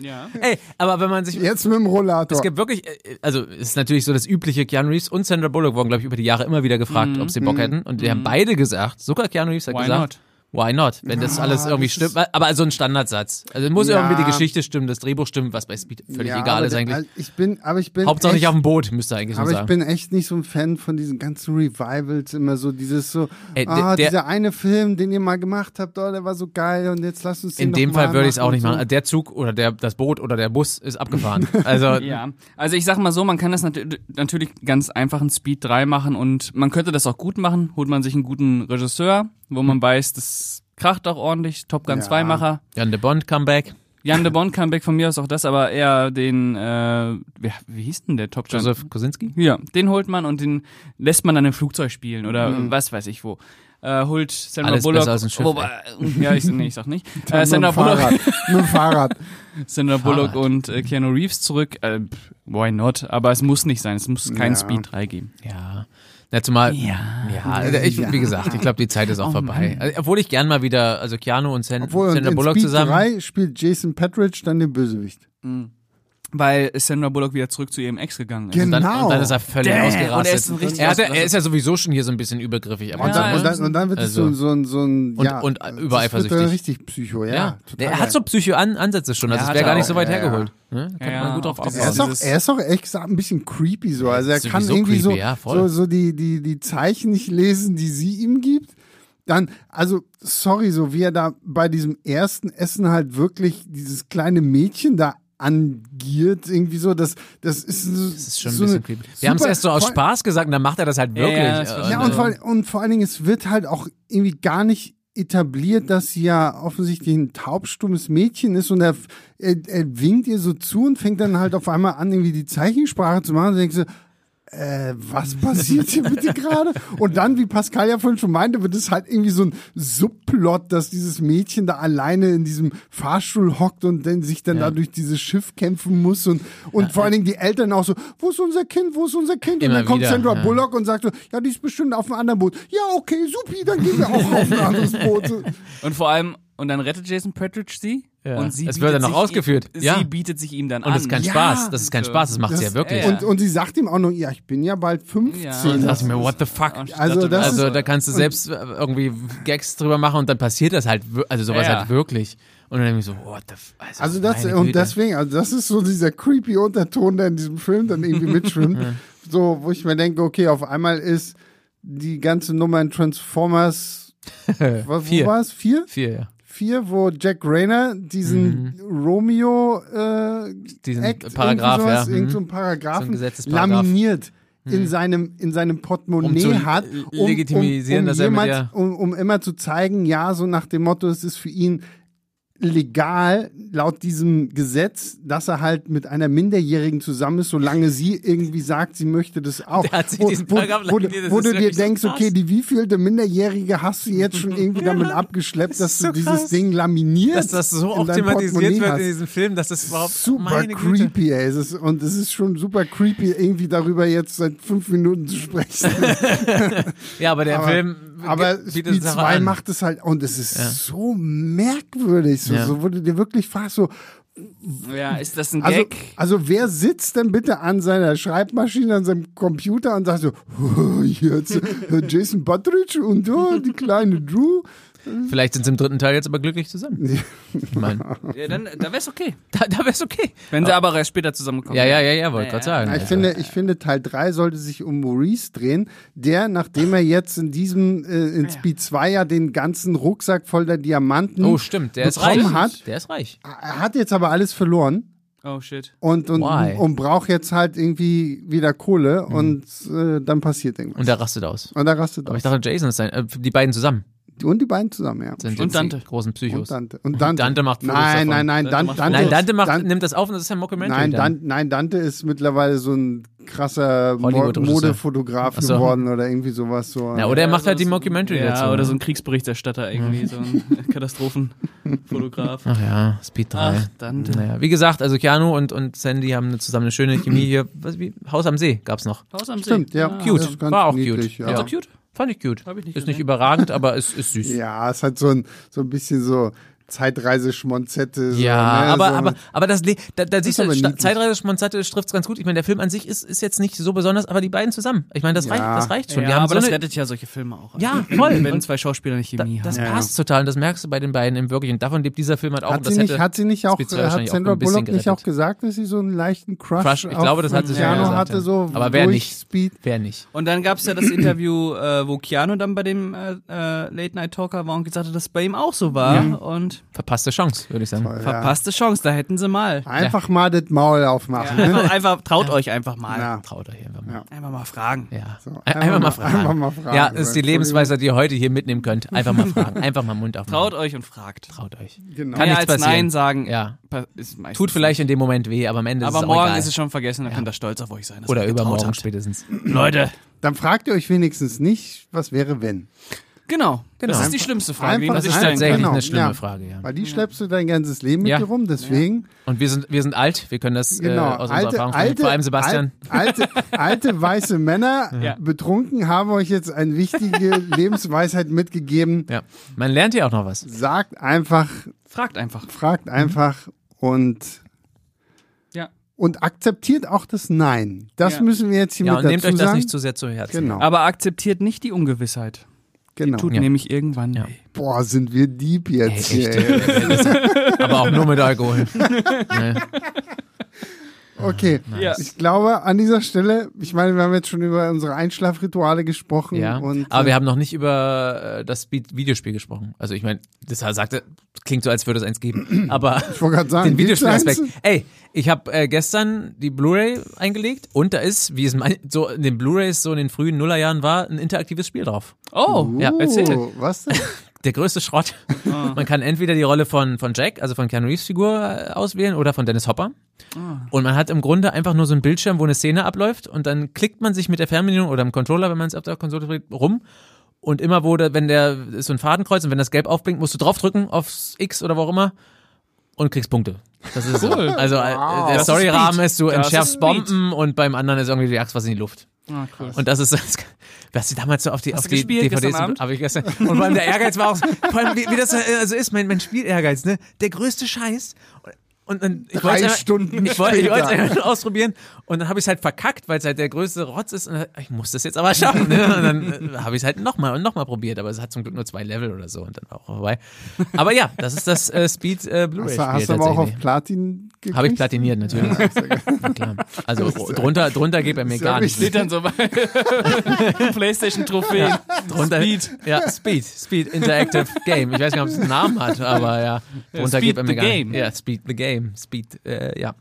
ja.
Ey, aber wenn man sich
Jetzt mit dem Rollator.
Es gibt wirklich, äh, also es ist natürlich so das übliche, Keanu Reeves und Sandra Bullock wurden, glaube ich, über die Jahre immer wieder gefragt, ob sie Bock hätten. Und die haben beide gesagt, sogar Keanu Reeves hat
Why
gesagt, Mhm. why not, wenn das alles irgendwie
das
stimmt. Aber so ein Standardsatz. Also muss
Ja.
irgendwie die Geschichte stimmen, das Drehbuch stimmt, was bei Speed völlig
Ja,
egal
aber
ist
da-
eigentlich.
also Ich bin, aber ich bin.
Hauptsache
echt,
nicht auf dem Boot, müsste eigentlich so
aber ich
sagen.
bin echt nicht so ein Fan von diesen ganzen Revivals, immer so dieses so,
Ey, de-
ah,
der-
dieser eine Film, den ihr mal gemacht habt, oh, der war so geil und jetzt lasst uns den
In
noch
dem
mal
Fall würde ich es auch nicht
und
machen.
so.
Der Zug oder der, das Boot oder der Bus ist abgefahren. Also
*laughs*
Ja, also ich sag mal so, man kann das nat natürlich ganz einfach in Speed 3 machen und man könnte das auch gut machen, holt man sich einen guten Regisseur, wo man weiß, das kracht auch ordentlich, Top Gun
Ja.
2 Macher.
Jan de Bond Comeback,
Jan de Bond Comeback von mir aus auch das, aber eher den, äh, wer, wie hieß denn der Top Gun?
Josef Kosinski.
Ja, den holt man und den lässt man dann im Flugzeug spielen oder was weiß ich wo. Äh, holt
Mhm.
Sandra
Alles
Bullock.
besser als ein Schiff,
wobei, ja, ich, nee, ich
*laughs*
sag nicht. Äh,
Mit
Sandra
dem
Bullock,
Fahrrad. Mit dem Fahrrad.
*laughs* Sandra
Fahrrad.
Bullock und äh, Keanu Reeves zurück. Äh, pff, why not? Aber es muss nicht sein. Es muss kein
Ja.
Speed 3 geben.
Ja. Na, zumal,
Ja.
Ja, also ich, wie gesagt, ich glaube, die Zeit ist auch vorbei. Also, obwohl ich gern mal wieder, also Keanu und Sen,
Oh Obwohl, und
*laughs* Sandra
in
Bullock
Speed
zusammen.
3 spielt Jason Patridge dann den Bösewicht.
Weil Sandra Bullock wieder zurück zu ihrem Ex gegangen ist.
und, dann,
Genau.
und dann ist er völlig
Damn,
ausgerastet.
und er ist ein richtig
er, hat, ja- er
ausgerastet.
ist ja sowieso schon hier so ein bisschen übergriffig. Aber
Und, dann,
Ja.
und, dann, und dann wird es
Also.
so, so ein, so ein
Und-
ja,
und
das wird
übereifersüchtig.
dann richtig Psycho, ja.
ja,
total
er hat so Psycho-Ansätze schon, also
Ja,
es
hat
wäre
er
gar nicht
auch.
so weit
Ja, ja.
hergeholt. Ne? Könnte
Ja,
man gut drauf
auf
aufbauen.
Er ist,
Also
auch,
dieses-
er ist auch ehrlich gesagt ein bisschen creepy so. Also er
ist
kann
sowieso
irgendwie so,
creepy, ja, voll.
so, so die, die, die Zeichen nicht lesen, die sie ihm gibt. Dann, also, sorry, so wie er da bei diesem ersten Essen halt wirklich dieses kleine Mädchen da angiert, irgendwie so, das, das ist, so,
Das ist schon ein
so
bisschen
eine
creepy. Wir haben es
super-
erst so aus
voll-
Spaß gesagt und dann macht er das halt
Ja,
wirklich.
ja, das wird-
Ja,
Äh,
und vor, und vor allen Dingen, es wird halt auch irgendwie gar nicht etabliert, dass sie ja offensichtlich ein taubstummes Mädchen ist und er, er, er winkt ihr so zu und fängt dann halt auf einmal an, irgendwie die Zeichensprache zu machen und denkst du, äh, was passiert hier bitte gerade? Und dann, wie Pascal ja vorhin schon meinte, wird es halt irgendwie so ein Subplot, dass dieses Mädchen da alleine in diesem Fahrstuhl hockt und dann sich dann da durch dieses Schiff kämpfen muss und, und vor allen Dingen die Eltern auch so, wo ist unser Kind, wo ist unser Kind?
Immer
und dann kommt
wieder,
Sandra
ja.
Bullock und sagt so, ja, die ist bestimmt auf einem anderen Boot. Ja, okay, supi, dann gehen wir auch auf ein anderes Boot. So,
Und vor allem, und dann rettet Jason Patridge sie.
Ja.
Und sie
Es wird dann
bietet
noch
sich
ausgeführt.
Ihm,
Ja.
Sie bietet sich ihm dann
Und
an.
das ist kein
Ja.
Spaß, das ist kein Spaß, das macht sie ja
das-
wirklich.
Ja.
Und, und sie sagt ihm auch noch, ja, ich bin ja bald 15.
Ja.
Und
Und
ich
Das-
dachte mir, what the fuck?
Also das
Also
ist-
da kannst du selbst äh, irgendwie Gags drüber machen und dann passiert das halt, wir- also sowas
Ja.
halt wirklich. Und dann denke ich so, what the f Also,
Also das
meine
und
Güte.
deswegen, also das ist so dieser creepy
*laughs*
Unterton, der in diesem Film dann irgendwie mitschwimmt. so, wo ich mir denke, okay, auf einmal ist die ganze Nummer in Transformers, *laughs*
*laughs*
wo, wo
Vier.
war es? Vier?
Vier, ja.
4, wo Jack Rayner diesen Romeo äh,
Mhm. Diesen
Act,
Paragraph,
irgendwie sowas,
ja.
irgend
Mhm.
so einen Paragraphen
So ein Gesetzesparagraph. Mhm.
laminiert in seinem in seinem
Um
Portemonnaie
zu
hat, um,
legitimisieren,
um, um,
dass er mit
jemand,
der-
um, um immer zu zeigen, ja, so nach dem Motto, es ist für ihn legal laut diesem Gesetz, dass er halt mit einer Minderjährigen zusammen ist, solange sie irgendwie sagt, sie möchte das
*laughs*
auch.
Der hat sich
Wo-
diesen
wo,
Paragraph
wo,
laminiert, das
wo
ist
du dir
wirklich so
denkst,
krass.
okay, die wievielte Minderjährige hast du jetzt schon
*laughs*
irgendwie damit abgeschleppt, dass
so
du dieses
krass.
Ding laminierst?
Dass das so
in deinem Portemonnaie
optimalisiert wird
hast.
in diesem Film, dass das überhaupt
Super
meine Güte.
creepy, ey. Es ist, und es ist schon super creepy, irgendwie darüber jetzt seit fünf Minuten
*laughs*
zu sprechen.
Ja, aber der
Aber-
Film
Aber
gibt- bietet
Spiel
Sache
2
an.
macht es halt, und es ist so merkwürdig, so,
Ja.
so wurde dir wirklich fast so,
Ja, ist das ein
also,
Gag?
also wer sitzt denn bitte an seiner Schreibmaschine, an seinem Computer und sagt so, *laughs* jetzt äh, Jason Buttridge und oh, die kleine Drew?
Vielleicht sind sie im dritten Teil jetzt aber glücklich zusammen. Ich meine,
ja, dann, da wär's okay.
*laughs* da, da wär's okay.
Wenn sie aber erst später zusammenkommen.
Ja, ja, ja, ja, wollte
Ja,
gerade
ja.
sagen.
Ja, ich,
Also,
finde, ich finde, Teil 3 sollte sich um Maurice drehen, der, nachdem er jetzt in diesem, äh,
Ah,
in Speed 2 ja den ganzen Rucksack voller Diamanten,
oh, stimmt, der ist reich.
bekommen hat.
Der ist reich.
er hat jetzt aber alles verloren
Oh shit.
und, und,
Why? Hm.
und braucht jetzt halt irgendwie wieder Kohle und äh, dann passiert irgendwas.
Und der rastet aus.
Und da rastet
Aber ich
aus.
dachte, Jason ist sein. Äh, die beiden zusammen
Und die beiden zusammen, ja.
sind
Und
jetzt
Dante.
die großen Psychos.
Und Dante. Und Dante.
Dante macht Fotos
nein,
davon.
nein, nein,
Dante
Dante.
macht
Dante,
Nein, Dante macht,
Dante-
nimmt das auf und das ist ein Mockumentary.
Nein,
dann.
Dan nein, Dante ist mittlerweile so ein krasser Mo-
Hollywood-Regisseur.
Modefotograf
Ach so.
geworden oder irgendwie sowas. So.
Na, oder er macht
so
halt die
ein-
Mockumentary
ja,
dazu.
oder so ein Kriegsberichterstatter irgendwie, so ein *laughs* Katastrophenfotograf.
Ach ja, Speed 3.
Ach, Dante.
Naja, wie gesagt, also Keanu und, und Sandy haben eine, zusammen eine schöne Chemie hier. Was, wie, Haus am See gab's noch.
Haus am See.
Stimmt, ja.
Ah,
Cute.
das ist ganz
War auch
niedlich,
cute.
Ja.
Also cute? Fand ich cute.
Hab ich nicht
ist nicht
gesehen.
überragend, aber
*laughs*
ist, ist süß.
Ja, es hat so ein, so ein bisschen so Zeitreise-Schmonzette. so,
Ja,
ne?
aber,
so,
aber, aber das, le- da, da siehst
aber
du, Sta-
niedlich.
Zeitreise Schmonzette trifft's ganz gut. Ich meine, der Film an sich ist, ist jetzt nicht so besonders, aber die beiden zusammen. Ich meine, das,
Ja.
reicht, das reicht schon.
ja,
die haben
aber
so
das
eine,
rettet ja solche Filme auch.
Ja,
Wenn-
voll.
Wenn
Und-
zwei Schauspieler nicht
da,
Chemie
das
haben.
Ja, ja.
passt total und das merkst du bei den beiden im Wirklichen. Davon lebt dieser Film halt auch. und
Hat
das
sie, nicht,
hätte-
hat sie nicht auch,
Speed zwei
hat
wahrscheinlich auch
Sandra
ein bisschen
Bullock nicht auch
gerettet.
gesagt, dass sie so einen leichten Crush,
Crush, ich glaube, das
auf
hat sie
Keanu
schon gesagt,
hatte,
ja.
so
Aber wer
durch
nicht?
Speed.
Wer nicht?
Und dann gab's ja das Interview, äh, wo Keanu dann bei dem äh, äh, Late Night Talker war und gesagt hat, dass es bei ihm auch so war. Und
Verpasste Chance, würde ich sagen.
Ja.
verpasste Chance, da hätten sie mal.
Einfach mal das Maul aufmachen.
*laughs*
Ne?
Einfach, einfach traut euch einfach mal.
Ja.
Traut euch einfach mal.
Ja.
Einfach mal fragen.
Ja.
So,
Ein- einfach, mal fragen.
einfach mal fragen.
Ja, das ist die
Entschuldigung.
Lebensweise, die ihr heute hier mitnehmen könnt. Einfach mal fragen. Einfach mal Mund aufmachen.
Traut euch und fragt.
Traut euch.
Genau.
Kann
Mehr als
nichts passieren.
Nein sagen
Ja.
pa- ist meistens-
Tut vielleicht in dem Moment weh, aber am Ende ist
Aber
es auch
morgen
egal.
ist es schon vergessen, dann könnt ihr stolz auf euch sein. dass
Oder
ihr getraut
übermorgen
habt.
spätestens.
Leute.
Dann fragt ihr euch wenigstens nicht, was wäre, wenn.
Genau.
Genau.
Das ist die schlimmste Frage, die man
Einfach
sich
sein.
Tatsächlich
stellen kann.
Genau,
eine schlimme
ja.
Frage, ja.
Weil die schleppst du dein ganzes Leben mit
Ja.
dir rum, deswegen.
Und wir sind, wir sind alt, wir können das
Genau.
äh, aus unserer Erfahrung sprechen. Vor allem Sebastian.
al- Alte, alte
*laughs*
weiße Männer,
Ja.
betrunken, haben euch jetzt eine wichtige Lebensweisheit mitgegeben.
Ja. Man lernt hier auch noch was.
Sagt einfach,
Fragt einfach.
fragt einfach und,
Mhm. Ja.
und akzeptiert auch das Nein. Das
Ja.
müssen wir jetzt hier
Ja,
mit
und nehmt
dazu
euch das
sagen.
nicht zu sehr zu Herzen.
genau,
Aber akzeptiert nicht die Ungewissheit.
genau.
Tut
Ja.
nämlich irgendwann
Ja.
weh.
Boah, sind wir deep jetzt
Ey, echt.
hier. Ey.
*laughs* Aber auch nur mit Alkohol.
Okay,
Ja.
ich glaube an dieser Stelle, ich meine, wir haben jetzt schon über unsere Einschlafrituale gesprochen.
Ja.
und, äh,
Aber wir haben noch nicht über äh, das Speed- Videospiel gesprochen. Also ich meine, das sagte, klingt so, als würde es eins
*clears throat*
geben. Aber
ich wollte gerade sagen,
den
gibt's
Videospielaspekt.
eins?
Ey, ich habe äh, gestern die Blu-ray eingelegt und da ist, wie es mein, so in den Blu-rays so in den frühen Nullerjahren war, ein interaktives Spiel drauf.
Oh,
Uh,
Ja, erzähl.
Was denn?
Der größte Schrott.
Ah.
Man kann entweder die Rolle von, von Jack, also von Keanu Reeves Figur, äh, auswählen oder von Dennis Hopper.
Ah.
Und man hat im Grunde einfach nur so einen Bildschirm, wo eine Szene abläuft und dann klickt man sich mit der Fernbedienung oder dem Controller, wenn man es auf der Konsole dreht, rum. Und immer wurde, wenn der, ist so ein Fadenkreuz und wenn das gelb aufblinkt, musst du draufdrücken aufs X oder wo auch immer und kriegst Punkte. Das ist cool. Also äh, der
Das ist
Storyrahmen
Speed.
ist, du
Das
entschärfst
ist Speed.
Bomben und beim anderen ist irgendwie, du jagst was in die Luft.
Ah, cool.
Und das ist das, was sie damals so auf die, auf
du
die
gespielt
DVDs
gestern Abend?
habe ich gestern. Und vor allem der Ehrgeiz war auch, so- vor allem wie, wie das äh, also ist, mein, mein Spielehrgeiz, ne? Der größte Scheiß. Und dann, ich
Drei
wollte es
Stunden
ich wollte ich
später.
wollte es einfach nur *laughs* ausprobieren und dann habe ich es halt verkackt, weil es halt der größte Rotz ist. Und dann, ich muss das jetzt aber schaffen. Ne? Und dann äh, habe ich es halt nochmal und nochmal probiert, aber es hat zum Glück nur zwei Level oder so und dann war auch vorbei. Aber ja, das ist das äh, Speed äh, Blu-ray.
Hast, du- hast du aber auch auf Platin gekriegt?
Habe ich platiniert, natürlich. Na klar. Also drunter, drunter geht bei mir
ja
gar nicht.
Steht dann so bei *laughs* PlayStation-Trophäen.
Drunter,
Speed.
Ja, Speed. Speed Interactive Game. Ich weiß gar nicht, ob es einen Namen hat, aber ja. Drunter
Speed
geht bei mir
the
gar
Game.
nicht. Ja, Speed the Game. Speed, äh, ja.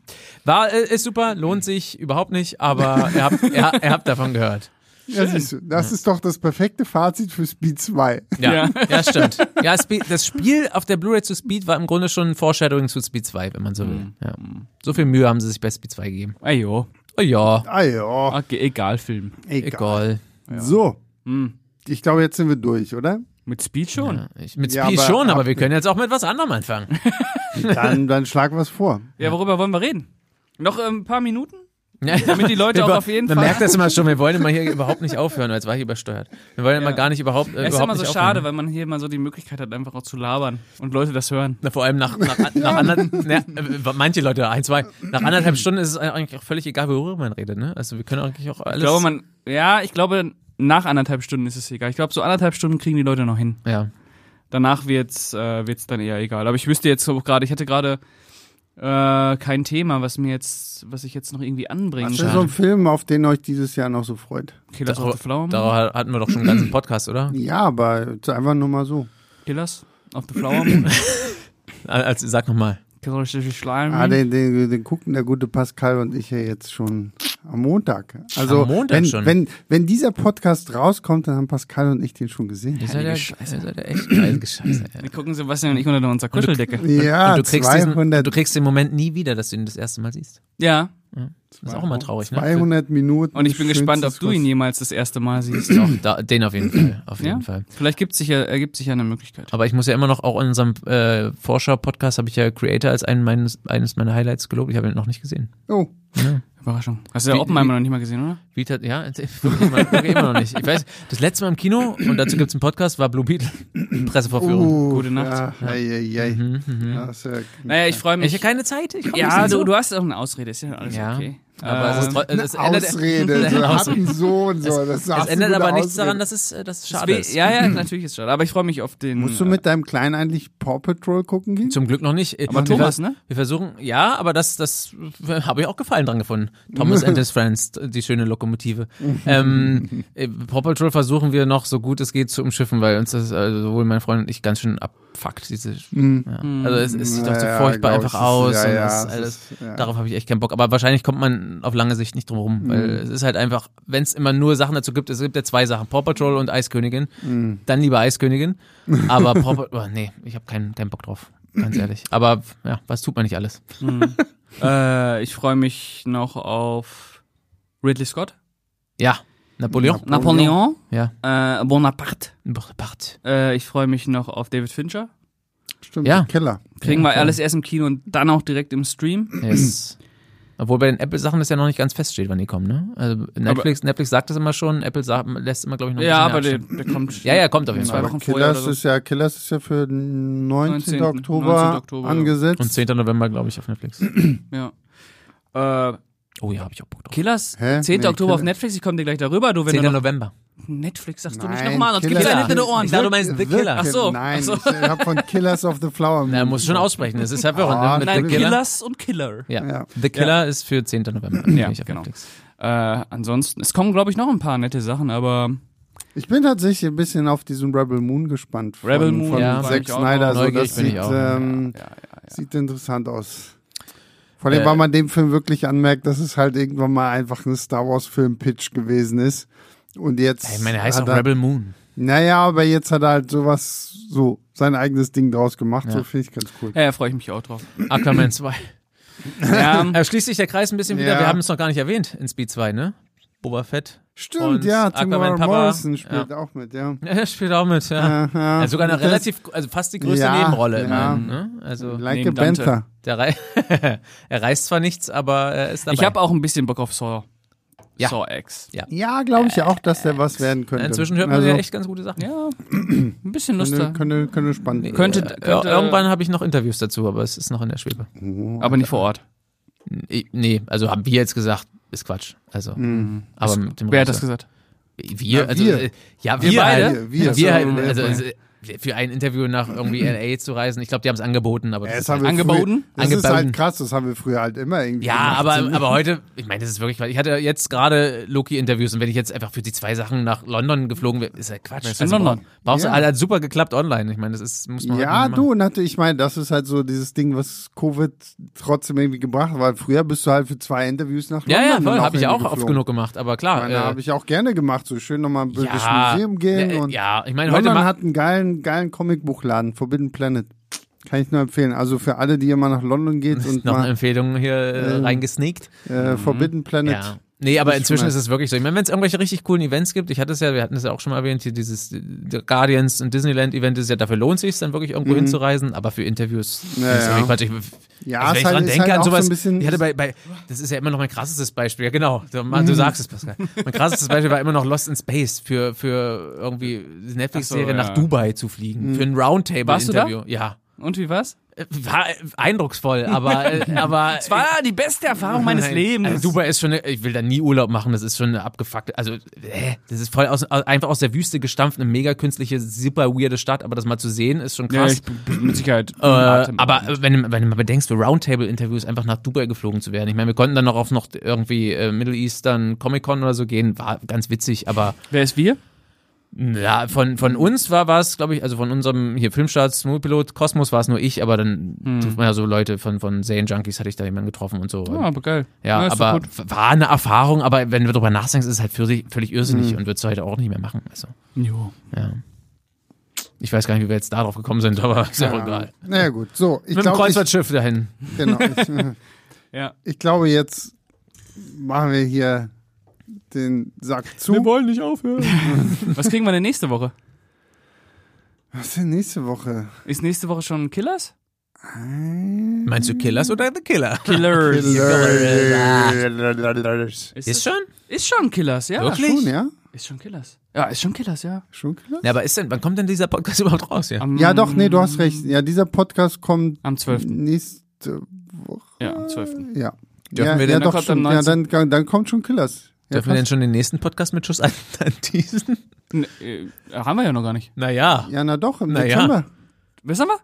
War, äh, ist super, lohnt sich überhaupt nicht, aber ihr habt, ihr, ihr habt davon gehört.
*laughs* Ja, siehst du, das ist doch das perfekte Fazit für Speed 2.
Ja,
Ja.
ja. stimmt. Ja, Speed, das Spiel auf der Blu-ray zu Speed war im Grunde schon ein Foreshadowing zu Speed 2, wenn man so
Mhm.
will. Ja. So viel Mühe haben sie sich bei Speed 2 gegeben.
Ajo.
Oh ja,
Ah ja,
Okay, egal, Film.
egal.
So,
Hm.
ich glaube, jetzt sind wir durch, oder?
*laughs*
Mit Speed schon.
Ja, ich, mit
Ja,
Speed
aber
schon, aber
ab-
wir können jetzt auch mit was anderem anfangen.
Dann, dann schlag was vor.
Ja, worüber wollen wir reden? Noch äh, ein paar Minuten?
Ja,
*laughs* Damit die Leute
wir
auch
über-
auf jeden
man
Fall-
merkt das immer schon, wir wollen immer
*laughs*
hier überhaupt nicht aufhören, weil jetzt war ich übersteuert. Wir wollen immer
Ja.
gar nicht überhaupt. Äh,
Ja, ist
überhaupt
immer so
nicht
schade,
Aufhören.
weil man hier mal so die Möglichkeit hat, einfach auch zu labern und Leute das hören.
Na, vor allem nach, nach,
*laughs*
nach anderthalb, ne, äh, manche Leute, ein, zwei, nach anderthalb Stunden ist es eigentlich auch völlig egal, worüber man redet, ne? Also wir können eigentlich auch alles.
Ich glaube, man, ja, ich glaube, nach anderthalb Stunden ist es egal. Ich glaube, so anderthalb Stunden kriegen die Leute noch hin.
ja.
Danach wird's, äh, wird's dann eher egal. Aber ich wüsste jetzt auch gerade, ich hatte gerade äh, kein Thema, was mir jetzt, was ich jetzt noch irgendwie anbringen
Das ist so ein
kann.
Film, auf den euch dieses Jahr noch so freut.
Killers
Dar-
of the Flower Moon.
Darüber hatten wir doch schon einen
*clears throat*
ganzen Podcast, oder?
Ja, aber einfach nur mal so.
Killers of the Flower Moon.
Also, sag nochmal.
Killers of the
Mhm.
Slime.
Ah, den, den, den gucken der gute Pascal und ich ja jetzt schon am Montag. Also
Am Montag
wenn,
schon?
Wenn, wenn dieser Podcast rauskommt, dann haben Pascal und ich den schon gesehen.
Ihr seid ja,
Heilige
ihr seid ja echt geil Scheiße. ey.
Wir gucken Sebastian und ich unter unserer Kuscheldecke.
Ja,
Und du kriegst, diesen,
200,
du kriegst den Moment nie wieder, dass du ihn das erste Mal siehst.
Ja,
Das ist auch immer traurig, ne?
200 Minuten.
und ich bin gespannt, ob
schönstes
du ihn
Kost-
jemals das erste
*coughs*
Mal siehst.
Doch, da, den auf jeden Fall. Auf jeden
Ja?
Fall.
Vielleicht gibt's sich ja, ergibt sich ja eine Möglichkeit.
Aber ich muss ja immer noch auch in unserem äh, Vorschau-Podcast habe ich ja Creator als einen meines, eines meiner Highlights gelobt. Ich habe ihn noch nicht gesehen.
Oh,
Überraschung. Hast du ja
Wie-
Oppenheimer noch nicht mal gesehen, oder?
Vita, ja, *laughs* wirklich immer, wirklich immer noch nicht. Ich weiß, das letzte Mal im Kino, und dazu gibt's einen Podcast, war Blue *clears throat* Beetle. Presseverführung.
uh,
Gute Nacht.
Ja, ei, ei, ei.
Mhm,
Das ist ja
Naja, ich freue
Ich
mich.
habe keine Zeit. Ich komm
Ja, also
nicht
du,
dazu.
du hast auch eine Ausrede, ist ja alles
Ja.
okay.
Aber es ist
Ähm,
trotz-
eine
es ändert, *laughs*
Ausrede.
Eine
Wir hatten
Ausrede. *laughs*
so und so. Das
es ändert aber nichts daran, dass es, äh, dass es schade
es
ist.
weh- Ja, ja, natürlich ist schade. Aber ich freue mich auf den.
Musst du mit deinem Kleinen eigentlich Paw Patrol gucken gehen?
Zum Glück noch nicht. Äh,
Aber
wir-
Thomas, ne?
Wir versuchen, ja, aber das, das äh, habe ich auch Gefallen dran gefunden.
*laughs*
Thomas and his Friends, die schöne Lokomotive. ähm, äh, Paw Patrol versuchen wir noch, so gut es geht, zu umschiffen, weil uns das, also sowohl mein Freund und ich, ganz schön abfuckt. Diese, ja. Also es, es sieht doch so
Mhm. Ja, ja,
furchtbar
glaub
einfach
ich, es ist-
aus.
ja,
und
ja,
das,
es
alles,
ist- ja.
Darauf habe ich echt keinen Bock. Aber wahrscheinlich kommt man auf lange Sicht nicht drum
Mhm.
rum, weil es ist halt einfach, wenn es immer nur Sachen dazu gibt, es gibt ja zwei Sachen, Paw Patrol und Eiskönigin,
Mhm.
dann lieber
*laughs*
Eiskönigin. Aber Paw Patrol, oh, nee, ich habe keinen, keinen Bock drauf, ganz ehrlich. Aber ja, was tut man nicht alles?
Äh, ich freue mich noch auf Ridley Scott.
Ja, Napoleon.
Napoleon.
Ja.
Äh, Bonaparte.
Bonaparte.
Äh, ich freue mich noch auf David Fincher.
Stimmt,
Ja.
der Keller.
Kriegen
Ja,
wir
klar.
alles erst im Kino und dann auch direkt im Stream. *clears throat*
Yes. Obwohl bei den Apple-Sachen das ja noch nicht ganz feststeht, wann die kommen, ne? Also Netflix, Netflix sagt das immer schon, Apple sagt, lässt immer, glaube ich, noch ein
Ja,
bisschen
aber der,
Abstand.
der
*clears throat*
kommt.
Ja, ja, kommt auf jeden
Zwei
Fall.
Wochen vorher
Killers
oder so.
ist, ja, Killers ist ja für den 19.
19.
Oktober,
19. Oktober, ja.
angesetzt.
Und 10. November, glaube ich, auf Netflix.
ja. Äh,
Oh ja, habe ich auch Bock drauf.
Killers,
Hä?
10.
Nee,
Oktober auf
Killer-
Netflix. Ich komme dir gleich darüber, du, wenn
10.
du noch
November.
Netflix sagst du nicht
Nein,
nochmal, sonst gibt's
Killer.
ja nicht in die Ohren.
Ich dachte, du meinst The Killer.
Ach so.
Nein,
Ach so.
ich äh, hab von Killers of the Flower
*laughs*
Moon.
Na, muss schon aussprechen. Das ist verwirrend.
Ah,
ne?
Nein,
Mit The Killer.
Killers und Killer.
Ja.
Ja.
The Killer ist für 10. November.
Ja,
Nicht auf
genau.
Netflix.
Äh, ansonsten, es kommen, glaube ich, noch ein paar nette Sachen, aber
Ich bin tatsächlich ein bisschen auf diesen Rebel Moon gespannt. Von,
Rebel Moon,
von
ja,
Zack
ich auch
Snyder. So,
neugierig
das
bin ich
sieht,
auch, ja,
ähm, sieht interessant aus. Vor allem,
Äh,
weil man dem Film wirklich anmerkt, dass es halt irgendwann mal einfach ein Star Wars Film Pitch gewesen ist. Und jetzt.
Ey, Ich meine, er heißt
hat
auch
er,
Rebel Moon.
Naja, aber jetzt hat er halt sowas, so sein eigenes Ding draus gemacht. So finde ich ganz cool.
ja, ja freue ich mich auch drauf.
Aquaman
*laughs*
2. *laughs*
ja,
Äh, schließt sich der Kreis ein bisschen wieder.
Ja.
Wir haben es noch gar nicht erwähnt in Speed 2, ne? Boba Fett.
Stimmt,
Und
ja.
Aquaman
Timor
Papa,
Morrison spielt auch mit, ja.
Ja, *laughs* er spielt auch mit, ja.
Aha.
ja sogar eine
Das-
relativ, also fast die größte
Ja,
Nebenrolle
ja.
immerhin. Ne? Also
Like a
neben Dante.
Panther.
*laughs* der rei er reißt zwar nichts, aber er ist dabei.
ich habe auch ein bisschen Bock auf Saw.
Ja.
Saw X.
Ja.
Ja, glaube ich ja auch, dass der was werden könnte. Also
Inzwischen hört man ja echt ganz gute Sachen.
Ja, ein bisschen
könnte,
lustiger.
könnte, könnte spannend werden.
Könnte-
Äh,
könnte-
irgendwann habe ich noch Interviews dazu, aber es ist noch in der Schwebe.
Oh,
Aber nicht vor Ort.
Ich- Nee, also haben wir jetzt gesagt, ist Quatsch. Also,
Mhm.
aber mit dem
Wer hat das gesagt?
gesagt? Wir,
Na,
also,
wir.
äh, ja, wir,
Wir beide?
halt.
Wir, wir.
wir halt,
Also,
also,
wir.
es, äh, für ein Interview nach irgendwie LA zu reisen, ich glaube, die haben es angeboten, aber das
Das
ist
haben
halt,
wir
Angeboten?
Früher, das ist
Angeboten.
halt krass, das haben wir früher halt immer irgendwie
ja,
gemacht.
aber, aber heute, ich meine, das ist wirklich, ich hatte jetzt gerade Loki-Interviews und wenn ich jetzt einfach für die zwei Sachen nach London geflogen wäre, ist ja Quatsch. Also,
in London.
Brauchst du,
Ja.
Alter, hat super geklappt online. Ich meine, das ist, muss man
Ja,
halt
du, natürlich, ich meine, das ist halt so dieses Ding, was Covid trotzdem irgendwie gebracht hat, weil früher bist du halt für zwei Interviews nach London
Ja, ja, voll,
dann
habe ich auch
hingeflogen.
oft genug gemacht, aber klar. äh,
Meine, habe ich auch gerne gemacht, so schön nochmal ein bisschen
ja,
Museum gehen
ja,
und
ja, ich meine, heute
London
ma-
hat einen geilen, geilen Comicbuchladen, Forbidden Planet. Kann ich nur empfehlen. Also für alle, die immer nach
*laughs*
London geht und
noch eine
mal Ähm,
Empfehlung hier äh, reingesneakt.
äh, Forbidden Planet.
Ja. Nee, aber
ist
inzwischen
schon
ist es wirklich so. Ich meine, wenn es irgendwelche richtig coolen Events gibt, ich hatte es ja, wir hatten es ja auch schon mal erwähnt, hier dieses äh, Guardians und Disneyland Event ist ja, dafür lohnt sich dann wirklich irgendwo hinzureisen, aber für Interviews
Mhm. Ja,
ist
ja.
wirklich Quatsch. Ich,
Ja,
also, wenn
ist
ich
halt-
dran
ist
denke
halt
an
auch so
sowas,
ein bisschen-
ich hatte bei, bei, das ist ja immer noch mein krassestes Beispiel, ja genau, du, Mann,
Mhm.
du sagst es, Pascal. Mein krassestes Beispiel war immer noch Lost in Space für, für irgendwie die Netflix-Serie
Ach so, ja.
nach Dubai zu fliegen,
Mhm.
für ein Roundtable-Interview. Ja.
Und wie war's?
Äh, War äh, eindrucksvoll, aber,
*laughs*
äh, aber
Es war die beste Erfahrung meines
Nein.
Lebens.
Also Dubai ist schon, eine, ich will da nie Urlaub machen, das ist schon eine abgefuckte, also äh, das ist voll aus, aus- einfach aus der Wüste gestampft, eine mega künstliche, super weirde Stadt, aber das mal zu sehen ist schon
ja,
krass.
ich bin mit Sicherheit.
äh, aber äh, wenn, du- wenn du mal bedenkst, für Roundtable-Interviews einfach nach Dubai geflogen zu werden. Ich meine, wir konnten dann noch auf noch irgendwie äh, Middle Eastern Comic-Con oder so gehen, war ganz witzig, aber
Wer ist wir?
ja, von, von uns war war es, glaube ich, also von unserem hier Filmstarts, Moviepilot, Kosmos war es nur ich, aber dann
Hm.
trifft man ja so Leute von, von Zane Junkies hatte ich da jemanden getroffen und so.
Ah, aber geil.
Ja,
ist doch
aber
gut.
w- war eine Erfahrung, aber wenn du darüber nachdenkst, ist es halt für sich völlig irrsinnig und würdest du heute auch nicht mehr machen. Also,
Jo.
ja. Ich weiß gar nicht, wie wir jetzt darauf gekommen sind, aber ist ja auch egal.
Naja, gut. So,
Mit
ich
dem
glaube, ich,
Kreuzfahrtschiff dahin. *laughs*
genau, ich,
Ja.
ich glaube, jetzt machen wir hier den Sack zu.
wollen nicht aufhören. Was kriegen wir denn nächste Woche?
Was ist denn nächste Woche?
Ist nächste Woche schon Killers?
Meinst du Killers oder The Killer?
Killers.
Killers.
Ist,
Ist
ist,
schon?
ist schon Killers, ja.
Wirklich?
Schon, ja?
Ist schon Killers. Ja, ist schon Killers, ja.
Schon Killer?
Ja, aber ist denn, wann kommt denn dieser Podcast *laughs* überhaupt raus? Ja.
Am,
Ja, doch, nee, du hast recht. Ja, dieser Podcast kommt
Am 12.
nächste Woche.
Ja, am 12.
Ja.
Dürfen
ja,
wir
ja,
denn-
doch
Dann kommt
schon.
am
Ja, dann, dann kommt schon Killers. Ja,
Dürfen wir denn
passt.
schon den nächsten Podcast mit Schuss an, *laughs* an diesen?
N äh, haben wir ja noch gar nicht.
Naja,
ja, na doch, im
Na ja.
Dezember.
Was haben wir?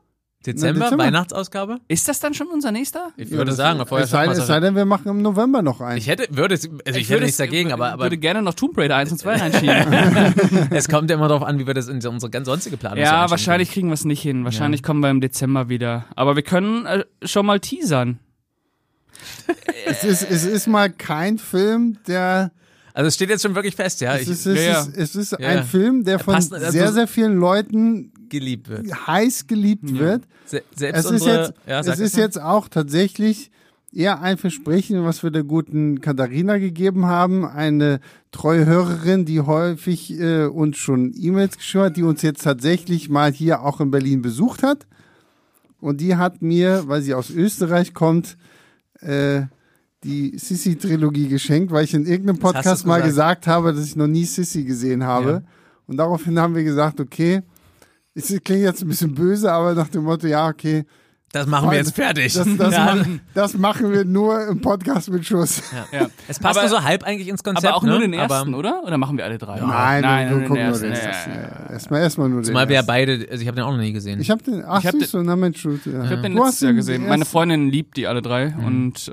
Dezember,
Na, Dezember.
Weihnachtsausgabe?
Ist das dann schon unser nächster?
Ich
Ja,
würde
das-
sagen, vorher
es sei,
schafft man's
es sei
auch-
denn, wir machen im November noch einen.
ich hätte, würde, es- also ich, hätte nichts dagegen, aber, aber
würde gerne noch Tomb Raider 1 und 2 *laughs* reinschieben.
es kommt ja immer darauf an, wie wir das in unsere ganz sonstige Planung so
ja,
einschieben
wahrscheinlich kriegen wir es nicht hin. Wahrscheinlich kommen wir im Dezember wieder. Aber wir können äh, schon mal teasern.
es, ist, es ist mal kein Film, der.
können. Also es steht jetzt schon wirklich fest, ja.
Es
Ich,
ist,
ja, ja.
es ist, es ist
Ja,
ein
ja.
Film, der von
passt- also-
sehr, sehr vielen Leuten
geliebt wird.
heiß geliebt wird.
Se selbst
Es ist,
unsere,
jetzt,
ja, sag
es ist
mal.
jetzt auch tatsächlich eher ein Versprechen, was wir der guten Katharina gegeben haben. Eine treue Hörerin, die häufig äh, uns schon E-Mails geschrieben hat, die uns jetzt tatsächlich mal hier auch in Berlin besucht hat. Und die hat mir, weil sie aus Österreich kommt, äh, die Sissi-Trilogie geschenkt, weil ich in irgendeinem
hast
Podcast
du's
mal
gesagt.
gesagt habe, dass ich noch nie Sissi gesehen habe.
Ja.
Und daraufhin haben wir gesagt, okay, es klingt jetzt ein bisschen böse, aber nach dem Motto, ja, okay,
das machen wir jetzt fertig.
das,
*laughs*
das,
ja,
machen, das machen wir nur im Podcast mit Schuss.
Ja.
es passt
aber,
nur so halb eigentlich ins Konzept.
aber auch
ne?
nur den ersten,
Aber,
oder? Oder machen wir alle drei?
Ah,
Nein,
nein,
wir
nur den
gucken
ersten.
nur den
Ja,
ersten.
ja, ja.
Ja, ja. Erstmal, erstmal nur den
zumal wir ja
ersten.
beide, also ich habe den auch noch nie gesehen.
Ich habe den, ach,
Ich hab
siehst du, na Mensch, du, ja.
Ich habe den
Du
letztes
hast Mhm.
Jahr gesehen.
erst-
Meine Freundin liebt die alle drei und äh,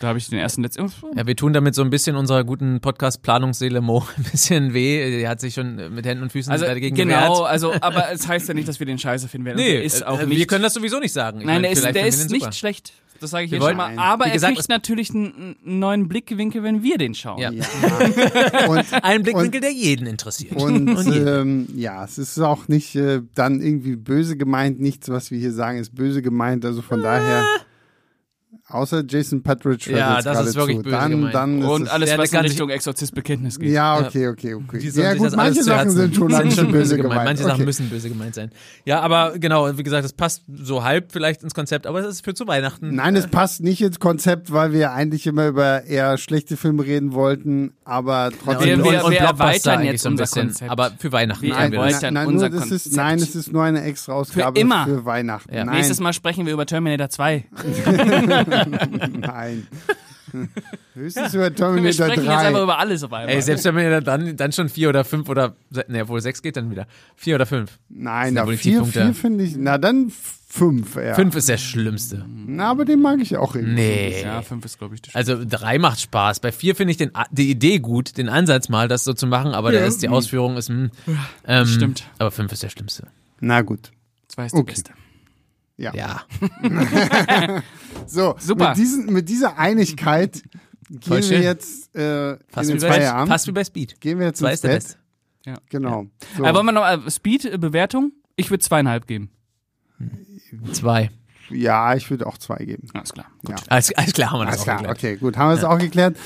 da habe ich den ersten letztes.
ja, wir tun damit so ein bisschen unserer guten Podcast-Planungsseele Mo *laughs* ein bisschen weh. Die hat sich schon mit Händen und Füßen
Also
dagegen
genau,
gewehrt.
also aber es heißt ja nicht, dass wir den Scheiße finden werden. Und
Nee,
der ist
äh,
auch
äh,
nicht.
wir können das sowieso nicht sagen. Ich
nein,
meine,
der ist,
vielleicht
der
finden wir
ist
den
nicht
super.
schlecht. Das sage ich
Wir
jetzt schon
wollen-
mal. Aber
Wie
er
gesagt,
kriegt
es-
natürlich einen, einen neuen Blickwinkel, wenn wir den schauen.
Ja.
Und,
Ein Blickwinkel, der jeden interessiert. *laughs*
und,
äh,
jeden.
ähm, ja, es ist auch nicht äh, dann irgendwie böse gemeint. Nichts, was wir hier sagen, ist böse gemeint. Also von daher, Außer Jason Patridge hört
Ja,
jetzt
das
gerade
ist wirklich
zu.
böse
dann,
gemeint.
dann
Und
ist
alles,
der
was in
kann sich-
Richtung Exorzisbekenntnis
es,
geht.
Ja, okay, okay, okay.
Die sollen
Ja
sich
gut,
das
manche
alles zu
Sachen
Herzen
sind
nehmen. *laughs*
schon
sind schon
böse gemeint.
Manche Sachen
okay.
müssen böse gemeint sein. Ja, aber genau, wie gesagt, das passt so halb vielleicht ins Konzept, aber es ist für zu Weihnachten.
Nein, es passt nicht ins Konzept, weil wir eigentlich immer über eher schlechte Filme reden wollten, aber
Und,
trotzdem.
wir- wir-
und
wir
Blockbuster
erweitern
eigentlich
jetzt
so ein
unser
bisschen.
Konzept.
Aber für Weihnachten
Wir
haben wir das.
erweitern-
nein, nur,
unser
das ist,
Konzept.
nein, es ist nur eine extra Ausgabe
Für immer.
für Weihnachten.
Ja.
Nein,
Nächstes Mal sprechen *laughs* wir über Terminator 2.
nein. *laughs* Höchstens über
Wir
Terminator
sprechen jetzt einfach
3.
über alles auf einmal.
Ey, selbst wenn wir dann, dann schon vier oder fünf oder, ne, wohl sechs geht dann wieder. Vier oder fünf.
Nein,
sind
da
wohl die
vier,
Punkte.
vier finde ich. Na dann f- fünf, ja.
Fünf ist der Schlimmste.
Na, aber den mag ich auch irgendwie.
Nee.
ja, 5 ist, glaube ich, die
Also drei macht Spaß. Bei vier finde ich den, A- die Idee gut, den Ansatz mal, das so zu machen, aber der ist, die Ausführung ist, hm, ähm,
stimmt.
Aber fünf ist der Schlimmste.
Na gut.
2 ist
okay.
die beste.
Ja.
So,
Super.
Mit, diesen, mit dieser Einigkeit
Voll
gehen wir
schön.
jetzt äh, in
Fast wie,
den
bei,
Feierabend.
fast wie bei Speed.
Gehen wir jetzt
Zwei
ins
ist der
Bett.
Beste.
Genau. So.
Äh, wollen wir noch äh, Speed-Bewertung? Ich würde zweieinhalb geben.
Zwei.
ja, ich würde auch zwei geben.
Alles klar.
Alles, alles klar haben wir das
Alles
auch
klar,
geklärt.
okay, gut. Haben wir es auch geklärt.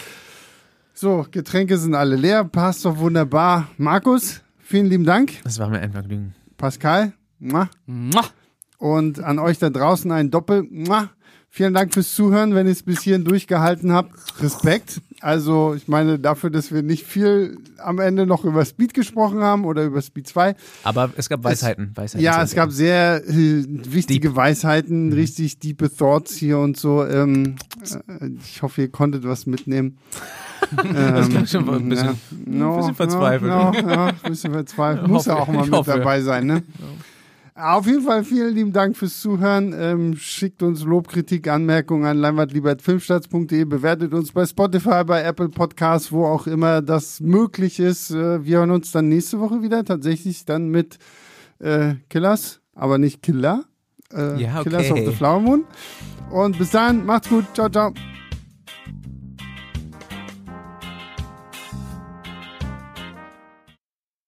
So, Getränke sind alle leer. Passt doch wunderbar. Markus, vielen lieben Dank.
Das war mir ein Vergnügen.
Pascal, muah.
Mua.
und an euch da draußen ein Doppel. muah. Vielen Dank fürs Zuhören, wenn ihr es bis hierhin durchgehalten habt. Respekt. Also, ich meine, dafür, dass wir nicht viel am Ende noch über Speed gesprochen haben oder über Speed 2.
Aber es gab Weisheiten. Weisheiten zu Mhm.
Ja, es
entdecken.
gab sehr äh, wichtige Weisheiten, richtig diepe Thoughts hier und so. Ähm, äh, ich hoffe, ihr konntet
*laughs*
was mitnehmen. das
klingt schon ein bisschen-
no,
bisschen verzweifelt.
No, no, ja, ein bisschen verzweifelt.
*laughs* Ich
Muss ja
hoffe,
auch mal
ich
mit
hoffe.
dabei sein, ne? Auf jeden Fall vielen lieben Dank fürs Zuhören. Ähm, schickt uns Lob, Kritik, Anmerkungen an leinwandliebertfilmstarts.de. Bewertet uns bei Spotify, bei Apple Podcasts, wo auch immer das möglich ist. Äh, wir hören uns dann nächste Woche wieder. Tatsächlich dann mit äh, Killers, aber nicht Killer. Äh,
Ja, okay.
Killers of the Flower Moon. Und bis dahin, macht's gut. Ciao, ciao.